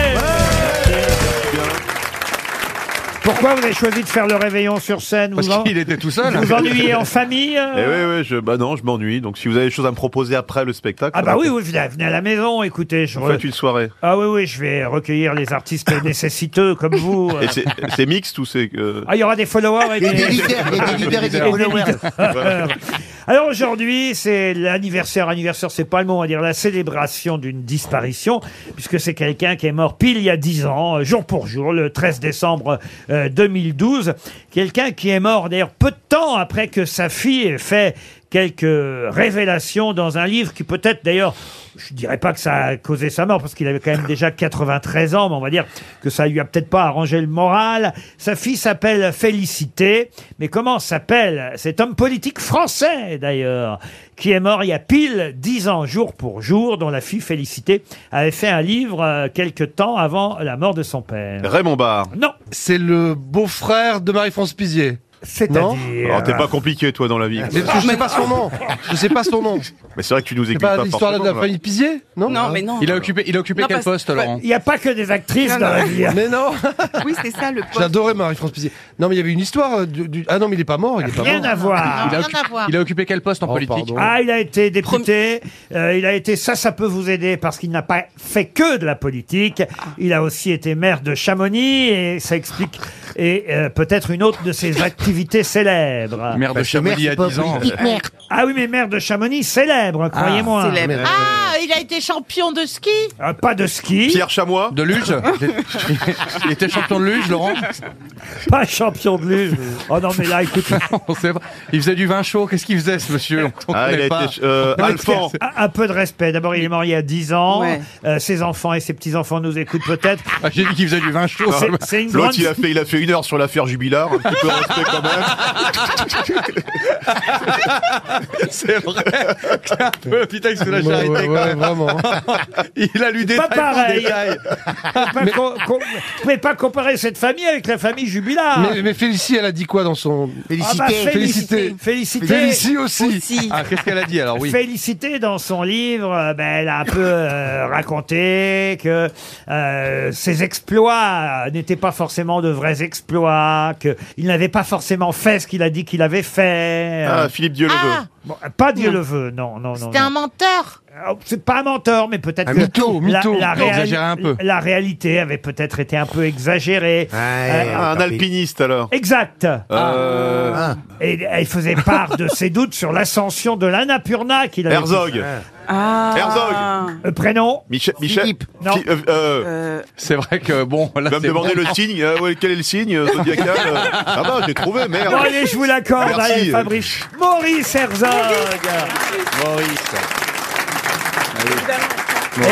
[SPEAKER 2] Pourquoi vous avez choisi de faire le réveillon sur scène vous
[SPEAKER 5] Parce
[SPEAKER 2] en-
[SPEAKER 5] qu'il était tout seul.
[SPEAKER 2] Vous ennuyez en famille euh,
[SPEAKER 5] Eh oui, oui, je, bah non, je m'ennuie. Donc si vous avez des choses à me proposer après le spectacle.
[SPEAKER 2] Ah bah oui, oui, venez venez à la maison, écoutez. Je
[SPEAKER 5] Vous
[SPEAKER 2] re-
[SPEAKER 5] faites une soirée.
[SPEAKER 2] Ah oui, oui, je vais recueillir les artistes nécessiteux comme vous.
[SPEAKER 5] Et c'est- c'est mixte ou c'est. euh,
[SPEAKER 2] Ah, il y aura des followers et
[SPEAKER 5] Et des leaders, et des leaders et des followers.
[SPEAKER 2] leaders. Alors aujourd'hui, c'est l'anniversaire. Anniversaire, c'est pas le mot, on va dire la célébration d'une disparition, puisque c'est quelqu'un qui est mort pile il y a 10 ans, euh, jour pour jour, le 13 décembre euh, 2012. Quelqu'un qui est mort d'ailleurs peu de temps après que sa fille ait fait quelques révélations dans un livre qui peut-être d'ailleurs, je dirais pas que ça a causé sa mort parce qu'il avait quand même déjà 93 ans, mais on va dire que ça lui a peut-être pas arrangé le moral. Sa fille s'appelle Félicité, mais comment s'appelle cet homme politique français d'ailleurs qui est mort il y a pile 10 ans jour pour jour, dont la fille Félicité avait fait un livre euh, quelque temps avant la mort de son père.
[SPEAKER 5] Raymond Barre.
[SPEAKER 2] Non.
[SPEAKER 11] C'est le beau-frère de Marie-France Pizier. Non
[SPEAKER 2] C'est-à-dire.
[SPEAKER 5] Alors Ah, t'es
[SPEAKER 3] Euh,
[SPEAKER 5] pas compliqué toi dans la vie.
[SPEAKER 11] Mais parce que je sais pas son nom. Je sais pas son nom.
[SPEAKER 5] Mais c'est vrai que tu nous
[SPEAKER 11] C'est
[SPEAKER 5] écoutes
[SPEAKER 11] pas
[SPEAKER 5] pas.
[SPEAKER 11] l'histoire de la
[SPEAKER 5] forcément, là.
[SPEAKER 11] famille Pizier Non
[SPEAKER 7] Non, mais non.
[SPEAKER 3] Il a occupé, il a occupé
[SPEAKER 7] Non,
[SPEAKER 3] quel
[SPEAKER 7] parce-
[SPEAKER 3] poste, Laurent
[SPEAKER 2] Il n'y a pas que des actrices
[SPEAKER 7] Non,
[SPEAKER 2] dans
[SPEAKER 7] non.
[SPEAKER 2] la vie.
[SPEAKER 11] Mais non
[SPEAKER 7] Oui, c'est ça le poste.
[SPEAKER 11] J'adorais Marie-France Pizier. Non, mais il y avait une histoire euh, du, du- Ah non, mais il est pas mort, il est pas
[SPEAKER 2] Rien
[SPEAKER 11] mort. Oh,
[SPEAKER 2] à voir.
[SPEAKER 11] Il a
[SPEAKER 7] Rien à voir.
[SPEAKER 3] Il a occupé quel poste en politique
[SPEAKER 2] Ah, il a été député. euh, il a été ça, ça peut vous aider parce qu'il n'a pas fait que de la politique. Il a aussi été maire de Chamonix et ça explique et euh, peut-être une autre de ses activités célèbres.
[SPEAKER 3] Maire de Parce que maire, Chamonix il y a c'est pas 10 ans. politique, merde.
[SPEAKER 2] Ah oui, mais maire de Chamonix célèbre, croyez-moi. euh,
[SPEAKER 4] Célèbre. Ah, il a été champion de ski
[SPEAKER 2] Ah, pas de ski. Ah,
[SPEAKER 5] Pierre Chamois.
[SPEAKER 3] De luge Il était champion de luge, Laurent
[SPEAKER 2] Pas champion de luge. Oh non, mais là, écoute.
[SPEAKER 3] On sait pas. il faisait du vin chaud. Qu'est-ce qu'il faisait, ce monsieur On
[SPEAKER 5] Ah, il
[SPEAKER 3] connaît
[SPEAKER 5] a
[SPEAKER 3] pas.
[SPEAKER 5] été, euh,
[SPEAKER 3] On connaît
[SPEAKER 5] Alphand.
[SPEAKER 3] pas.
[SPEAKER 2] Un un peu de respect. D'abord, il est mort il y a 10 ans.
[SPEAKER 3] Ouais.
[SPEAKER 2] Euh, ses enfants et ses petits-enfants nous écoutent peut-être.
[SPEAKER 3] Ah, J'ai dit qu'il faisait du vin chaud.
[SPEAKER 2] C'est- c'est une
[SPEAKER 5] Ah, L'autre
[SPEAKER 2] grande-
[SPEAKER 5] il a fait il a fait une heure sur l'affaire Jubilard. Un petit peu de respect quand même.
[SPEAKER 3] C'est vrai. C'est un peu putain que c'est la
[SPEAKER 11] Ouais,
[SPEAKER 3] charité.
[SPEAKER 11] ouais,
[SPEAKER 3] quoi.
[SPEAKER 11] ouais, vraiment.
[SPEAKER 3] Il a lu des
[SPEAKER 2] Pas pareil. Faut pas com- com- Vous pouvez pas comparer cette famille avec la famille Jubilard.
[SPEAKER 11] Ah. Mais, mais Félicie, elle a dit quoi dans son.
[SPEAKER 2] Ah bah, félicité.
[SPEAKER 11] Félicité.
[SPEAKER 2] Félicité.
[SPEAKER 11] Félicie aussi.
[SPEAKER 3] Ah, qu'est-ce qu'elle a dit alors Oui.
[SPEAKER 2] Félicité dans son livre, euh, ben, elle a un peu euh, raconté que euh, ses exploits n'étaient pas forcément de vrais exploits, qu'il n'avait pas forcément fait ce qu'il a dit qu'il avait fait.
[SPEAKER 5] Ah, Philippe Dieu le veut.
[SPEAKER 4] Ah,
[SPEAKER 2] Bon, pas Dieu le veut, non, non, non.
[SPEAKER 4] c'était
[SPEAKER 2] non.
[SPEAKER 4] un menteur
[SPEAKER 2] Ah, C'est pas un menteur, mais peut-être
[SPEAKER 11] Un
[SPEAKER 2] que
[SPEAKER 11] mytho, mytho.
[SPEAKER 2] La, la
[SPEAKER 11] Non,
[SPEAKER 2] réali-
[SPEAKER 11] exagéré un peu.
[SPEAKER 2] la réalité avait peut-être été un peu exagérée. Euh,
[SPEAKER 5] Ah, un alpiniste alors.
[SPEAKER 2] Exact. Ah.
[SPEAKER 5] Euh,
[SPEAKER 2] Et elle faisait part de ses doutes sur l'ascension de l'Annapurna qu'il avait.
[SPEAKER 5] Herzog.
[SPEAKER 7] Ah.
[SPEAKER 5] Herzog.
[SPEAKER 2] Euh, prénom
[SPEAKER 5] Michel. Michel.
[SPEAKER 2] Philippe. Non.
[SPEAKER 5] Qui- euh, euh,
[SPEAKER 3] C'est vrai que bon,
[SPEAKER 5] Tu
[SPEAKER 3] là,
[SPEAKER 5] vas me
[SPEAKER 3] c'est
[SPEAKER 5] demander
[SPEAKER 3] bon.
[SPEAKER 5] le signe euh, ouais, Quel est le signe euh, zodiacal euh Ah bah, j'ai trouvé, merde
[SPEAKER 2] Bon, allez, je vous l'accorde,
[SPEAKER 5] Merci.
[SPEAKER 2] allez, Fabrice. Maurice Herzog.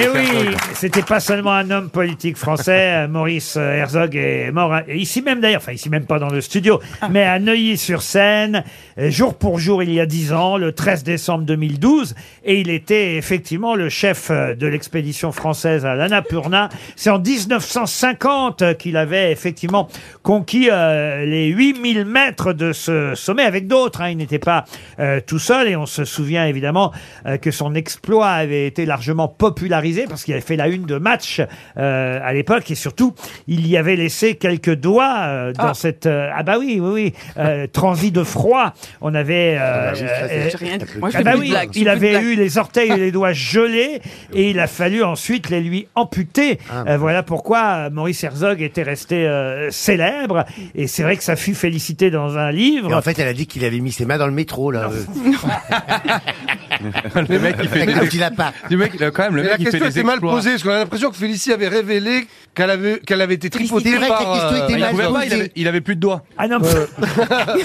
[SPEAKER 2] Eh oui, c'était pas seulement un homme politique français. euh, Maurice euh, Herzog est mort hein, et ici même d'ailleurs, enfin ici même pas dans le studio, mais à Neuilly-sur-Seine, euh, jour pour jour il y a dix ans, le 13 décembre 2012, et il était effectivement le chef euh, de l'expédition française à l'Annapurna. C'est en 1950 qu'il avait effectivement conquis euh, les 8000 mètres de ce sommet avec d'autres. hein. Il n'était pas euh, tout seul et on se souvient évidemment euh, que son exploit avait été largement popularisé titularisé parce qu'il avait fait la une de match euh, à l'époque et surtout, il y avait laissé quelques doigts euh, dans
[SPEAKER 17] Ah.
[SPEAKER 2] cette. euh, ah bah oui, oui, oui, euh, transi de froid. On avait. euh,
[SPEAKER 17] Ah bah oui, ça, c'est-
[SPEAKER 2] euh,
[SPEAKER 17] j'ai rien dit.
[SPEAKER 2] ah
[SPEAKER 17] Moi, je fais
[SPEAKER 2] bah
[SPEAKER 17] plus de
[SPEAKER 2] oui,
[SPEAKER 17] blagues, je
[SPEAKER 2] il
[SPEAKER 17] fais plus de
[SPEAKER 2] avait
[SPEAKER 17] blagues.
[SPEAKER 2] eu les orteils et les doigts gelés et il a fallu ensuite les lui amputer.
[SPEAKER 17] Ah,
[SPEAKER 2] Euh, voilà pourquoi euh, Maurice Herzog était resté euh, célèbre et c'est vrai que ça fut félicité dans un livre.
[SPEAKER 6] Et en fait, elle a dit qu'il avait mis ses mains dans le métro, là.
[SPEAKER 3] Le mec, il fait des-
[SPEAKER 6] Quand il a pas.
[SPEAKER 3] Du mec, il a- quand même, le
[SPEAKER 11] Mais
[SPEAKER 3] mec,
[SPEAKER 11] la
[SPEAKER 3] il fait
[SPEAKER 11] question
[SPEAKER 3] des
[SPEAKER 11] était mal
[SPEAKER 3] exploits.
[SPEAKER 11] posée, parce qu'on a l'impression que Félicie avait révélé qu'elle avait, qu'elle avait été tripotée
[SPEAKER 3] C'est vrai que la
[SPEAKER 11] par...
[SPEAKER 3] question était
[SPEAKER 11] euh,
[SPEAKER 3] mal
[SPEAKER 11] Herzog.
[SPEAKER 3] posée. Il avait- il avait plus de doigts.
[SPEAKER 2] Ah non, mais-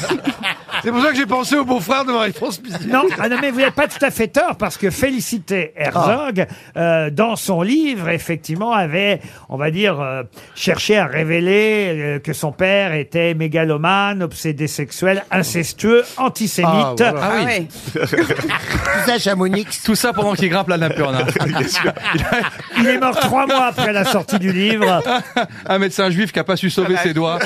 [SPEAKER 11] C'est pour ça que j'ai pensé au beau-frère de Marie-France
[SPEAKER 2] Non, ah non, mais vous n'avez pas tout à fait tort parce que Félicité Herzog,
[SPEAKER 11] Ah.
[SPEAKER 2] euh, dans son livre, effectivement, avait, on va dire, euh, cherché à révéler euh, que son père était mégalomane, obsédé sexuel, incestueux, antisémite.
[SPEAKER 11] Ah, voilà. Ah oui.
[SPEAKER 6] Tout ça, Chamonix.
[SPEAKER 3] Tout ça pendant qu'il grimpe la Napurna.
[SPEAKER 2] Il est mort trois mois après la sortie du livre.
[SPEAKER 3] Un médecin juif qui a pas su sauver ses doigts.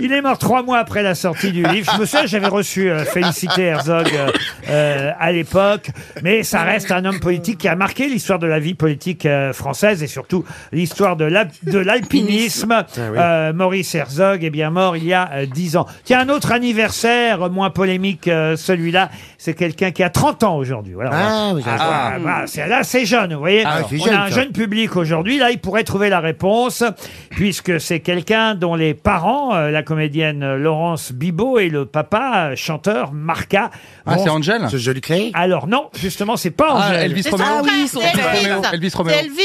[SPEAKER 2] Il est mort trois mois après la sortie du livre. Je me souviens, j'avais reçu euh, Félicité Herzog euh, euh, à l'époque, mais ça reste un homme politique qui a marqué l'histoire de la vie politique euh, française et surtout l'histoire de l'al- de l'alpinisme.
[SPEAKER 17] oui.
[SPEAKER 2] Euh, Maurice Herzog est bien mort il y a euh, dix ans. Tiens, un autre anniversaire euh, moins polémique, euh, celui-là, c'est quelqu'un qui a 30 ans aujourd'hui. Voilà,
[SPEAKER 6] Ah,
[SPEAKER 2] on va-
[SPEAKER 6] oui, j'adore.
[SPEAKER 2] ah, bah, c'est- là, c'est jeune, vous voyez.
[SPEAKER 6] Ah, c'est
[SPEAKER 2] on
[SPEAKER 6] jeune,
[SPEAKER 2] a un
[SPEAKER 6] ça.
[SPEAKER 2] jeune public aujourd'hui, là, il pourrait trouver la réponse, puisque c'est quelqu'un dont les parents, euh, la comédienne Laurence Bibot et le papa, euh, chanteur Marca.
[SPEAKER 3] Ah,
[SPEAKER 2] vont-
[SPEAKER 3] c'est Angel
[SPEAKER 6] Ce joli clé
[SPEAKER 2] Alors non, justement, c'est pas
[SPEAKER 3] Ah,
[SPEAKER 2] Angel.
[SPEAKER 3] Elvis C'est son Romeo. frère, Ah oui, son c'est frère. Elvis. Romeo, Elvis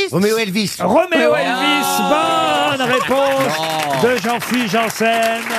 [SPEAKER 3] C'est Romeo. Elvis.
[SPEAKER 6] Roméo
[SPEAKER 2] Roméo
[SPEAKER 6] Elvis.
[SPEAKER 2] Oh.
[SPEAKER 6] Ah.
[SPEAKER 3] Ah.
[SPEAKER 2] Elvis, bonne réponse de Jean-Philippe Janssen.
[SPEAKER 3] Oh.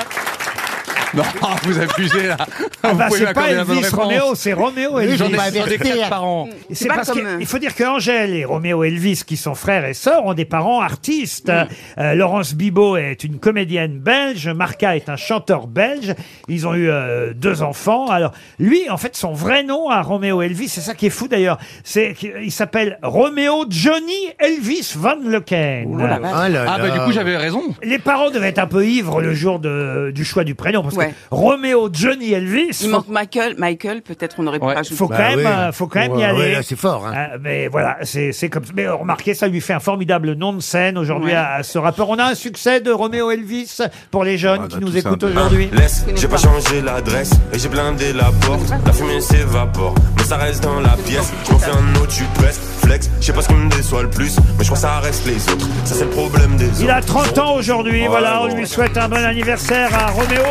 [SPEAKER 3] Non, vous abusez là.
[SPEAKER 2] Ah
[SPEAKER 3] Vous
[SPEAKER 2] bah,
[SPEAKER 3] pouvez
[SPEAKER 2] c'est
[SPEAKER 3] m'accorder
[SPEAKER 2] pas
[SPEAKER 3] la bonne
[SPEAKER 2] Elvis
[SPEAKER 3] réponse.
[SPEAKER 2] Roméo, c'est Roméo
[SPEAKER 3] Oui,
[SPEAKER 2] Elvis.
[SPEAKER 3] J'en ai, j'en ai quatre par an.
[SPEAKER 2] C'est parce
[SPEAKER 3] euh,
[SPEAKER 2] qu'il faut dire que Angèle et Roméo Elvis, qui sont frères et sœurs, ont des parents artistes. Euh, Laurence Bibot est une comédienne belge, Marca est un chanteur belge. Ils ont eu euh, deux enfants. Alors lui, en fait, son vrai nom à Roméo Elvis, c'est ça qui est fou d'ailleurs, c'est qu'il s'appelle Roméo Johnny Elvis Van Lecken.
[SPEAKER 6] là là. Ah là
[SPEAKER 3] Ah bah
[SPEAKER 6] là.
[SPEAKER 3] du coup j'avais raison.
[SPEAKER 2] Les parents devaient être un peu ivres le jour de- du choix du prénom parce
[SPEAKER 7] Ouais.
[SPEAKER 2] que Roméo Johnny Elvis.
[SPEAKER 7] Il
[SPEAKER 2] faut-
[SPEAKER 7] manque Michael, Michael, peut-être on aurait pu rajouter.
[SPEAKER 3] Bah
[SPEAKER 2] faut quand même, euh, faut quand même y
[SPEAKER 6] Bah Ouais,
[SPEAKER 2] aller.
[SPEAKER 6] ouais, là, c'est fort, hein.
[SPEAKER 2] Ah, mais voilà, c'est c'est comme. Mais euh, remarquez, ça lui fait un formidable nom de scène aujourd'hui
[SPEAKER 17] Ouais.
[SPEAKER 2] à, à ce rapport. On a un succès de Roméo Elvis pour les
[SPEAKER 6] Ah,
[SPEAKER 2] jeunes
[SPEAKER 6] bah,
[SPEAKER 2] qui nous écoutent
[SPEAKER 18] Hein,
[SPEAKER 2] aujourd'hui.
[SPEAKER 18] Laisse, j'ai pas changé l'adresse et j'ai blindé la porte. La fumée s'évapore, mais ça reste dans la pièce. Je m'en fais un autre, tu presses, flex. Je sais pas ce qui me déçoit le plus, mais je crois que ça reste les autres. Ça, c'est le problème des autres.
[SPEAKER 2] Il a 30 ans aujourd'hui,
[SPEAKER 18] Ouais,
[SPEAKER 2] voilà,
[SPEAKER 18] bon.
[SPEAKER 2] on lui souhaite un bon anniversaire à Roméo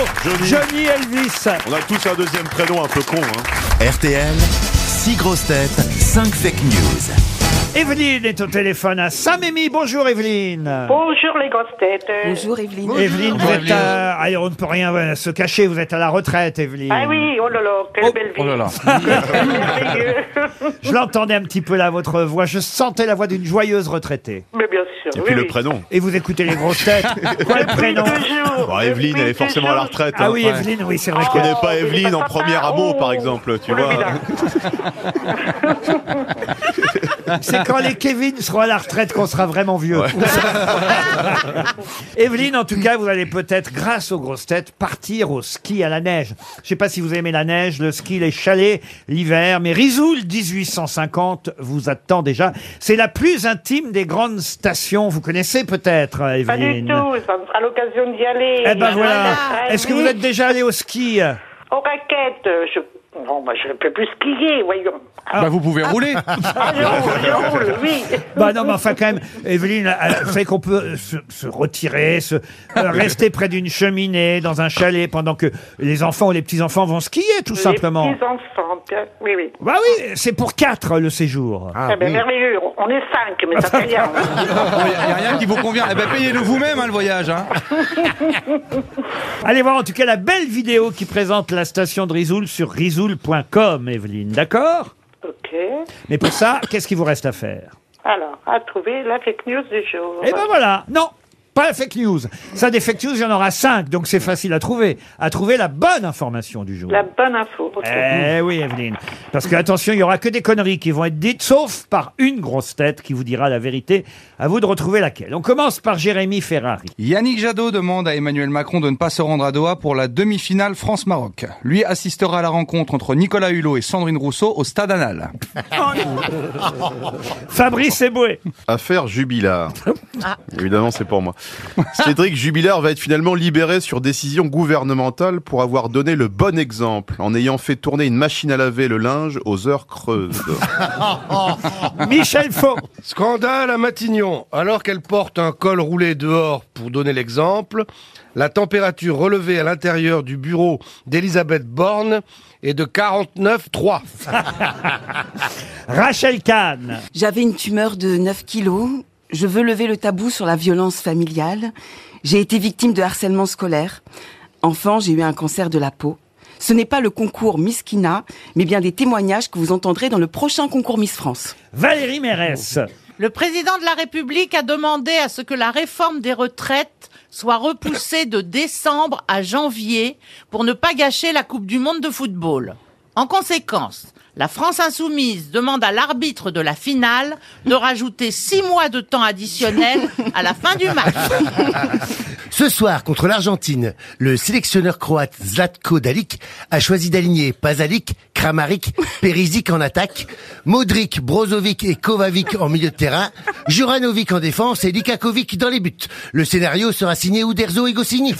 [SPEAKER 2] Johnny, Elvis.
[SPEAKER 5] On a tous un deuxième prénom un peu con. hein.
[SPEAKER 1] RTL, 6 grosses têtes, 5 fake news.
[SPEAKER 2] Evelyne est au téléphone à Saint-Mémy. Bonjour Evelyne.
[SPEAKER 10] Bonjour les grosses têtes.
[SPEAKER 7] Bonjour Evelyne.
[SPEAKER 2] Evelyne, vous êtes à- allez, on ne peut rien euh, se cacher, vous êtes à la retraite, Evelyne.
[SPEAKER 10] Ah oui, oh là là, quelle belle vie.
[SPEAKER 3] Oh là là.
[SPEAKER 2] Je l'entendais un petit peu là, votre voix. Je sentais la voix d'une joyeuse retraitée.
[SPEAKER 10] Mais bien sûr.
[SPEAKER 5] Et
[SPEAKER 10] oui,
[SPEAKER 5] puis le
[SPEAKER 10] oui.
[SPEAKER 5] prénom.
[SPEAKER 2] Et vous écoutez les grosses têtes. Quoi le prénom
[SPEAKER 5] Bon, Evelyne, elle est forcément à la retraite.
[SPEAKER 2] Ah
[SPEAKER 5] hein.
[SPEAKER 2] oui,
[SPEAKER 5] Ouais.
[SPEAKER 2] Evelyne, oui, c'est vrai.
[SPEAKER 5] Je
[SPEAKER 2] que-
[SPEAKER 5] connais pas Evelyne en premier amour, par exemple, tu vois.
[SPEAKER 2] C'est quand les Kevin seront à la retraite qu'on sera vraiment vieux. Evelyne, en tout cas, vous allez peut-être, grâce aux grosses têtes, partir au ski à la neige. Je sais pas si vous aimez la neige, le ski, les chalets, l'hiver, mais Risoul 1850 vous attend déjà. C'est la plus intime des grandes stations. Vous connaissez peut-être, euh,
[SPEAKER 10] Pas du
[SPEAKER 2] Evelyne.
[SPEAKER 10] tout, ça me fera l'occasion d'y aller.
[SPEAKER 2] Eh ben voilà.
[SPEAKER 10] Ah,
[SPEAKER 2] Est-ce que vous
[SPEAKER 10] oui.
[SPEAKER 2] êtes déjà allé au ski
[SPEAKER 10] Aux raquettes, je... Non, bah, je ne peux plus skier, voyons.
[SPEAKER 3] Bah vous pouvez rouler.
[SPEAKER 10] Ah, je roule, je roule, oui.
[SPEAKER 2] Bah non, mais enfin quand même, Evelyne, euh, vous savez qu'on peut euh, se, se retirer, se, euh,
[SPEAKER 3] Ah,
[SPEAKER 2] rester près d'une cheminée, dans un chalet, pendant que les enfants ou les petits-enfants vont skier, tout simplement.
[SPEAKER 10] Les petits enfants, bien- oui, oui.
[SPEAKER 2] Bah oui, c'est pour quatre le séjour.
[SPEAKER 3] Ah,
[SPEAKER 10] eh ben, merveilleux, on est cinq, mais ça fait rien.
[SPEAKER 3] Il n'y Ah, a rien qui vous convient. Eh ben, payez-le vous-même, hein, le voyage. Hein.
[SPEAKER 2] Allez voir en tout cas la belle vidéo qui présente la station de Risoul sur risoul.com, Evelyne, d'accord
[SPEAKER 10] ok.
[SPEAKER 2] Mais pour ça, qu'est-ce qu'il vous reste à faire
[SPEAKER 10] Alors, à trouver la fake news du jour.
[SPEAKER 2] Eh ben Eh voilà, non Pas la fake news. Ça, des fake news, il y en aura cinq, donc c'est facile à trouver. À trouver la bonne information du jour.
[SPEAKER 19] La bonne info. ok.
[SPEAKER 2] Eh oui, Evelyne. Parce que, attention, il y aura que des conneries qui vont être dites, sauf par une grosse tête qui vous dira la vérité. À vous de retrouver laquelle. On commence par Jérémy Ferrari.
[SPEAKER 3] Yannick Jadot demande à Emmanuel Macron de ne pas se rendre à Doha pour la demi-finale France-Maroc. Lui assistera à la rencontre entre Nicolas Hulot et Sandrine Rousseau au stade anal.
[SPEAKER 2] Fabrice Eboué.
[SPEAKER 5] Affaire Jubilard.
[SPEAKER 2] Ah.
[SPEAKER 5] Évidemment, c'est pour moi. Cédric Jubilard va être finalement libéré sur décision gouvernementale pour avoir donné le bon exemple en ayant fait tourner une machine à laver le linge aux heures creuses.
[SPEAKER 3] Ah Euh.
[SPEAKER 2] Michel Faux.
[SPEAKER 11] Scandale à Matignon. Alors qu'elle porte un col roulé dehors pour donner l'exemple, la température relevée à l'intérieur du bureau d'Elisabeth Borne est de 49,3.
[SPEAKER 2] Rachel Kahn.
[SPEAKER 7] J'avais une tumeur de 9 kilos. Je veux lever le tabou sur la violence familiale. J'ai été victime de harcèlement scolaire. Enfant, j'ai eu un cancer de la peau. Ce n'est pas le concours Miss Kina, mais bien des témoignages que vous entendrez dans le prochain concours Miss France.
[SPEAKER 2] Valérie Mérès.
[SPEAKER 4] Le président de la République a demandé à ce que la réforme des retraites soit repoussée de décembre à janvier pour ne pas gâcher la Coupe du Monde de football. En conséquence, la France insoumise demande à l'arbitre de la finale de rajouter six mois de temps additionnel à la fin du match.
[SPEAKER 6] Ce soir, contre l'Argentine, le sélectionneur croate Zlatko Dalic a choisi d'aligner Pazalic, Kramaric, Perisic en attaque, Modric, Brozovic et Kovacic en milieu de terrain, Juranovic en défense et Likakovic dans les buts. Le scénario sera signé Uderzo et Goscinny.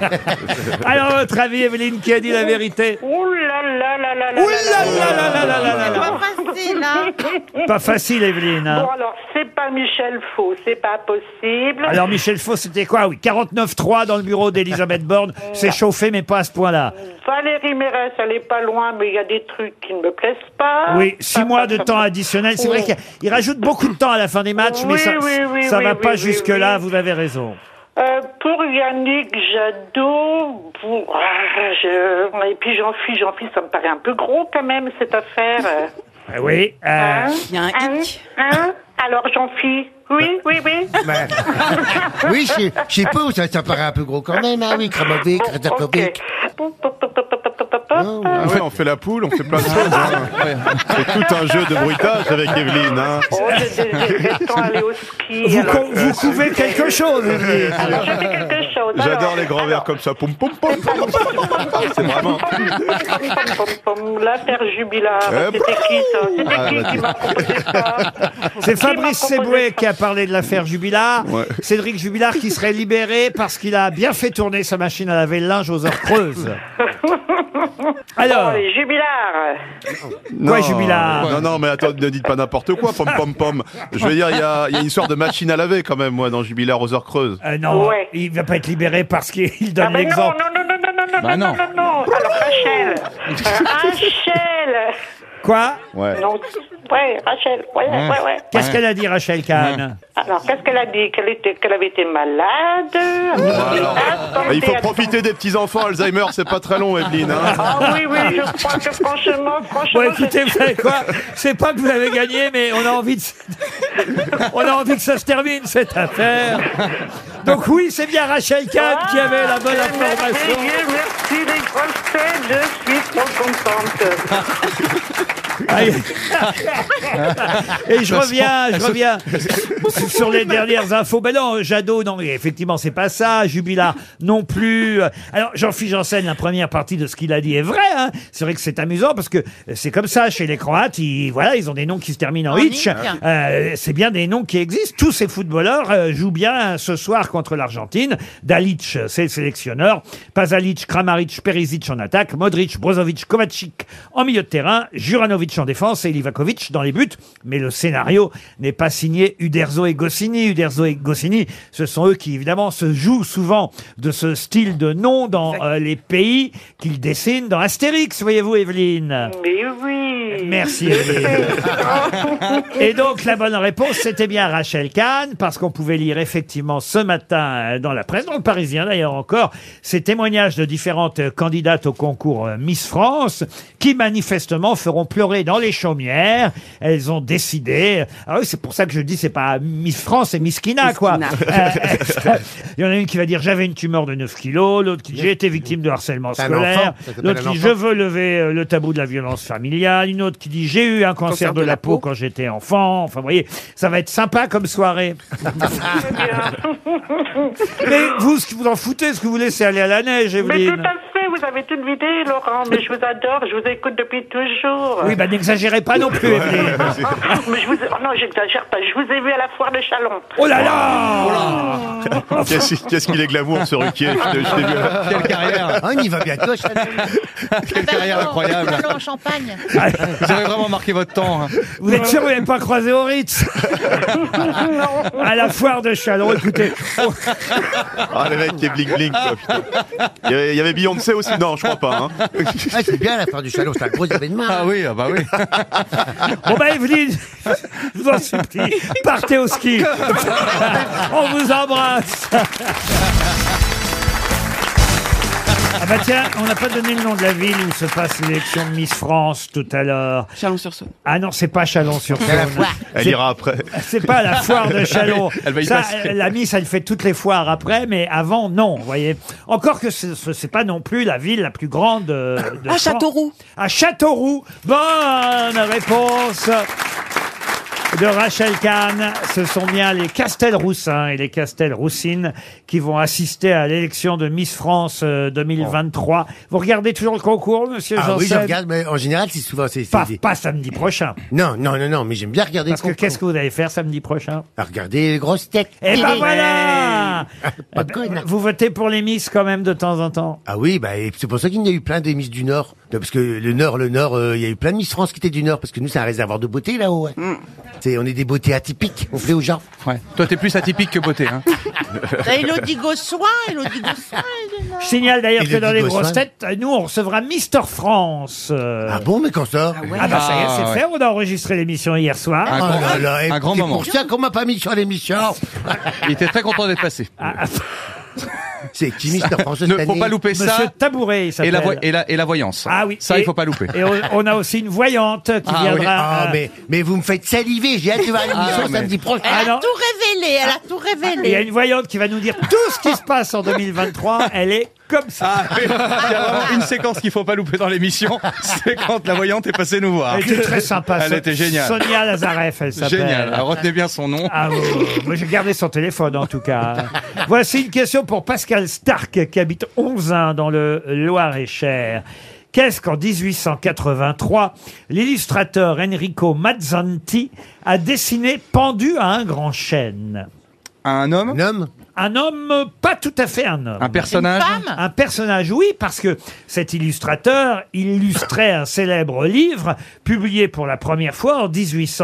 [SPEAKER 2] Alors, votre avis, Evelyne, qui a dit la vérité
[SPEAKER 10] Ouh là là là là
[SPEAKER 2] Ouh là là là là là là là.
[SPEAKER 10] Pas facile, hein
[SPEAKER 2] Pas facile, Evelyne. hein.
[SPEAKER 10] Bon, alors, c'est pas Michel Faux, c'est pas possible.
[SPEAKER 2] Alors Michel Faux, c'était quoi Oui, 49-3 dans le bureau d'Elisabeth Borne. C'est chauffé, mais pas à ce point-là.
[SPEAKER 10] Valérie Mérès, elle est pas loin, mais il y a des trucs qui ne me plaisent pas.
[SPEAKER 2] Oui, six mois de temps additionnel. C'est vrai
[SPEAKER 10] Oui.
[SPEAKER 2] qu'il il rajoute beaucoup de temps à la fin des matchs, mais
[SPEAKER 10] Oui,
[SPEAKER 2] ça,
[SPEAKER 10] oui, oui,
[SPEAKER 2] ça
[SPEAKER 10] oui,
[SPEAKER 2] va
[SPEAKER 10] oui,
[SPEAKER 2] pas
[SPEAKER 10] oui,
[SPEAKER 2] jusque-là.
[SPEAKER 10] oui.
[SPEAKER 2] Vous avez raison.
[SPEAKER 10] Euh, pour Yannick Jadot, bon, ah, je- et puis j'en fuis, j'en fuis, ça me paraît un peu gros quand même cette affaire.
[SPEAKER 2] Ah oui. euh,
[SPEAKER 10] Il y a un hein Alors j'en fuis. Oui, oui, oui.
[SPEAKER 6] Oui, je sais- je sais pas, ça, ça paraît un peu gros quand même. Ah oui, Kramovic, Kratakovic.
[SPEAKER 5] Ah ouais, on fait la poule, on fait plein de choses. hein. C'est tout un jeu de bruitage avec Evelyne. hein.
[SPEAKER 10] Oh,
[SPEAKER 2] Vous, cou- vous couvez quelque chose, Evelyne.
[SPEAKER 10] Ah,
[SPEAKER 5] J'adore les grands verres comme ça. Poum, poum, poum, poum, poum, poum, poum, poum. C'est vraiment.
[SPEAKER 10] L'affaire jubilard,
[SPEAKER 5] Eh ben
[SPEAKER 10] c'était qui ça C'était
[SPEAKER 2] Ah,
[SPEAKER 10] qui
[SPEAKER 2] bah,
[SPEAKER 10] qui m'a proposé
[SPEAKER 2] C'est Fabrice Seboué qui a parlé de l'affaire Jubilard. Cédric Jubilard qui serait libéré parce qu'il a bien fait tourner sa machine à laver le linge aux heures creuses. Alors.
[SPEAKER 10] Oh, les jubilards
[SPEAKER 5] Non.
[SPEAKER 2] Ouais, Jubilard.
[SPEAKER 5] Non, non, mais attends, ne dites pas n'importe quoi, pom pom pom. Je veux dire, il y a, il y a une histoire de machine à laver quand même, moi, dans Jubilar aux heures creuses.
[SPEAKER 2] Euh, non, il va pas être libéré parce qu'il
[SPEAKER 10] Ah ben
[SPEAKER 2] donne l'exemple.
[SPEAKER 5] Bah non.
[SPEAKER 10] Non, non, alors Rachel Euh, Rachel
[SPEAKER 2] Quoi Ouais.
[SPEAKER 10] Non, ouais, Rachel, ouais, ouais, ouais.
[SPEAKER 2] Qu'est-ce qu'elle a dit, Rachel Kahn
[SPEAKER 10] Alors, qu'est-ce qu'elle a dit Qu'elle était, qu'elle avait été malade
[SPEAKER 5] alors.
[SPEAKER 10] Ah,
[SPEAKER 5] Et Bah, Il faut profiter des petits enfants. Alzheimer, c'est pas très long, Evelyne.
[SPEAKER 10] Ah
[SPEAKER 5] hein.
[SPEAKER 10] oui, oui, je crois que franchement, franchement...
[SPEAKER 2] Bon, écoutez, vous savez quoi C'est pas que vous avez gagné, mais on a envie de... on a envie que ça se termine, cette affaire. Donc oui, c'est bien Rachel Kahn qui avait la bonne information.
[SPEAKER 10] Merci les grosses têtes, je suis trop contente.
[SPEAKER 2] Aïe. Et je
[SPEAKER 10] Ça se
[SPEAKER 2] reviens,
[SPEAKER 10] prend-
[SPEAKER 2] je reviens sur les dernières infos. Ben non, Jadot, non, effectivement, c'est pas ça. Jubila, non plus. Alors, Jean-Philippe Janssen, la première partie de ce qu'il a dit est vraie. hein. C'est vrai que c'est amusant parce que c'est comme ça chez les Croates. Ils, voilà, ils ont des noms qui se terminent en,
[SPEAKER 17] En
[SPEAKER 2] itch.
[SPEAKER 17] ick.
[SPEAKER 2] Euh, c'est bien des noms qui existent. Tous ces footballeurs euh, jouent bien euh, ce soir contre l'Argentine. Dalic, euh, c'est le sélectionneur. Pazalic, Kramaric, Perisic en attaque. Modric, Brozovic, Kovacic en milieu de terrain. Juranovic en défense et Livakovic dans les buts. Mais le scénario n'est pas signé Uderzo et Goscinny. Uderzo et Goscinny, ce sont eux qui évidemment se jouent souvent de ce style de nom dans euh, les pays qu'ils dessinent dans Astérix, voyez-vous Evelyne.
[SPEAKER 10] Mais oui
[SPEAKER 2] Merci Evelyne. Et donc, la bonne réponse, c'était bien Rachel Kahn, parce qu'on pouvait lire effectivement ce matin euh, dans la presse, dans le Parisien d'ailleurs encore, ces témoignages de différentes euh, candidates au concours euh, Miss France, qui manifestement feront pleurer Restauré dans les Chaumières. Elles ont décidé. Ah oui, c'est pour ça que je dis c'est pas Miss France, c'est Miss Kina, quoi. Euh, Il y en a une qui va dire j'avais une tumeur de 9 kilos, l'autre qui j'ai été victime de harcèlement
[SPEAKER 11] C'est un
[SPEAKER 2] scolaire,
[SPEAKER 11] enfant, ça s'appelle
[SPEAKER 2] l'autre
[SPEAKER 11] un
[SPEAKER 2] qui je
[SPEAKER 11] enfant.
[SPEAKER 2] veux lever euh, le tabou de la violence familiale, une autre qui dit j'ai eu un cancer, de, la, peau quand j'étais enfant. Enfin, vous voyez, ça va être sympa comme soirée. Mais vous, ce que vous en foutez, ce que vous voulez, c'est aller à la neige,
[SPEAKER 10] Mais
[SPEAKER 2] Evelyne.
[SPEAKER 10] tout à fait, vous avez tout vidé, Laurent. Mais je vous adore, je vous écoute depuis toujours. Ah,
[SPEAKER 2] Oui, bah n'exagérez pas non plus, Evelyne.
[SPEAKER 10] Mais je vous... oh non, j'exagère pas. Je vous ai vu à la foire de Chalon.
[SPEAKER 2] Oh là là
[SPEAKER 5] Qu'est-ce qu'est-ce qu'il est glamour, ce Ruquier je t'ai- je t'ai vu.
[SPEAKER 11] Quelle carrière
[SPEAKER 6] On y va bientôt,
[SPEAKER 3] Ah, Quelle carrière incroyable
[SPEAKER 4] en champagne.
[SPEAKER 3] Vous avez vraiment marqué votre temps. hein.
[SPEAKER 2] Vous êtes sûr que vous n'avez pas croisé au Ritz À la foire de Chalon, écoutez. on-
[SPEAKER 5] Ah, le mec qui est bling-bling, quoi, putain. Il y avait- il y avait Beyoncé aussi Non, je crois pas. hein.
[SPEAKER 6] Ah, c'est bien la fin du chalot, c'est un gros événement.
[SPEAKER 3] Ah oui, ah bah oui.
[SPEAKER 2] Bon bah Evelyne, je vous en supplie, partez au ski. On vous embrasse. Ah bah tiens, on n'a pas donné le nom de la ville où se passe l'élection de Miss France tout à l'heure.
[SPEAKER 7] Chalon-sur-Saône.
[SPEAKER 2] Ah non, c'est pas Chalon-sur-Saône.
[SPEAKER 5] Elle
[SPEAKER 2] C'est-
[SPEAKER 5] ira après.
[SPEAKER 2] C'est pas la foire
[SPEAKER 6] Ah
[SPEAKER 2] de Chalon.
[SPEAKER 3] Elle va y
[SPEAKER 2] Ça,
[SPEAKER 3] passer.
[SPEAKER 2] euh, La Miss, elle fait toutes les foires après, mais avant, non, vous voyez. Encore que ce ce- c'est pas non plus la ville la plus grande euh, de
[SPEAKER 7] À
[SPEAKER 2] France.
[SPEAKER 7] Châteauroux.
[SPEAKER 2] À Châteauroux. Bonne réponse de Rachel Kahn, ce sont bien les Castelroussins et les Castelroussines qui vont assister à l'élection de Miss France euh, 2023. Vous regardez toujours le concours, monsieur
[SPEAKER 6] Ah oui, je
[SPEAKER 2] Janssen
[SPEAKER 6] regarde, mais en général, c'est souvent. c'est- c'est-
[SPEAKER 2] Pas,
[SPEAKER 6] c'est-
[SPEAKER 2] pas samedi prochain.
[SPEAKER 6] Non, non, non, non, mais j'aime bien regarder.
[SPEAKER 2] Parce que qu'est-ce que vous allez faire samedi prochain
[SPEAKER 6] Regardez les grosses têtes.
[SPEAKER 2] Eh ben voilà
[SPEAKER 6] Pas de conne.
[SPEAKER 2] Vous votez pour les Miss quand même de temps en temps
[SPEAKER 6] Ah oui, bah, et c'est pour ça qu'il y a eu plein des Miss du Nord. Non, Parce que le Nord, le Nord, euh, il y a eu plein de Miss France qui étaient du Nord, parce que nous, c'est un réservoir de beauté là-haut. hein. C'est- On est des beautés atypiques, on plaît aux gens.
[SPEAKER 3] Mm. Ouais. Toi, t'es plus atypique que beauté. Hein.
[SPEAKER 4] T'as Elodie Gossoin, Elodie Gossoin. elle est là.
[SPEAKER 2] Je signale d'ailleurs
[SPEAKER 6] Et
[SPEAKER 2] que
[SPEAKER 6] le
[SPEAKER 2] dans les
[SPEAKER 6] Digo
[SPEAKER 2] grosses
[SPEAKER 6] Swan.
[SPEAKER 2] têtes, nous on recevra Mister France. euh,
[SPEAKER 6] Ah bon, mais quand ça
[SPEAKER 2] Ah bah ça y est,
[SPEAKER 3] Ah,
[SPEAKER 2] c'est
[SPEAKER 3] ouais.
[SPEAKER 2] fait, on a enregistré l'émission hier soir.
[SPEAKER 3] Un
[SPEAKER 6] Oh
[SPEAKER 3] grand-
[SPEAKER 6] là là, et
[SPEAKER 3] un Ah, grand
[SPEAKER 6] c'est
[SPEAKER 3] moment.
[SPEAKER 6] pour ça qu'on m'a pas mis sur l'émission.
[SPEAKER 3] Il était très content d'être passé.
[SPEAKER 2] Ah,
[SPEAKER 6] C'est qui Mister François
[SPEAKER 3] Ne faut pas louper
[SPEAKER 2] Monsieur
[SPEAKER 3] ça.
[SPEAKER 2] Tabouret, il
[SPEAKER 3] Et la, vo-
[SPEAKER 2] s'appelle.
[SPEAKER 3] et, la, et la voyance.
[SPEAKER 2] Ah oui.
[SPEAKER 3] Ça,
[SPEAKER 2] Et-
[SPEAKER 3] il faut pas louper.
[SPEAKER 2] Et on, on a aussi une voyante qui
[SPEAKER 3] Ah oui.
[SPEAKER 2] viendra.
[SPEAKER 6] Ah,
[SPEAKER 2] euh,
[SPEAKER 6] mais, mais vous me faites saliver, j'ai hâte de voir l'émission
[SPEAKER 3] Ah, mais-
[SPEAKER 6] samedi prochain. Ah,
[SPEAKER 4] Elle
[SPEAKER 2] Ah non.
[SPEAKER 4] a tout révélé, elle a tout
[SPEAKER 2] Il y a
[SPEAKER 4] révélé.
[SPEAKER 2] une voyante qui va nous dire tout ce qui se passe en 2023. Elle est comme ça.
[SPEAKER 3] Ah, mais il y a vraiment une séquence qu'il faut pas louper dans l'émission, c'est quand la voyante est passée nous voir.
[SPEAKER 2] Elle était très sympa.
[SPEAKER 3] Elle
[SPEAKER 2] So-
[SPEAKER 3] était géniale.
[SPEAKER 2] Sonia Lazareff, elle s'appelle.
[SPEAKER 3] Génial. Alors, retenez bien son nom.
[SPEAKER 2] Ah oui, oui, oui. moi j'ai gardé son téléphone en tout cas. Voici une question pour Pascal Stark qui habite 11 dans le Loir-et-Cher. Qu'est-ce qu'en 1883 l'illustrateur Enrico Mazzanti a dessiné pendu à un grand chêne
[SPEAKER 3] Un homme
[SPEAKER 6] Un homme
[SPEAKER 2] Un homme, pas tout à fait un homme.
[SPEAKER 3] Un personnage
[SPEAKER 4] Une femme
[SPEAKER 2] Un personnage, oui, parce que cet illustrateur illustrait un célèbre livre publié pour la première fois en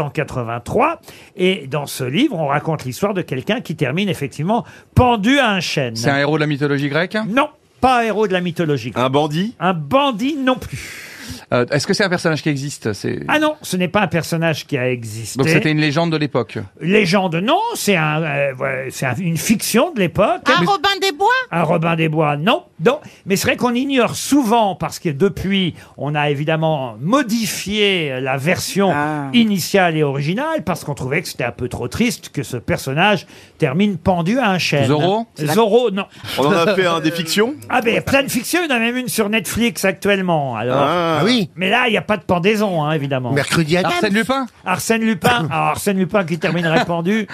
[SPEAKER 2] 1883. Et dans ce livre, on raconte l'histoire de quelqu'un qui termine effectivement pendu à un chêne.
[SPEAKER 3] C'est un héros de la mythologie grecque hein
[SPEAKER 2] Non, pas un héros de la mythologie.
[SPEAKER 5] Un bandit
[SPEAKER 2] Un bandit non plus.
[SPEAKER 3] Euh, Est-ce que c'est un personnage qui existe C'est-
[SPEAKER 2] Ah non, ce n'est pas un personnage qui a existé.
[SPEAKER 3] Donc c'était une légende de l'époque.
[SPEAKER 2] Légende, non, c'est un, euh, ouais, c'est un- une fiction de l'époque.
[SPEAKER 4] Un Robin des Bois
[SPEAKER 2] Un Robin des Bois, non, non. Mais c'est vrai qu'on ignore souvent, parce que depuis, on a évidemment modifié la version
[SPEAKER 7] Ah.
[SPEAKER 2] initiale et originale, parce qu'on trouvait que c'était un peu trop triste que ce personnage termine pendu à un chêne.
[SPEAKER 3] Zorro
[SPEAKER 2] Zorro, non.
[SPEAKER 5] On en a fait un des fictions
[SPEAKER 2] Ah ben, il y a plein de fictions, il y en a même une sur Netflix actuellement. Alors.
[SPEAKER 6] Ah
[SPEAKER 5] Ah,
[SPEAKER 6] oui
[SPEAKER 2] Mais là, il n'y a pas de pendaison, hein, évidemment.
[SPEAKER 6] Mercredi à
[SPEAKER 3] Arsène Lupin
[SPEAKER 2] Arsène Lupin, alors Arsène Lupin qui terminerait pendu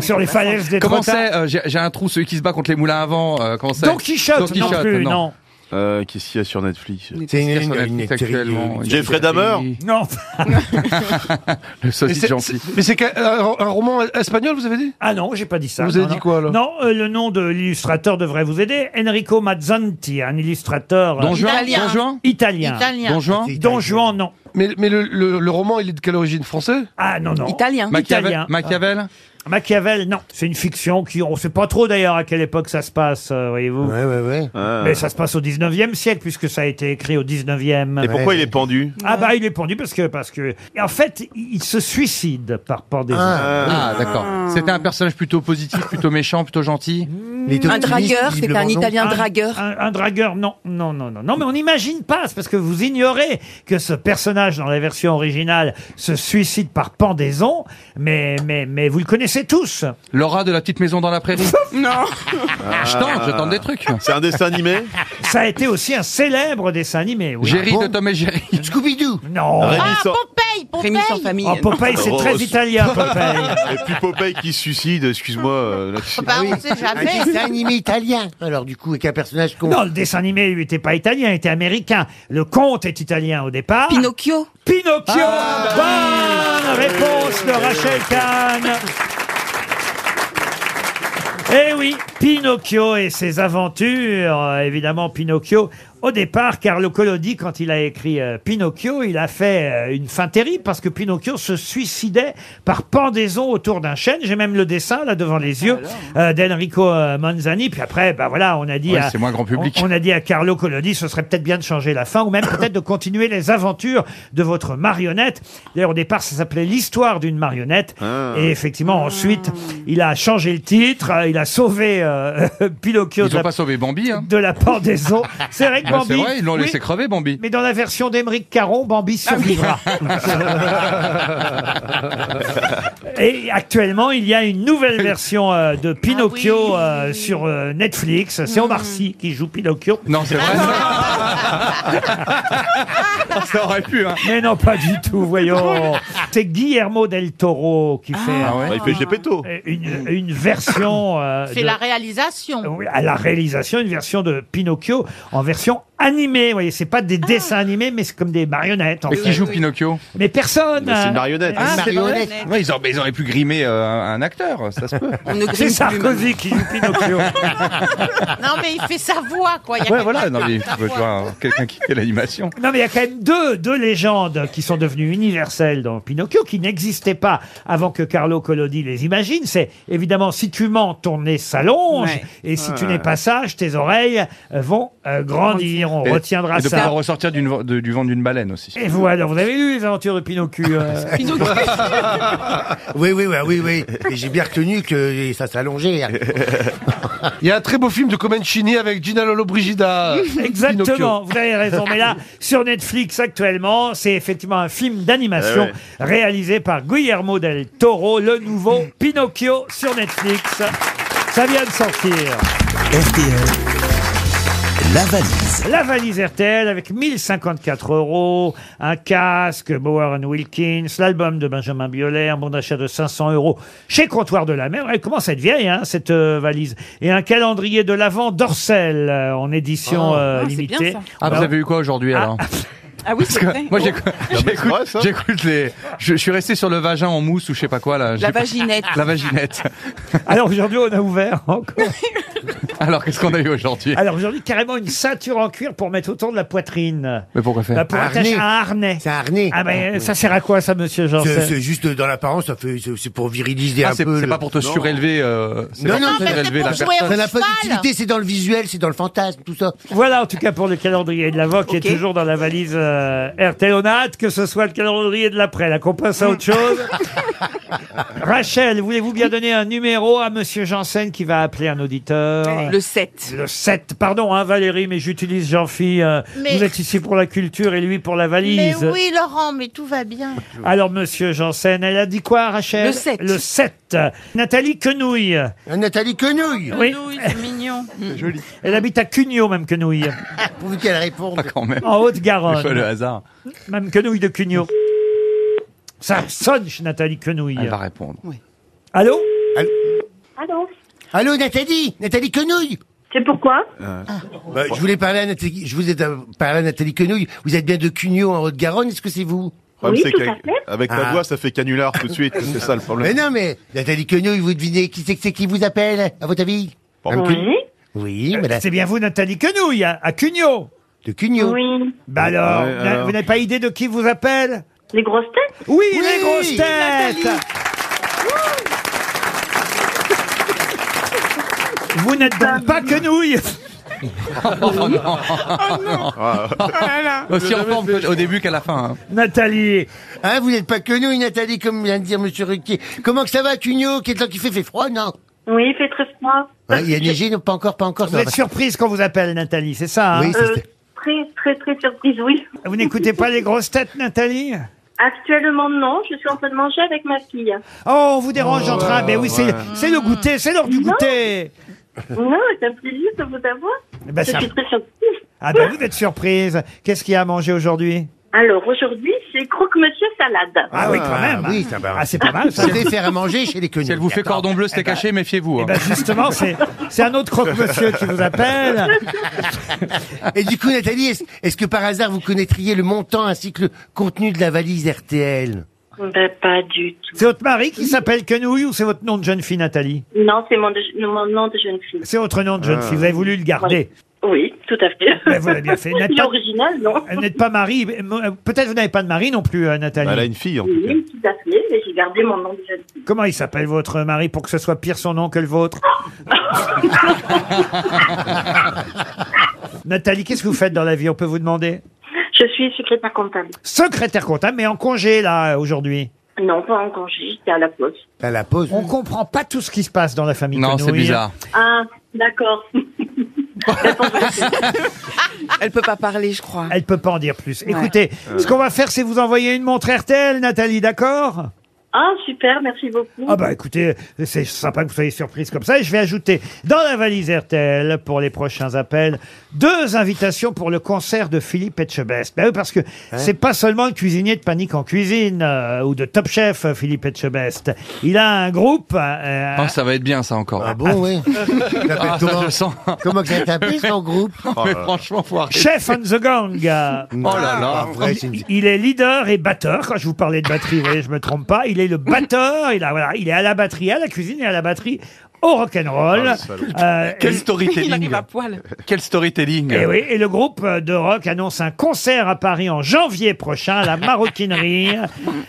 [SPEAKER 2] sur les falaises des
[SPEAKER 3] Comment
[SPEAKER 2] Trotards.
[SPEAKER 3] c'est euh, J'ai j'ai un trou, celui qui se bat contre les moulins à vent. euh, comment c'est
[SPEAKER 2] Don Quichotte,
[SPEAKER 3] Don Quichotte,
[SPEAKER 2] non plus, non.
[SPEAKER 5] Euh, Qu'est-ce qu'il y a sur Netflix
[SPEAKER 6] C'est une- une- une- une-
[SPEAKER 3] actuellement.
[SPEAKER 5] Jeffrey Dahmer
[SPEAKER 2] Non.
[SPEAKER 3] Le
[SPEAKER 11] Mais
[SPEAKER 3] saucisse
[SPEAKER 11] c'est-
[SPEAKER 3] gentil.
[SPEAKER 11] c'est- mais c'est qu'un- un, un roman espagnol, vous avez dit
[SPEAKER 2] Ah non, j'ai pas dit ça.
[SPEAKER 11] Vous
[SPEAKER 2] Non,
[SPEAKER 11] avez dit
[SPEAKER 2] non.
[SPEAKER 11] quoi, alors
[SPEAKER 2] Non, euh, le nom de l'illustrateur devrait vous aider. Enrico Mazzanti, un illustrateur euh,
[SPEAKER 3] Don Juan
[SPEAKER 4] Italien.
[SPEAKER 3] Don Juan
[SPEAKER 2] italien.
[SPEAKER 4] Italien.
[SPEAKER 3] Don Juan
[SPEAKER 6] C'est
[SPEAKER 2] Don Juan, non.
[SPEAKER 11] Mais, mais le, le- le roman, il est de quelle origine Français
[SPEAKER 2] Ah non, non.
[SPEAKER 7] Italien.
[SPEAKER 3] Machiavel,
[SPEAKER 2] Italien. Ah.
[SPEAKER 3] Machiavel
[SPEAKER 2] Machiavel, non. C'est une fiction qui, on sait pas trop d'ailleurs à quelle époque ça se passe, euh, voyez-vous.
[SPEAKER 6] Ouais, ouais, ouais.
[SPEAKER 5] Ah.
[SPEAKER 2] Mais ça se passe au 19e siècle, puisque ça a été écrit au 19e.
[SPEAKER 5] Et pourquoi il est pendu
[SPEAKER 2] Ah bah il est pendu parce que parce que et en fait il se suicide par pendaison.
[SPEAKER 6] Ah,
[SPEAKER 3] Ah, d'accord. C'était un personnage plutôt positif, plutôt méchant, plutôt gentil.
[SPEAKER 6] Les deux
[SPEAKER 7] Un dragueur, c'est un Italien
[SPEAKER 2] Un-
[SPEAKER 7] dragueur.
[SPEAKER 2] Mm. Un, un dragueur, non, non, non, non, non, mais on n'imagine pas, c'est parce que vous ignorez que ce personnage dans la version originale se suicide par pendaison, mais, mais, mais vous le connaissez tous.
[SPEAKER 3] Laura de la petite maison dans la prairie. Ah.
[SPEAKER 7] non.
[SPEAKER 3] Je tente, je tente des trucs.
[SPEAKER 5] C'est un dessin animé
[SPEAKER 2] Ça a été aussi un célèbre dessin animé. Oui. Ah,
[SPEAKER 3] Jerry de Tom et Jerry.
[SPEAKER 6] Scooby-Doo.
[SPEAKER 2] Non.
[SPEAKER 5] Rémi sans-
[SPEAKER 4] Popeye, Popeye.
[SPEAKER 7] Rémi sans famille.
[SPEAKER 2] Oh, Popeye, c'est
[SPEAKER 5] Oh,
[SPEAKER 2] très
[SPEAKER 5] c'est-
[SPEAKER 2] italien, Popeye.
[SPEAKER 5] Et puis Popeye qui se suicide, excuse-moi. euh, là-dessus.
[SPEAKER 6] Ah
[SPEAKER 4] Bah, on sait jamais.
[SPEAKER 6] C'est animé italien. Alors du coup, avec un personnage con.
[SPEAKER 2] Non, le dessin animé, lui, n'était pas italien, il était américain. Le conte est italien au départ.
[SPEAKER 7] Pinocchio.
[SPEAKER 2] Pinocchio
[SPEAKER 6] Ah, bah
[SPEAKER 2] Bonne réponse de Rachel Kahn Eh oui, Pinocchio et ses aventures, euh, évidemment Pinocchio. Au départ, Carlo Collodi, quand il a écrit euh, Pinocchio, il a fait euh, une fin terrible parce que Pinocchio se suicidait par pendaison autour d'un chêne. J'ai même le dessin là devant
[SPEAKER 3] Ah,
[SPEAKER 2] les yeux euh, d'Enrico euh, Manzani. Puis après, bah voilà, on a dit
[SPEAKER 3] hein. Ouais,
[SPEAKER 2] à-
[SPEAKER 3] c'est moins grand public.
[SPEAKER 2] on- on a dit à Carlo Collodi, ce serait peut-être bien de changer la fin, ou même peut-être de continuer les aventures de votre marionnette. D'ailleurs, au départ, ça s'appelait l'histoire d'une marionnette. Et effectivement, ensuite, il a changé le titre, euh, il a sauvé euh, Pinocchio
[SPEAKER 3] Ils
[SPEAKER 2] de
[SPEAKER 3] ont
[SPEAKER 2] la,
[SPEAKER 3] pas sauvé Bambi. Hein.
[SPEAKER 2] de la pendaison. C'est vrai que
[SPEAKER 3] Bah,
[SPEAKER 2] Bambi.
[SPEAKER 3] c'est vrai, ils l'ont
[SPEAKER 2] oui,
[SPEAKER 3] laissé crever, Bambi. Ah
[SPEAKER 2] Mais dans la version d'Émeric Caron, Bambi survivra. Et actuellement, il y a une nouvelle version euh, de Pinocchio euh, sur euh, Netflix. C'est Omar Sy qui joue Pinocchio. Ah
[SPEAKER 3] Non, c'est vrai. Ça aurait pu, hein.
[SPEAKER 2] Mais non, pas du tout, voyons. C'est Guillermo del Toro qui fait
[SPEAKER 3] Ah ouais.
[SPEAKER 5] Il fait Gepetto.
[SPEAKER 2] euh, une, une version euh,
[SPEAKER 4] C'est
[SPEAKER 2] de- Euh,
[SPEAKER 4] la réalisation.
[SPEAKER 2] oui, à la réalisation, une version de Pinocchio en version animée. Vous voyez, c'est pas des dessins animés, mais c'est comme des marionnettes. en
[SPEAKER 3] Mais
[SPEAKER 2] fait.
[SPEAKER 3] qui joue Pinocchio
[SPEAKER 2] Mais personne.
[SPEAKER 5] C'est
[SPEAKER 2] hein.
[SPEAKER 5] une marionnette.
[SPEAKER 3] Ah, c'est
[SPEAKER 6] marionnette.
[SPEAKER 3] vrai. Ouais, ils, auraient, ils auraient pu grimer euh, un un acteur, ça se peut.
[SPEAKER 7] On ne
[SPEAKER 2] C'est
[SPEAKER 7] grime plus maintenant.
[SPEAKER 2] Sarkozy qui joue Pinocchio.
[SPEAKER 4] Non, mais il fait sa voix, quoi. Il y a
[SPEAKER 3] Ouais,
[SPEAKER 4] quelqu'un
[SPEAKER 3] voilà,
[SPEAKER 4] qui
[SPEAKER 3] non, mais
[SPEAKER 4] fait sa
[SPEAKER 3] je veux
[SPEAKER 4] voix.
[SPEAKER 3] voir quelqu'un qui fait l'animation.
[SPEAKER 2] Non, mais il y a quand même deux, deux légendes qui sont devenues universelles dans Pinocchio, qui n'existaient pas avant que Carlo Collodi les imagine. C'est évidemment si tu mens, ton nez s'allonge,
[SPEAKER 7] Ouais.
[SPEAKER 2] et si tu n'es pas sage, tes oreilles euh, vont euh, grandir. On
[SPEAKER 3] Et-
[SPEAKER 2] retiendra
[SPEAKER 3] et de
[SPEAKER 2] ça.
[SPEAKER 3] pouvoir ressortir d'une vo- de- du vent d'une baleine aussi.
[SPEAKER 2] Et voilà, vous avez lu les aventures de Pinocchio. euh.
[SPEAKER 6] Oui, oui, oui, oui, oui. Et j'ai bien retenu que ça s'allongeait.
[SPEAKER 11] Il y a un très beau film de Comencini avec Gina Lolo Brigida. Pinocchio.
[SPEAKER 2] Exactement, vous avez raison. Mais là, sur Netflix actuellement, c'est effectivement un film d'animation
[SPEAKER 5] Eh
[SPEAKER 2] réalisé par Guillermo del Toro, le nouveau Pinocchio sur Netflix. Ça vient de sortir.
[SPEAKER 1] RTL, la valise.
[SPEAKER 2] La valise RTL avec 1054 euros, un casque Bower Wilkins, l'album de Benjamin Biolay, un bon d'achat de 500 euros chez Comptoir de la Mer. Elle commence à être vieille, hein, cette euh, valise. Et un calendrier de l'Avent d'Orsel euh, en
[SPEAKER 3] Oh.
[SPEAKER 2] édition euh,
[SPEAKER 7] ah, c'est bien,
[SPEAKER 2] limitée.
[SPEAKER 7] ça.
[SPEAKER 3] Ah, vous avez eu quoi aujourd'hui alors
[SPEAKER 7] Ah oui, c'est
[SPEAKER 3] Parce
[SPEAKER 7] vrai.
[SPEAKER 3] que Moi j'éc-
[SPEAKER 5] c'est vrai, ça.
[SPEAKER 3] j'écoute, j'écoute les. Je, je suis resté sur le vagin en mousse ou je sais pas quoi là.
[SPEAKER 7] La
[SPEAKER 3] J'ai pas-
[SPEAKER 7] vaginette.
[SPEAKER 3] La vaginette.
[SPEAKER 2] Alors aujourd'hui, on a ouvert encore.
[SPEAKER 3] Alors qu'est-ce qu'on a eu aujourd'hui
[SPEAKER 2] Alors aujourd'hui, carrément une ceinture en cuir pour mettre autour de la poitrine.
[SPEAKER 3] Mais pourquoi
[SPEAKER 2] Bah,
[SPEAKER 3] faire
[SPEAKER 2] pour
[SPEAKER 6] Un
[SPEAKER 2] attacher
[SPEAKER 6] harnais.
[SPEAKER 2] un harnais.
[SPEAKER 6] C'est un harnais.
[SPEAKER 2] Ah ben, ça sert à quoi ça, monsieur
[SPEAKER 6] C'est
[SPEAKER 2] Janssen
[SPEAKER 6] c'est juste dans l'apparence, ça fait, c'est c'est pour viriliser
[SPEAKER 3] Ah,
[SPEAKER 6] un
[SPEAKER 3] c'est
[SPEAKER 6] peu.
[SPEAKER 3] c'est
[SPEAKER 6] le-
[SPEAKER 3] pas pour te surélever. euh, c'est
[SPEAKER 6] Non,
[SPEAKER 3] pas
[SPEAKER 6] non, mais
[SPEAKER 3] pour
[SPEAKER 6] c'est
[SPEAKER 3] surélever
[SPEAKER 4] pour
[SPEAKER 3] la
[SPEAKER 4] jouer
[SPEAKER 3] personne.
[SPEAKER 6] Ça n'a pas
[SPEAKER 4] Cheval.
[SPEAKER 6] d'utilité, c'est dans le visuel, c'est dans le fantasme, tout ça.
[SPEAKER 2] Voilà en tout cas pour le calendrier de l'avant qui est toujours dans la valise euh, RTL. On a hâte que ce soit le calendrier de l'après, là qu'on passe à autre chose. Rachel, voulez-vous bien donner un numéro à monsieur Janssen qui va appeler un auditeur
[SPEAKER 7] Le 7.
[SPEAKER 2] Le 7, pardon hein, Valérie, mais j'utilise Jean-Phi. euh,
[SPEAKER 4] Mais-
[SPEAKER 2] Vous êtes ici pour la culture et lui pour la valise.
[SPEAKER 4] Mais oui, Laurent, mais tout va bien.
[SPEAKER 2] Alors, monsieur Janssen, elle a dit quoi, Rachel
[SPEAKER 7] Le sept.
[SPEAKER 2] Le 7. Nathalie Quenouille.
[SPEAKER 6] Euh, Nathalie Quenouille,
[SPEAKER 2] Oui,
[SPEAKER 4] Nous, c'est mignon.
[SPEAKER 2] elle habite à Cugnot, même Quenouille,
[SPEAKER 6] pourvu qu'elle réponde.
[SPEAKER 3] Pas quand même.
[SPEAKER 2] en
[SPEAKER 3] Des fois, le
[SPEAKER 2] Haute-Garonne.
[SPEAKER 3] hasard.
[SPEAKER 2] Même Quenouille de Cugnot. Ça sonne chez Nathalie Quenouille.
[SPEAKER 3] Elle va répondre.
[SPEAKER 2] Allô
[SPEAKER 19] Allô
[SPEAKER 6] Allô, Nathalie Nathalie Quenouille
[SPEAKER 19] C'est pourquoi
[SPEAKER 2] Ah.
[SPEAKER 6] Bah, Je voulais parler à Nathalie, je vous ai parlé à Nathalie Quenouille. Vous êtes bien de Cugnot en Haute-Garonne, est-ce que c'est vous
[SPEAKER 5] Le problème,
[SPEAKER 19] Oui,
[SPEAKER 5] c'est
[SPEAKER 19] tout
[SPEAKER 5] qu'avec-
[SPEAKER 19] à fait.
[SPEAKER 5] Avec la
[SPEAKER 6] Ah.
[SPEAKER 5] voix, ça fait canular tout de suite. C'est ça le
[SPEAKER 6] Mais
[SPEAKER 5] problème.
[SPEAKER 6] non, mais Nathalie Quenouille, vous devinez qui c'est que c'est qui vous appelle, à votre avis
[SPEAKER 5] Bon,
[SPEAKER 19] Oui.
[SPEAKER 6] Oui, madame.
[SPEAKER 2] C'est bien vous, Nathalie Quenouille, hein, à, à Cugnot.
[SPEAKER 6] De Cugnot.
[SPEAKER 19] Oui.
[SPEAKER 2] Bah alors,
[SPEAKER 5] Ouais,
[SPEAKER 2] vous n'a-
[SPEAKER 5] alors.
[SPEAKER 2] vous n'avez pas idée de qui vous appelle
[SPEAKER 19] Les grosses têtes
[SPEAKER 2] oui,
[SPEAKER 6] Oui,
[SPEAKER 2] les grosses
[SPEAKER 6] Nathalie.
[SPEAKER 2] têtes Vous n'êtes donc pas Quenouille
[SPEAKER 3] Oh,
[SPEAKER 7] Oh,
[SPEAKER 3] Ah. Aussi en forme au début qu'à la fin. hein.
[SPEAKER 2] Nathalie
[SPEAKER 6] Hein, vous n'êtes pas Quenouille, Nathalie, comme vient de dire Monsieur Ruquier. Comment que ça va, Cugnot Quelqu'un qui fait, fait froid, non
[SPEAKER 19] Oui, il fait très froid.
[SPEAKER 6] Ouais, il y a neigé, non, pas encore, pas encore.
[SPEAKER 2] Vous êtes surprise quand on vous appelle, Nathalie, c'est ça hein
[SPEAKER 6] Oui,
[SPEAKER 19] Euh, très, très, très surprise, oui.
[SPEAKER 2] Ah, Vous n'écoutez pas les grosses têtes, Nathalie
[SPEAKER 19] Actuellement, non. Je suis en train de manger avec ma fille.
[SPEAKER 2] Oh, on vous dérange en train. Ben oui, c'est c'est le goûter, c'est l'heure du goûter.
[SPEAKER 19] Non, c'est un plaisir de vous avoir.
[SPEAKER 2] Eh ben,
[SPEAKER 19] je
[SPEAKER 2] ça-
[SPEAKER 19] suis très surprise.
[SPEAKER 2] Ah ben vous êtes surprise. Qu'est-ce qu'il y a à manger aujourd'hui
[SPEAKER 19] Alors, aujourd'hui, c'est croque-monsieur salade.
[SPEAKER 2] Ah oui, quand même.
[SPEAKER 6] oui,
[SPEAKER 2] ça Ah, c'est pas mal. Ça.
[SPEAKER 6] Vous allez faire à manger chez les connus.
[SPEAKER 3] Si elle vous fait
[SPEAKER 6] D'accord.
[SPEAKER 3] cordon bleu, c'était
[SPEAKER 6] Eh ben,
[SPEAKER 3] caché, méfiez-vous. hein.
[SPEAKER 2] Eh ben justement, c'est c'est un autre croque-monsieur qui vous appelle.
[SPEAKER 6] Et du coup, Nathalie, est-ce est-ce que par hasard vous connaîtriez le montant ainsi que le contenu de la valise RTL
[SPEAKER 19] Ben, pas du tout.
[SPEAKER 2] C'est votre mari qui s'appelle Quenouille ou c'est votre nom de jeune fille, Nathalie
[SPEAKER 19] Non, c'est mon, de- mon nom de jeune fille.
[SPEAKER 2] C'est votre nom de jeune
[SPEAKER 19] Ah.
[SPEAKER 2] fille. Vous avez voulu le garder.
[SPEAKER 19] Oui, tout à fait.
[SPEAKER 2] Ben, vous l'avez bien fait. Vous n'êtes
[SPEAKER 19] Il est
[SPEAKER 2] pas-
[SPEAKER 19] original, non
[SPEAKER 2] Vous n'êtes pas mari. mais, euh, Peut-être vous n'avez pas de mari non plus, euh, Nathalie.
[SPEAKER 5] Bah, Elle a une fille, en tout cas.
[SPEAKER 19] Oui, tout à fait. Mais j'ai gardé mon nom de jeune fille.
[SPEAKER 2] Comment il s'appelle votre mari pour que ce soit pire son nom que le vôtre Nathalie, qu'est-ce que vous faites dans la vie On peut vous demander
[SPEAKER 19] Je suis secrétaire comptable.
[SPEAKER 2] Secrétaire comptable, mais en congé là aujourd'hui.
[SPEAKER 19] Non, pas en congé. J'étais à la poste.
[SPEAKER 6] À Bah, la pause.
[SPEAKER 2] On comprend pas tout ce qui se passe dans la famille.
[SPEAKER 3] Non, c'est
[SPEAKER 2] Quenouille.
[SPEAKER 3] bizarre.
[SPEAKER 19] Ah, d'accord.
[SPEAKER 7] Elle peut pas parler, je crois.
[SPEAKER 2] Elle peut pas en dire plus.
[SPEAKER 7] Ouais.
[SPEAKER 2] Écoutez,
[SPEAKER 6] Euh.
[SPEAKER 2] ce qu'on va faire, c'est vous envoyer une montre RTL, Nathalie, d'accord
[SPEAKER 19] Ah, super, merci beaucoup.
[SPEAKER 2] Ah bah écoutez, c'est sympa que vous soyez surprise comme ça. Et je vais ajouter dans la valise RTL pour les prochains appels deux invitations pour le concert de Philippe Etchebest. Ben oui, parce que
[SPEAKER 3] Hein
[SPEAKER 2] c'est pas seulement le cuisinier de Panique en cuisine euh, ou de Top Chef, euh, Philippe Etchebest. Il a un groupe. euh,
[SPEAKER 3] Oh, ça va être bien, ça encore.
[SPEAKER 6] Ah bon, oui.
[SPEAKER 3] Ah, ça, je le sens.
[SPEAKER 6] Comment que ça t'appelle son groupe
[SPEAKER 3] Oh, mais franchement, faut arrêter.
[SPEAKER 2] Chef on the Gang. euh,
[SPEAKER 3] Oh là là.
[SPEAKER 2] Il- Il est leader et batteur. Quand je vous parlais de batterie, vous voyez, je me trompe pas. Il est le batteur. Il, a, voilà, il est à la batterie, à la cuisine et à la batterie au rock'n'roll.
[SPEAKER 5] Ah, le salaud.
[SPEAKER 2] Euh,
[SPEAKER 3] Quel
[SPEAKER 2] et-
[SPEAKER 7] Il
[SPEAKER 3] storytelling.
[SPEAKER 7] arrive à poil.
[SPEAKER 3] Quel storytelling.
[SPEAKER 2] et Eh oui, et le groupe de rock annonce un concert à Paris en janvier prochain à la Maroquinerie.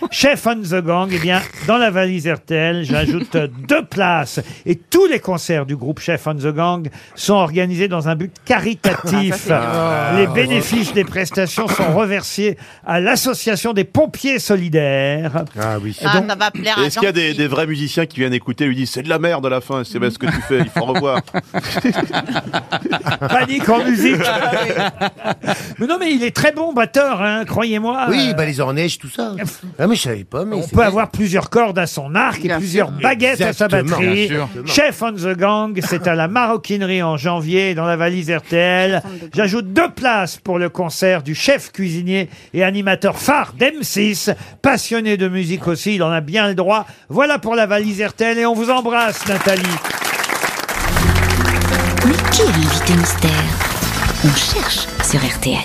[SPEAKER 2] Chef on the Gang, eh bien, dans la valise RTL, j'ajoute deux places. Et tous les concerts du groupe Chef on the Gang sont organisés dans un but caritatif. Ah. les bénéfices des prestations sont reversés à l'association des pompiers solidaires.
[SPEAKER 6] Ah oui.
[SPEAKER 4] Ah,
[SPEAKER 2] donc-
[SPEAKER 4] ça va plaire
[SPEAKER 5] Et
[SPEAKER 4] à
[SPEAKER 5] Est-ce qu'il y a des,
[SPEAKER 4] Jean-Philippe.
[SPEAKER 5] des vrais musiciens qui viennent écouter et lui disent c'est de la merde à la fin, c'est ben, ce que tu fais, il faut revoir.
[SPEAKER 2] Panique en musique. mais non, mais il est très bon batteur, hein, croyez-moi.
[SPEAKER 6] Oui,
[SPEAKER 2] Euh,
[SPEAKER 6] bah les orneiges, tout ça. Ah mais je savais pas, mais
[SPEAKER 2] On
[SPEAKER 6] c'est
[SPEAKER 2] peut avoir plusieurs cordes à son arc et
[SPEAKER 7] Bien
[SPEAKER 2] plusieurs
[SPEAKER 7] sûr.
[SPEAKER 2] baguettes à sa
[SPEAKER 6] Exactement.
[SPEAKER 2] batterie.
[SPEAKER 3] Bien
[SPEAKER 2] Chef on the Gang, c'est à la maroquinerie en janvier dans la valise RTL. J'ajoute deux places pour le concert du chef cuisinier et animateur phare d'M6. Passionné de musique aussi, il en a bien le droit. Voilà pour la valise RTL et on vous embrasse Nathalie.
[SPEAKER 14] Mais qui est l'invité mystère On cherche sur RTL.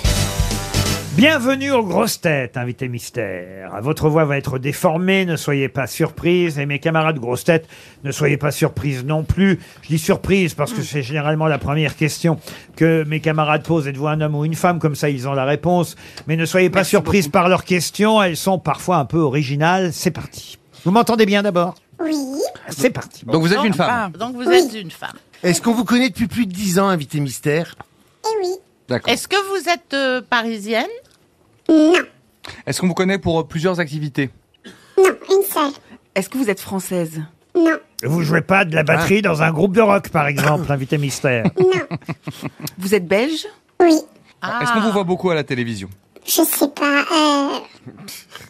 [SPEAKER 2] Bienvenue aux grosses têtes, invité mystère. Votre voix va être déformée, ne soyez pas surprise. Et mes camarades grosses têtes, ne soyez pas surprise non plus. Je dis surprise parce
[SPEAKER 3] Mm.
[SPEAKER 2] que c'est généralement la première question que mes camarades posent. Êtes-vous un homme ou une femme Comme ça, ils ont la réponse. Mais ne soyez pas surprise par leurs questions. Elles sont parfois un peu originales. C'est parti. Vous m'entendez bien d'abord
[SPEAKER 17] Oui.
[SPEAKER 2] C'est parti.
[SPEAKER 3] Donc vous êtes
[SPEAKER 4] Donc,
[SPEAKER 3] une femme.
[SPEAKER 4] Donc vous
[SPEAKER 17] Oui.
[SPEAKER 4] êtes une femme.
[SPEAKER 6] Est-ce qu'on vous connaît depuis plus de 10 ans, invité mystère
[SPEAKER 17] Eh oui.
[SPEAKER 3] D'accord.
[SPEAKER 4] Est-ce que vous êtes euh, parisienne
[SPEAKER 17] Non.
[SPEAKER 3] Est-ce qu'on vous connaît pour euh, plusieurs activités
[SPEAKER 17] Non, une seule.
[SPEAKER 7] Est-ce que vous êtes française
[SPEAKER 17] Non.
[SPEAKER 2] Vous jouez pas de la
[SPEAKER 3] Ah.
[SPEAKER 2] batterie dans un groupe de rock, par exemple, invité mystère.
[SPEAKER 17] Non.
[SPEAKER 7] Vous êtes belge
[SPEAKER 17] Oui.
[SPEAKER 4] Ah.
[SPEAKER 3] Est-ce qu'on vous voit beaucoup à la télévision
[SPEAKER 17] Je sais pas. Euh...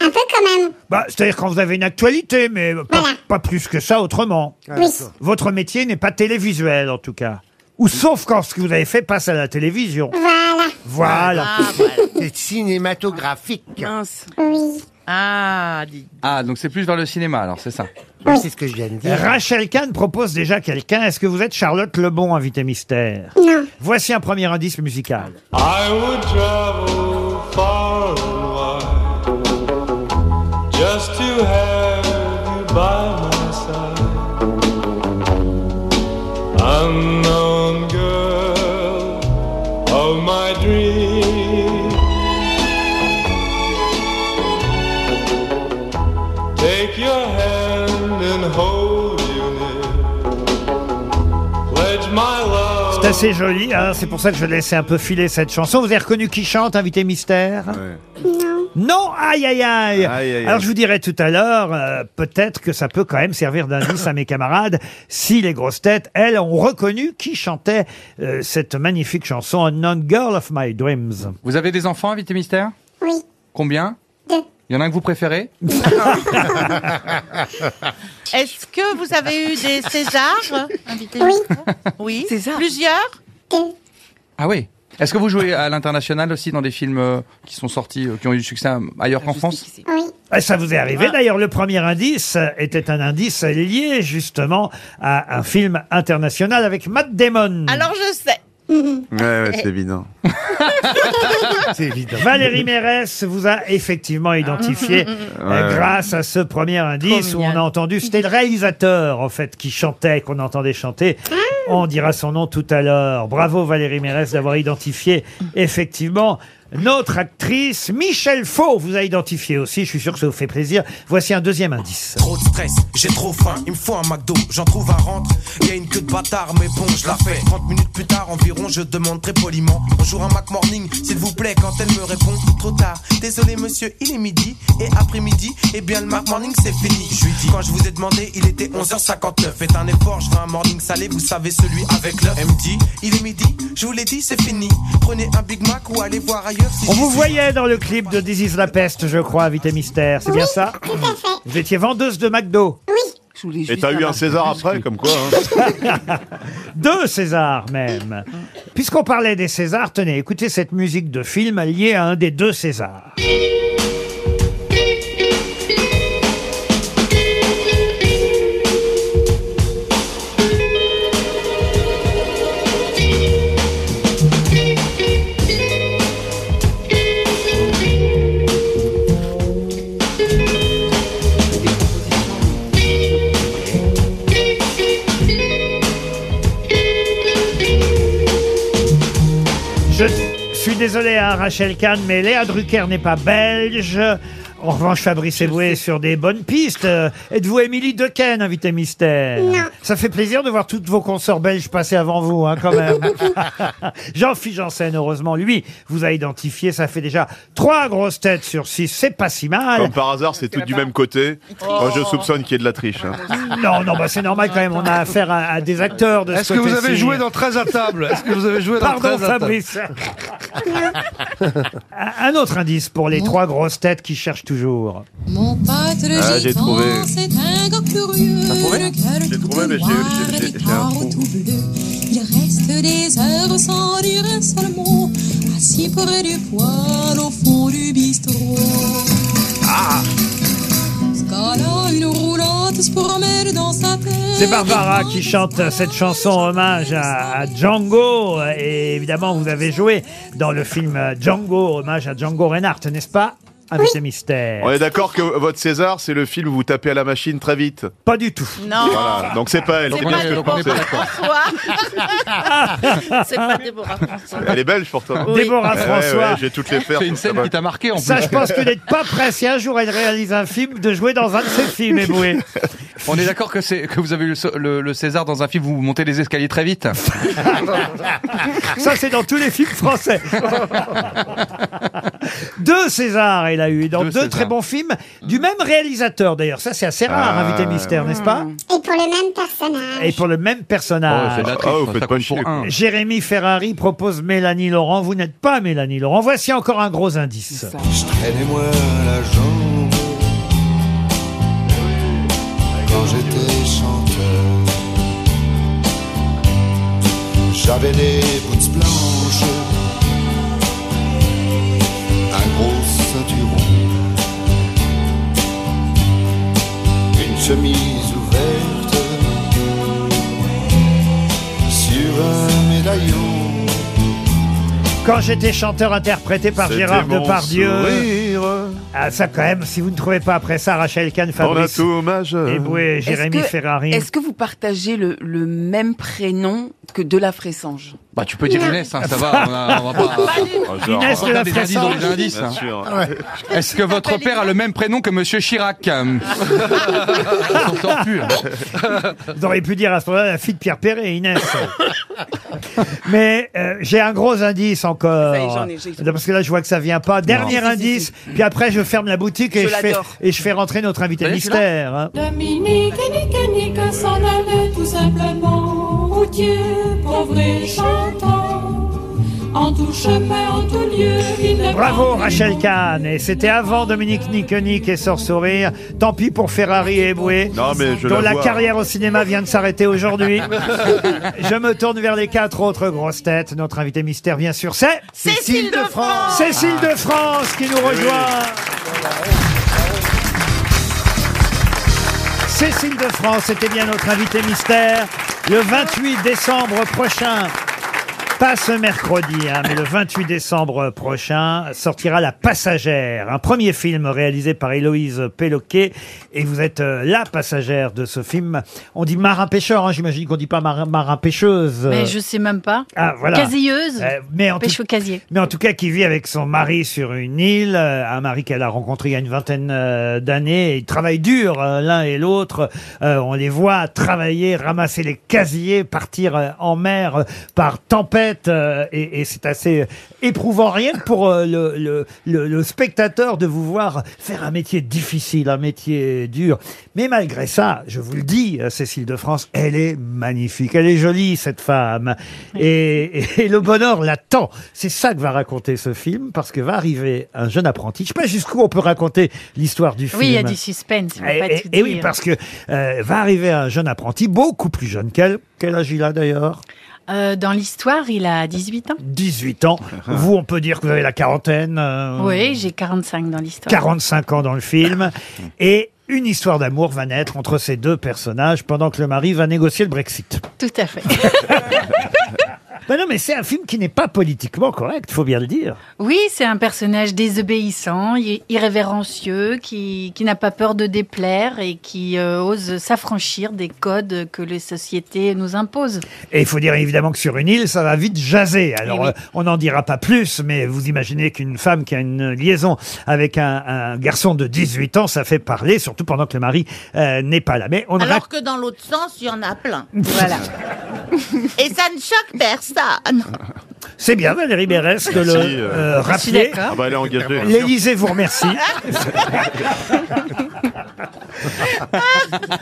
[SPEAKER 17] Un peu quand même.
[SPEAKER 2] Bah, c'est-à-dire quand vous avez une actualité, mais pas-
[SPEAKER 17] Voilà.
[SPEAKER 2] pas plus que ça autrement.
[SPEAKER 6] Ah,
[SPEAKER 17] oui.
[SPEAKER 2] Votre métier n'est pas télévisuel, en tout cas. Ou sauf quand ce que vous avez fait passe à la télévision.
[SPEAKER 17] Voilà.
[SPEAKER 2] Voilà.
[SPEAKER 4] Ah, voilà.
[SPEAKER 6] C'est cinématographique.
[SPEAKER 7] Mince.
[SPEAKER 17] Oui.
[SPEAKER 4] Ah, dis
[SPEAKER 3] Ah, donc c'est plus vers le cinéma, alors c'est ça.
[SPEAKER 6] Oui, c'est ce que je viens de dire.
[SPEAKER 2] Rachel Kahn propose déjà quelqu'un. Est-ce que vous êtes Charlotte Lebon, invité mystère
[SPEAKER 17] Non.
[SPEAKER 2] Voici un premier indice musical.
[SPEAKER 18] I would travel far and wide just to have you by my side. Unknown girl of my dream. Take your hand and hold you near. Pledge my love.
[SPEAKER 2] C'est assez joli, hein, c'est pour ça que je laissais un peu filer cette chanson. Vous avez reconnu qui chante, invité mystère
[SPEAKER 17] Non.
[SPEAKER 2] Non, aïe aïe aïe. Alors je vous dirai tout à l'heure, euh, peut-être que ça peut quand même servir d'indice à mes camarades si les grosses têtes, elles, ont reconnu qui chantait euh, cette magnifique chanson Unknown Girl of My Dreams.
[SPEAKER 3] Vous avez des enfants, invité mystère
[SPEAKER 17] Oui.
[SPEAKER 3] Combien Il y en a un que vous préférez
[SPEAKER 4] Est-ce que vous avez eu des Césars invités Oui. Plusieurs
[SPEAKER 3] Mm. Ah oui. Est-ce que vous jouez à l'international aussi dans des films euh, qui sont sortis, euh, qui ont eu du succès euh, ailleurs qu'en France
[SPEAKER 2] Ah, Ça vous est arrivé d'ailleurs. Le premier indice euh, était un indice lié justement à un film international avec Matt Damon.
[SPEAKER 4] Alors je sais.
[SPEAKER 17] Mm.
[SPEAKER 5] Ouais, Ah ouais,
[SPEAKER 17] Eh.
[SPEAKER 5] c'est évident.
[SPEAKER 2] c'est évident. Valérie Mérès vous a effectivement identifié
[SPEAKER 5] Ah.
[SPEAKER 2] euh,
[SPEAKER 5] Ouais.
[SPEAKER 2] grâce à ce premier indice où on a entendu, c'était le réalisateur en fait qui chantait, qu'on entendait chanter. On dira son nom tout à l'heure. Bravo Valérie Mérès d'avoir identifié effectivement notre actrice Michel Faux vous a identifié aussi. Je suis sûr que ça vous fait plaisir. Voici un deuxième indice.
[SPEAKER 20] Trop de stress, j'ai trop faim, il me faut un McDo, j'en trouve un rentre. Y a une queue de bâtard, mais bon, je la fais. 30 minutes plus tard environ, je demande très poliment. Bonjour un Mac Morning, s'il vous plaît, quand elle me répond, trop tard. Désolé monsieur, il est midi, et après-midi, eh bien le Mac Morning c'est fini. Je lui dis, quand je vous ai demandé, il était 11h59. Faites un effort, je veux un morning salé, vous savez celui avec l'œuf. Elle me dit, il est midi, je vous l'ai dit, c'est fini. Prenez un Big Mac ou allez voir ailleurs si
[SPEAKER 2] On
[SPEAKER 20] j'y
[SPEAKER 2] vous
[SPEAKER 20] suis.
[SPEAKER 2] voyait dans le clip de This is la peste, je crois, invité mystère. C'est bien ça Vous étiez vendeuse de McDo. Oui.
[SPEAKER 5] Et t'as eu un César après, comme quoi. hein.
[SPEAKER 2] Deux Césars même. Puisqu'on parlait des Césars, tenez, écoutez cette musique de film liée à un des deux Césars. Je suis désolé, hein, Rachel Kahn, mais Léa Drucker n'est pas belge. En revanche, Fabrice Eboué est sur des bonnes pistes. Euh, Êtes-vous Émilie Dequesne, invité mystère
[SPEAKER 12] Non.
[SPEAKER 2] Ça fait plaisir de voir toutes vos consorts belges passer avant vous, hein, quand même. Jean-Philippe Janssen, heureusement, lui, vous a identifié. Ça fait déjà trois grosses têtes sur six. C'est pas si mal.
[SPEAKER 5] Comme par hasard, c'est tout du même côté. Moi, je soupçonne qu'il y ait de la triche. hein.
[SPEAKER 2] Non, non, bah, c'est normal quand même. On a affaire à, à des acteurs de ce
[SPEAKER 11] Est-ce que vous
[SPEAKER 2] côté-ci.
[SPEAKER 11] avez joué dans 13 à table Est-ce que vous avez joué dans
[SPEAKER 2] Pardon,
[SPEAKER 11] 13 à table
[SPEAKER 2] Fabrice. Un autre indice pour les trois grosses têtes qui cherchent toujours.
[SPEAKER 21] Mon pote le
[SPEAKER 2] Ah, j'ai
[SPEAKER 21] gitan,
[SPEAKER 2] trouvé.
[SPEAKER 21] c'est un gars curieux.
[SPEAKER 2] T'as trouvé
[SPEAKER 21] Le cœur
[SPEAKER 2] J'ai
[SPEAKER 21] tout
[SPEAKER 2] trouvé, mais j'ai-
[SPEAKER 21] noir
[SPEAKER 2] j'ai-
[SPEAKER 21] et
[SPEAKER 2] j'ai-
[SPEAKER 21] les
[SPEAKER 2] j'ai un
[SPEAKER 21] carreaux tout bleus. Il reste des heures sans dire un seul mot, assis près du poêle au fond du bistrot. Ah Ce gars-là, une roulante se promène dans sa tête.
[SPEAKER 2] C'est Barbara qui chante cette chanson hommage à, à Django. Et évidemment, vous avez joué dans le film Django, hommage à Django Reinhardt, n'est-ce pas Invité mystère.
[SPEAKER 5] On est d'accord que votre César, c'est le film où vous tapez à la machine très vite
[SPEAKER 2] Pas du tout.
[SPEAKER 4] Non.
[SPEAKER 5] Voilà, donc c'est pas elle,
[SPEAKER 4] C'est
[SPEAKER 5] c'est
[SPEAKER 4] pas
[SPEAKER 5] bien ce que je
[SPEAKER 4] Déborah
[SPEAKER 5] pensais.
[SPEAKER 4] François. C'est pas Déborah François.
[SPEAKER 5] Elle est belge pourtant.
[SPEAKER 2] Oui. Déborah
[SPEAKER 5] Ouais,
[SPEAKER 2] François.
[SPEAKER 5] ouais, J'ai toutes les fers.
[SPEAKER 3] C'est une scène qui t'a marqué en plus.
[SPEAKER 2] Ça, je pense que d'être pas pressé un jour, elle réalise un film, de jouer dans un de ses films, Eboué.
[SPEAKER 3] On est d'accord que, c'est- que vous avez eu le, le- le César dans un film, vous montez les escaliers très vite.
[SPEAKER 2] Ça, c'est dans tous les films français. Deux Césars, elle a eu, dans deux, très bons films, du même réalisateur d'ailleurs. Ça, c'est assez rare,
[SPEAKER 5] Ah.
[SPEAKER 2] Invité Mystère, n'est-ce pas
[SPEAKER 17] Et pour le même personnage.
[SPEAKER 2] Et pour le même personnage.
[SPEAKER 5] Oh, c'est de la triche, Ah, vous ça faites compte pas pour chier, un. quoi.
[SPEAKER 2] Jérémy Ferrari propose Mélanie Laurent. Vous n'êtes pas Mélanie Laurent. Voici encore un gros indice.
[SPEAKER 22] Traînez-moi la jambe quand j'étais chanteur. J'avais des boots blanches, un gros ceinturon, une chemise ouverte sur un médaillon.
[SPEAKER 2] Quand j'étais chanteur interprété par
[SPEAKER 5] C'était
[SPEAKER 2] Gérard
[SPEAKER 5] mon
[SPEAKER 2] Depardieu.
[SPEAKER 5] sourire.
[SPEAKER 2] Ah, ça quand même, si vous ne trouvez pas après ça, Rachel Kahn, Fabrice.
[SPEAKER 5] On a tout majeur.
[SPEAKER 2] Eboué,
[SPEAKER 7] Est-ce
[SPEAKER 2] Jérémy
[SPEAKER 7] que-
[SPEAKER 2] Ferrari.
[SPEAKER 7] Est-ce que vous partagez le, le même prénom que de la Fressange
[SPEAKER 3] Bah, tu peux dire Inès, hein, ça va, on, a- on va pas.
[SPEAKER 12] Pas du tout.
[SPEAKER 3] on va pas
[SPEAKER 12] Inès de
[SPEAKER 3] faire
[SPEAKER 12] la
[SPEAKER 3] des
[SPEAKER 12] Fressange.
[SPEAKER 3] indices dans les indices,
[SPEAKER 12] Bien
[SPEAKER 3] hein.
[SPEAKER 12] sûr.
[SPEAKER 3] Est-ce que votre père a le même prénom que Monsieur Chirac hein On s'entend plus, là.
[SPEAKER 2] Vous auriez pu dire à ce moment-là la fille de Pierre Perret, Inès. Mais euh, j'ai un gros indice encore.
[SPEAKER 7] Ça y est, j'en ai, j'ai-
[SPEAKER 2] Parce que là, je vois que ça vient pas. Dernier indice, puis après, je ferme la boutique et
[SPEAKER 7] Je
[SPEAKER 2] je, fais,
[SPEAKER 7] l'adore.
[SPEAKER 2] et je fais rentrer notre invité
[SPEAKER 7] Vous voyez,
[SPEAKER 2] mystère. hein.
[SPEAKER 21] Dominique et Nick, Nick s'en allait tout simplement au Dieu, pauvre et chantant. En tout chemin, en tout lieu, il ne
[SPEAKER 2] Bravo
[SPEAKER 21] prend-
[SPEAKER 2] Rachel Kahn Et c'était avant Dominique Nikonic et Sort Sourire. Tant pis pour Ferrari et Eboué,
[SPEAKER 5] Non, mais je
[SPEAKER 2] dont
[SPEAKER 5] la
[SPEAKER 2] la,
[SPEAKER 5] vois.
[SPEAKER 2] carrière au cinéma vient de s'arrêter aujourd'hui. je me tourne vers les quatre autres grosses têtes. Notre invité mystère, bien sûr, c'est...
[SPEAKER 6] Cécile de France.
[SPEAKER 2] Cécile de France qui nous rejoint Cécile de France était bien notre invitée mystère. Le 28 décembre prochain, pas ce mercredi, hein, mais le 28 décembre prochain, sortira La Passagère, un premier film réalisé par Héloïse Péloquet. Et vous êtes euh, la passagère de ce film. On dit marin-pêcheur, hein, j'imagine qu'on dit pas marin- marin-pêcheuse.
[SPEAKER 13] Mais je sais même pas.
[SPEAKER 2] Euh, Ah, voilà.
[SPEAKER 13] Casilleuse.
[SPEAKER 2] Euh, mais en tout-
[SPEAKER 13] Pêche au casier.
[SPEAKER 2] Mais en tout cas, qui vit avec son mari sur une île, euh, un mari qu'elle a rencontré il y a une vingtaine euh, d'années. Ils travaillent dur, euh, l'un et l'autre. Euh, on les voit travailler, ramasser les casiers, partir euh, en mer euh, par tempête. euh, et et c'est assez euh, éprouvant, rien que pour euh, le, le- le- le spectateur de vous voir faire un métier difficile, un métier dur. Mais malgré ça, je vous le dis, euh, Cécile de France, elle est magnifique, elle est jolie, cette femme. Et, et- et le bonheur l'attend. C'est ça que va raconter ce film, parce que va arriver un jeune apprenti. Je sais pas jusqu'où on peut raconter l'histoire du film.
[SPEAKER 13] Oui, il y a du suspense. on peut
[SPEAKER 2] Et,
[SPEAKER 13] pas
[SPEAKER 2] et-
[SPEAKER 13] tout
[SPEAKER 2] et oui,
[SPEAKER 13] dire.
[SPEAKER 2] parce que euh, va arriver un jeune apprenti, beaucoup plus jeune qu'elle. Quel âge il a d'ailleurs
[SPEAKER 13] Euh, dans l'histoire, il a 18 ans.
[SPEAKER 2] 18 ans. Vous, on peut dire que vous avez la quarantaine. euh,
[SPEAKER 13] Oui, j'ai 45 dans l'histoire.
[SPEAKER 2] 45 ans dans le film. Et une histoire d'amour va naître entre ces deux personnages pendant que le mari va négocier le Brexit.
[SPEAKER 13] Tout à fait.
[SPEAKER 2] Ben non, mais c'est un film qui n'est pas politiquement correct, faut bien le dire.
[SPEAKER 13] Oui, c'est un personnage désobéissant, i- irrévérencieux, qui, qui n'a pas peur de déplaire et qui euh, ose s'affranchir des codes que les sociétés nous imposent.
[SPEAKER 2] Et il faut dire évidemment que sur une île, ça va vite jaser.
[SPEAKER 5] Eh
[SPEAKER 2] Alors, euh, on n'en dira pas plus, mais vous imaginez qu'une femme qui a une liaison avec un, un garçon de 18 ans, ça fait parler, surtout pendant que le mari euh, n'est pas là. Mais on ne
[SPEAKER 4] Alors
[SPEAKER 2] raconte-
[SPEAKER 4] que dans l'autre sens, il y en a plein. Voilà. Et ça ne choque personne.
[SPEAKER 2] C'est bien Valérie Berès de le
[SPEAKER 5] Merci, euh,
[SPEAKER 2] euh,
[SPEAKER 5] Je suis
[SPEAKER 2] rappeler.
[SPEAKER 5] d'accord. Ah bah, elle est engagée.
[SPEAKER 2] L'Élysée vous remercie.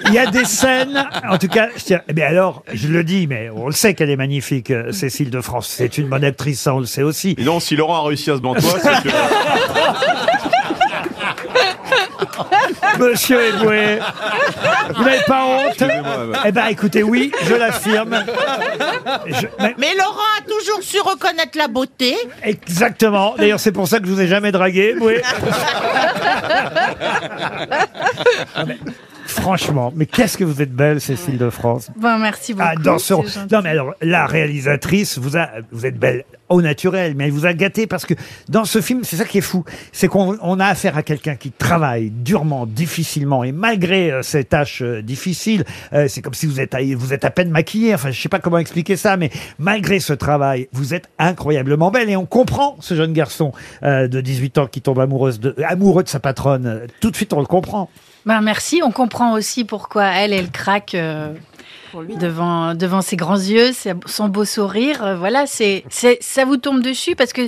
[SPEAKER 2] Il y a des scènes, en tout cas, je tiens- mais alors, je le dis, mais on le sait qu'elle est magnifique, euh, Cécile de France. C'est une bonne actrice, ça on le sait aussi.
[SPEAKER 5] Et non, si Laurent a réussi à se bantois, c'est que.
[SPEAKER 2] Monsieur Eboué, vous n'avez pas honte
[SPEAKER 5] ouais.
[SPEAKER 2] Eh ben, écoutez, oui, je l'affirme. mais...
[SPEAKER 4] Laurent a toujours su reconnaître la beauté.
[SPEAKER 2] Exactement. D'ailleurs, c'est pour ça que je vous ai jamais dragué. Eboué. Franchement, mais qu'est-ce que vous êtes belle, Cécile de France.
[SPEAKER 13] Bon, merci beaucoup.
[SPEAKER 2] Ah, dans son-
[SPEAKER 13] c'est gentil.
[SPEAKER 2] Non, mais alors, la réalisatrice, vous, a... Euh, vous êtes belle au naturel, mais elle vous a gâté parce que dans ce film, c'est ça qui est fou. C'est qu'on on a affaire à quelqu'un qui travaille durement, difficilement, et malgré euh, ces tâches euh, difficiles, euh, c'est comme si vous êtes, à... vous êtes à peine maquillée. Enfin, je sais pas comment expliquer ça, mais malgré ce travail, vous êtes incroyablement belle. Et on comprend ce jeune garçon euh, de 18 ans qui tombe amoureuse de... amoureux de sa patronne. Euh, Tout de suite, on le comprend.
[SPEAKER 13] Ben, merci, on comprend aussi pourquoi elle, elle craque euh, devant, devant ses grands yeux, sa- son beau sourire. euh, voilà, c'est, c'est- ça vous tombe dessus parce que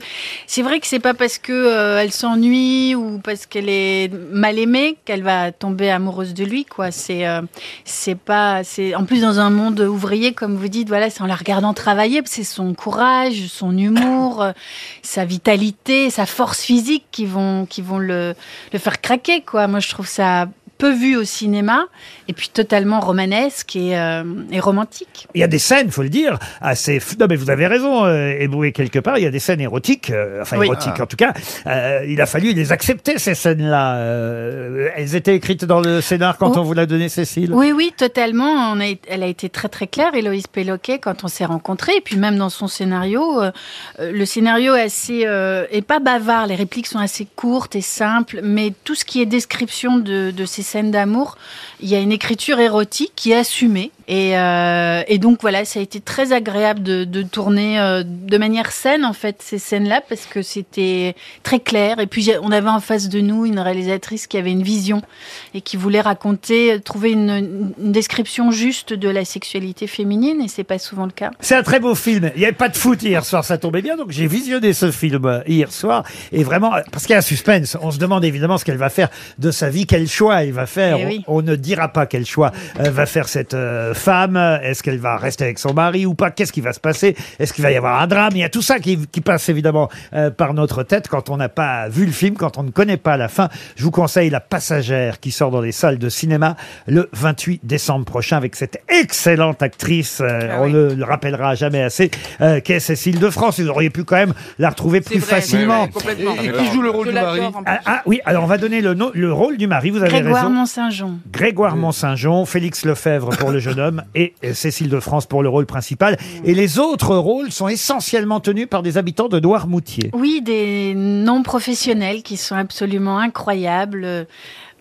[SPEAKER 13] c'est vrai que c'est pas parce que euh, elle s'ennuie ou parce qu'elle est mal aimée qu'elle va tomber amoureuse de lui, quoi. C'est, euh, c'est pas, c'est, en plus dans un monde ouvrier, comme vous dites, voilà, c'est en la regardant travailler, c'est son courage, son humour, euh, sa vitalité, sa force physique qui vont, qui vont le, le faire craquer, quoi. Moi, je trouve ça peu vu au cinéma, et puis totalement romanesque et, euh, et romantique.
[SPEAKER 2] Il y a des scènes, faut le dire, assez. f- Non, mais vous avez raison, euh, Eboué, quelque part, il y a des scènes érotiques, euh, enfin
[SPEAKER 13] Oui.
[SPEAKER 2] érotiques
[SPEAKER 13] Ah.
[SPEAKER 2] en tout cas. Euh, il a fallu les accepter, ces scènes-là. Euh, elles étaient écrites dans le scénar quand on vous l'a donné, Cécile
[SPEAKER 13] Oh. Oui, oui, totalement. On a, elle a été très très claire, Héloïse Péloquet, quand on s'est rencontrés, et puis même dans son scénario, euh, euh, le scénario est assez euh, est pas bavard. Les répliques sont assez courtes et simples, mais tout ce qui est description de, de ces scènes d'amour, il y a une écriture érotique qui est assumée Et, euh, et donc voilà, ça a été très agréable de, de tourner euh, de manière saine en fait ces scènes-là parce que c'était très clair. Et puis j'ai- on avait en face de nous une réalisatrice qui avait une vision et qui voulait raconter, euh, trouver une, une description juste de la sexualité féminine et c'est pas souvent le cas.
[SPEAKER 2] C'est un très beau film. Il n'y avait pas de foot hier soir, ça tombait bien. Donc j'ai visionné ce film euh, hier soir. Et vraiment, euh, parce qu'il y a un suspense. On se demande évidemment ce qu'elle va faire de sa vie, quel choix elle va faire.
[SPEAKER 13] Eh oui.
[SPEAKER 2] On, on ne dira pas quel choix euh, va faire cette euh, femme. Est-ce qu'elle va rester avec son mari ou pas Qu'est-ce qui va se passer Est-ce qu'il va y avoir un drame Il y a tout ça qui, qui passe évidemment euh, par notre tête quand on n'a pas vu le film, quand on ne connaît pas la fin. Je vous conseille La Passagère qui sort dans les salles de cinéma le 28 décembre prochain avec cette excellente actrice. euh,
[SPEAKER 13] Ah
[SPEAKER 2] on ne le rappellera jamais assez, euh, qu'est Cécile de France. Vous auriez pu quand même la retrouver plus facilement.
[SPEAKER 11] Et, et qui joue le rôle du mari
[SPEAKER 2] Ah, ah, oui, alors on va donner le, nom- le rôle du mari, vous avez
[SPEAKER 13] Grégoire
[SPEAKER 2] raison.
[SPEAKER 13] Mont-Saint-Jean.
[SPEAKER 2] Grégoire Mont-Saint-Jean, Félix Lefebvre pour le jeune homme et euh, Cécile de France pour le rôle principal. Et les autres rôles sont essentiellement tenus par des habitants de Noirmoutier.
[SPEAKER 13] Oui, des non-professionnels qui sont absolument incroyables. Euh,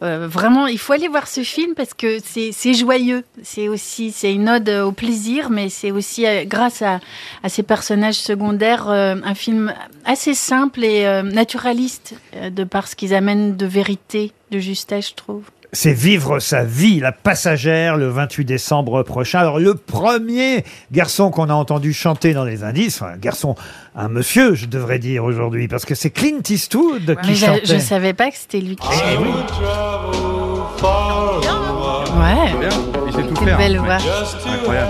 [SPEAKER 13] euh, vraiment, il faut aller voir ce film parce que c'est c'est joyeux. C'est aussi, c'est une ode au plaisir, mais c'est aussi euh, grâce à, à ces personnages secondaires euh, un film assez simple et euh, naturaliste euh, de par ce qu'ils amènent de vérité, de justesse, je trouve.
[SPEAKER 2] C'est vivre sa vie, la passagère, le 28 décembre prochain. Alors le premier garçon qu'on a entendu chanter dans les indices, enfin, un garçon, un monsieur, je devrais dire aujourd'hui, parce que c'est Clint Eastwood
[SPEAKER 13] Mais
[SPEAKER 2] Euh, qui
[SPEAKER 13] j'a-
[SPEAKER 2] chantait. Ah,
[SPEAKER 13] je, savais pas que c'était lui qui chantait. Ouais.
[SPEAKER 5] Il sait tout
[SPEAKER 13] Quelle
[SPEAKER 5] faire.
[SPEAKER 13] belle voix.
[SPEAKER 5] Incroyable.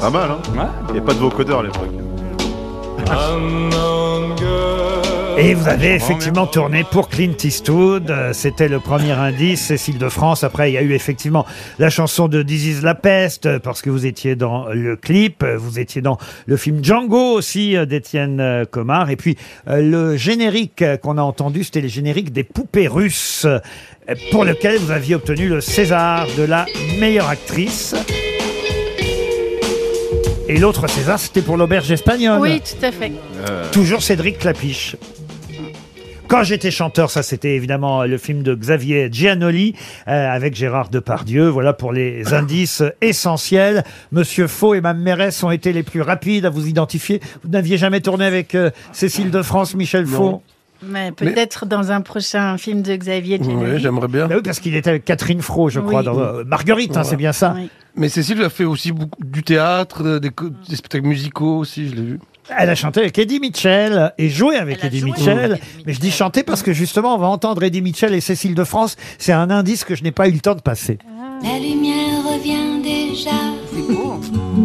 [SPEAKER 5] Pas mal, hein Il n'y a pas de vocodeur, les trucs. Ah,
[SPEAKER 2] Et vous avez effectivement tourné pour Clint Eastwood. Euh, C'était le premier indice, Cécile de France. Après, il y a eu effectivement la chanson de This is la peste, euh, parce que vous étiez dans le clip. Euh, Vous étiez dans le film Django aussi euh, d'Étienne euh, Comard. Et puis, euh, le générique euh, qu'on a entendu, c'était le générique des poupées russes, euh, pour lequel vous aviez obtenu le César de la meilleure actrice. Et l'autre César, c'était pour l'auberge espagnole.
[SPEAKER 13] Oui, tout à fait.
[SPEAKER 2] Toujours Cédric Clapiche. Quand j'étais chanteur, ça c'était évidemment le film de Xavier Giannoli euh, avec Gérard Depardieu. Voilà pour les indices essentiels. Monsieur Faux et Mme Mérès ont été les plus rapides à vous identifier. Vous n'aviez jamais tourné avec euh, Cécile de France, Michel Faux
[SPEAKER 13] Mais peut-être dans un prochain film de Xavier Giannoli.
[SPEAKER 11] bien.
[SPEAKER 2] Bah oui, parce qu'il était avec Catherine Fro, je crois,
[SPEAKER 13] Oui.
[SPEAKER 2] dans euh, Marguerite, hein,
[SPEAKER 11] Voilà.
[SPEAKER 2] c'est bien ça.
[SPEAKER 11] Mais Cécile a fait aussi beaucoup du théâtre, euh, des, co- des spectacles musicaux aussi, je l'ai vu.
[SPEAKER 2] Elle a chanté avec Eddie Mitchell et joué avec Eddie Mitchell. Mais je dis chanter parce que justement, on va entendre Eddie Mitchell et Cécile de France. C'est un indice que je n'ai pas eu le temps de passer.
[SPEAKER 21] La lumière revient déjà.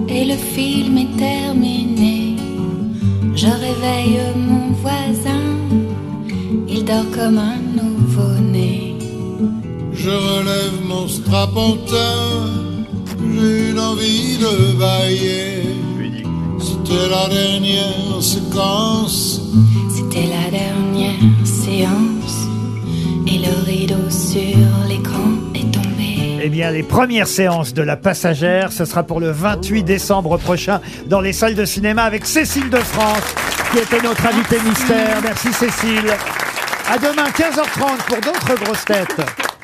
[SPEAKER 21] Et le film est terminé. Je réveille mon voisin. Il dort comme un nouveau-né.
[SPEAKER 22] Je relève mon strapontin, j'ai une envie de bailler. C'était la dernière séquence.
[SPEAKER 21] C'était la dernière séance. Et le rideau sur l'écran est tombé.
[SPEAKER 2] Eh bien, les premières séances de La Passagère, ce sera pour le 28 décembre prochain dans les salles de cinéma avec Cécile de France, qui était notre invitée mystère. Merci Cécile. À demain, 15h30 pour d'autres grosses têtes.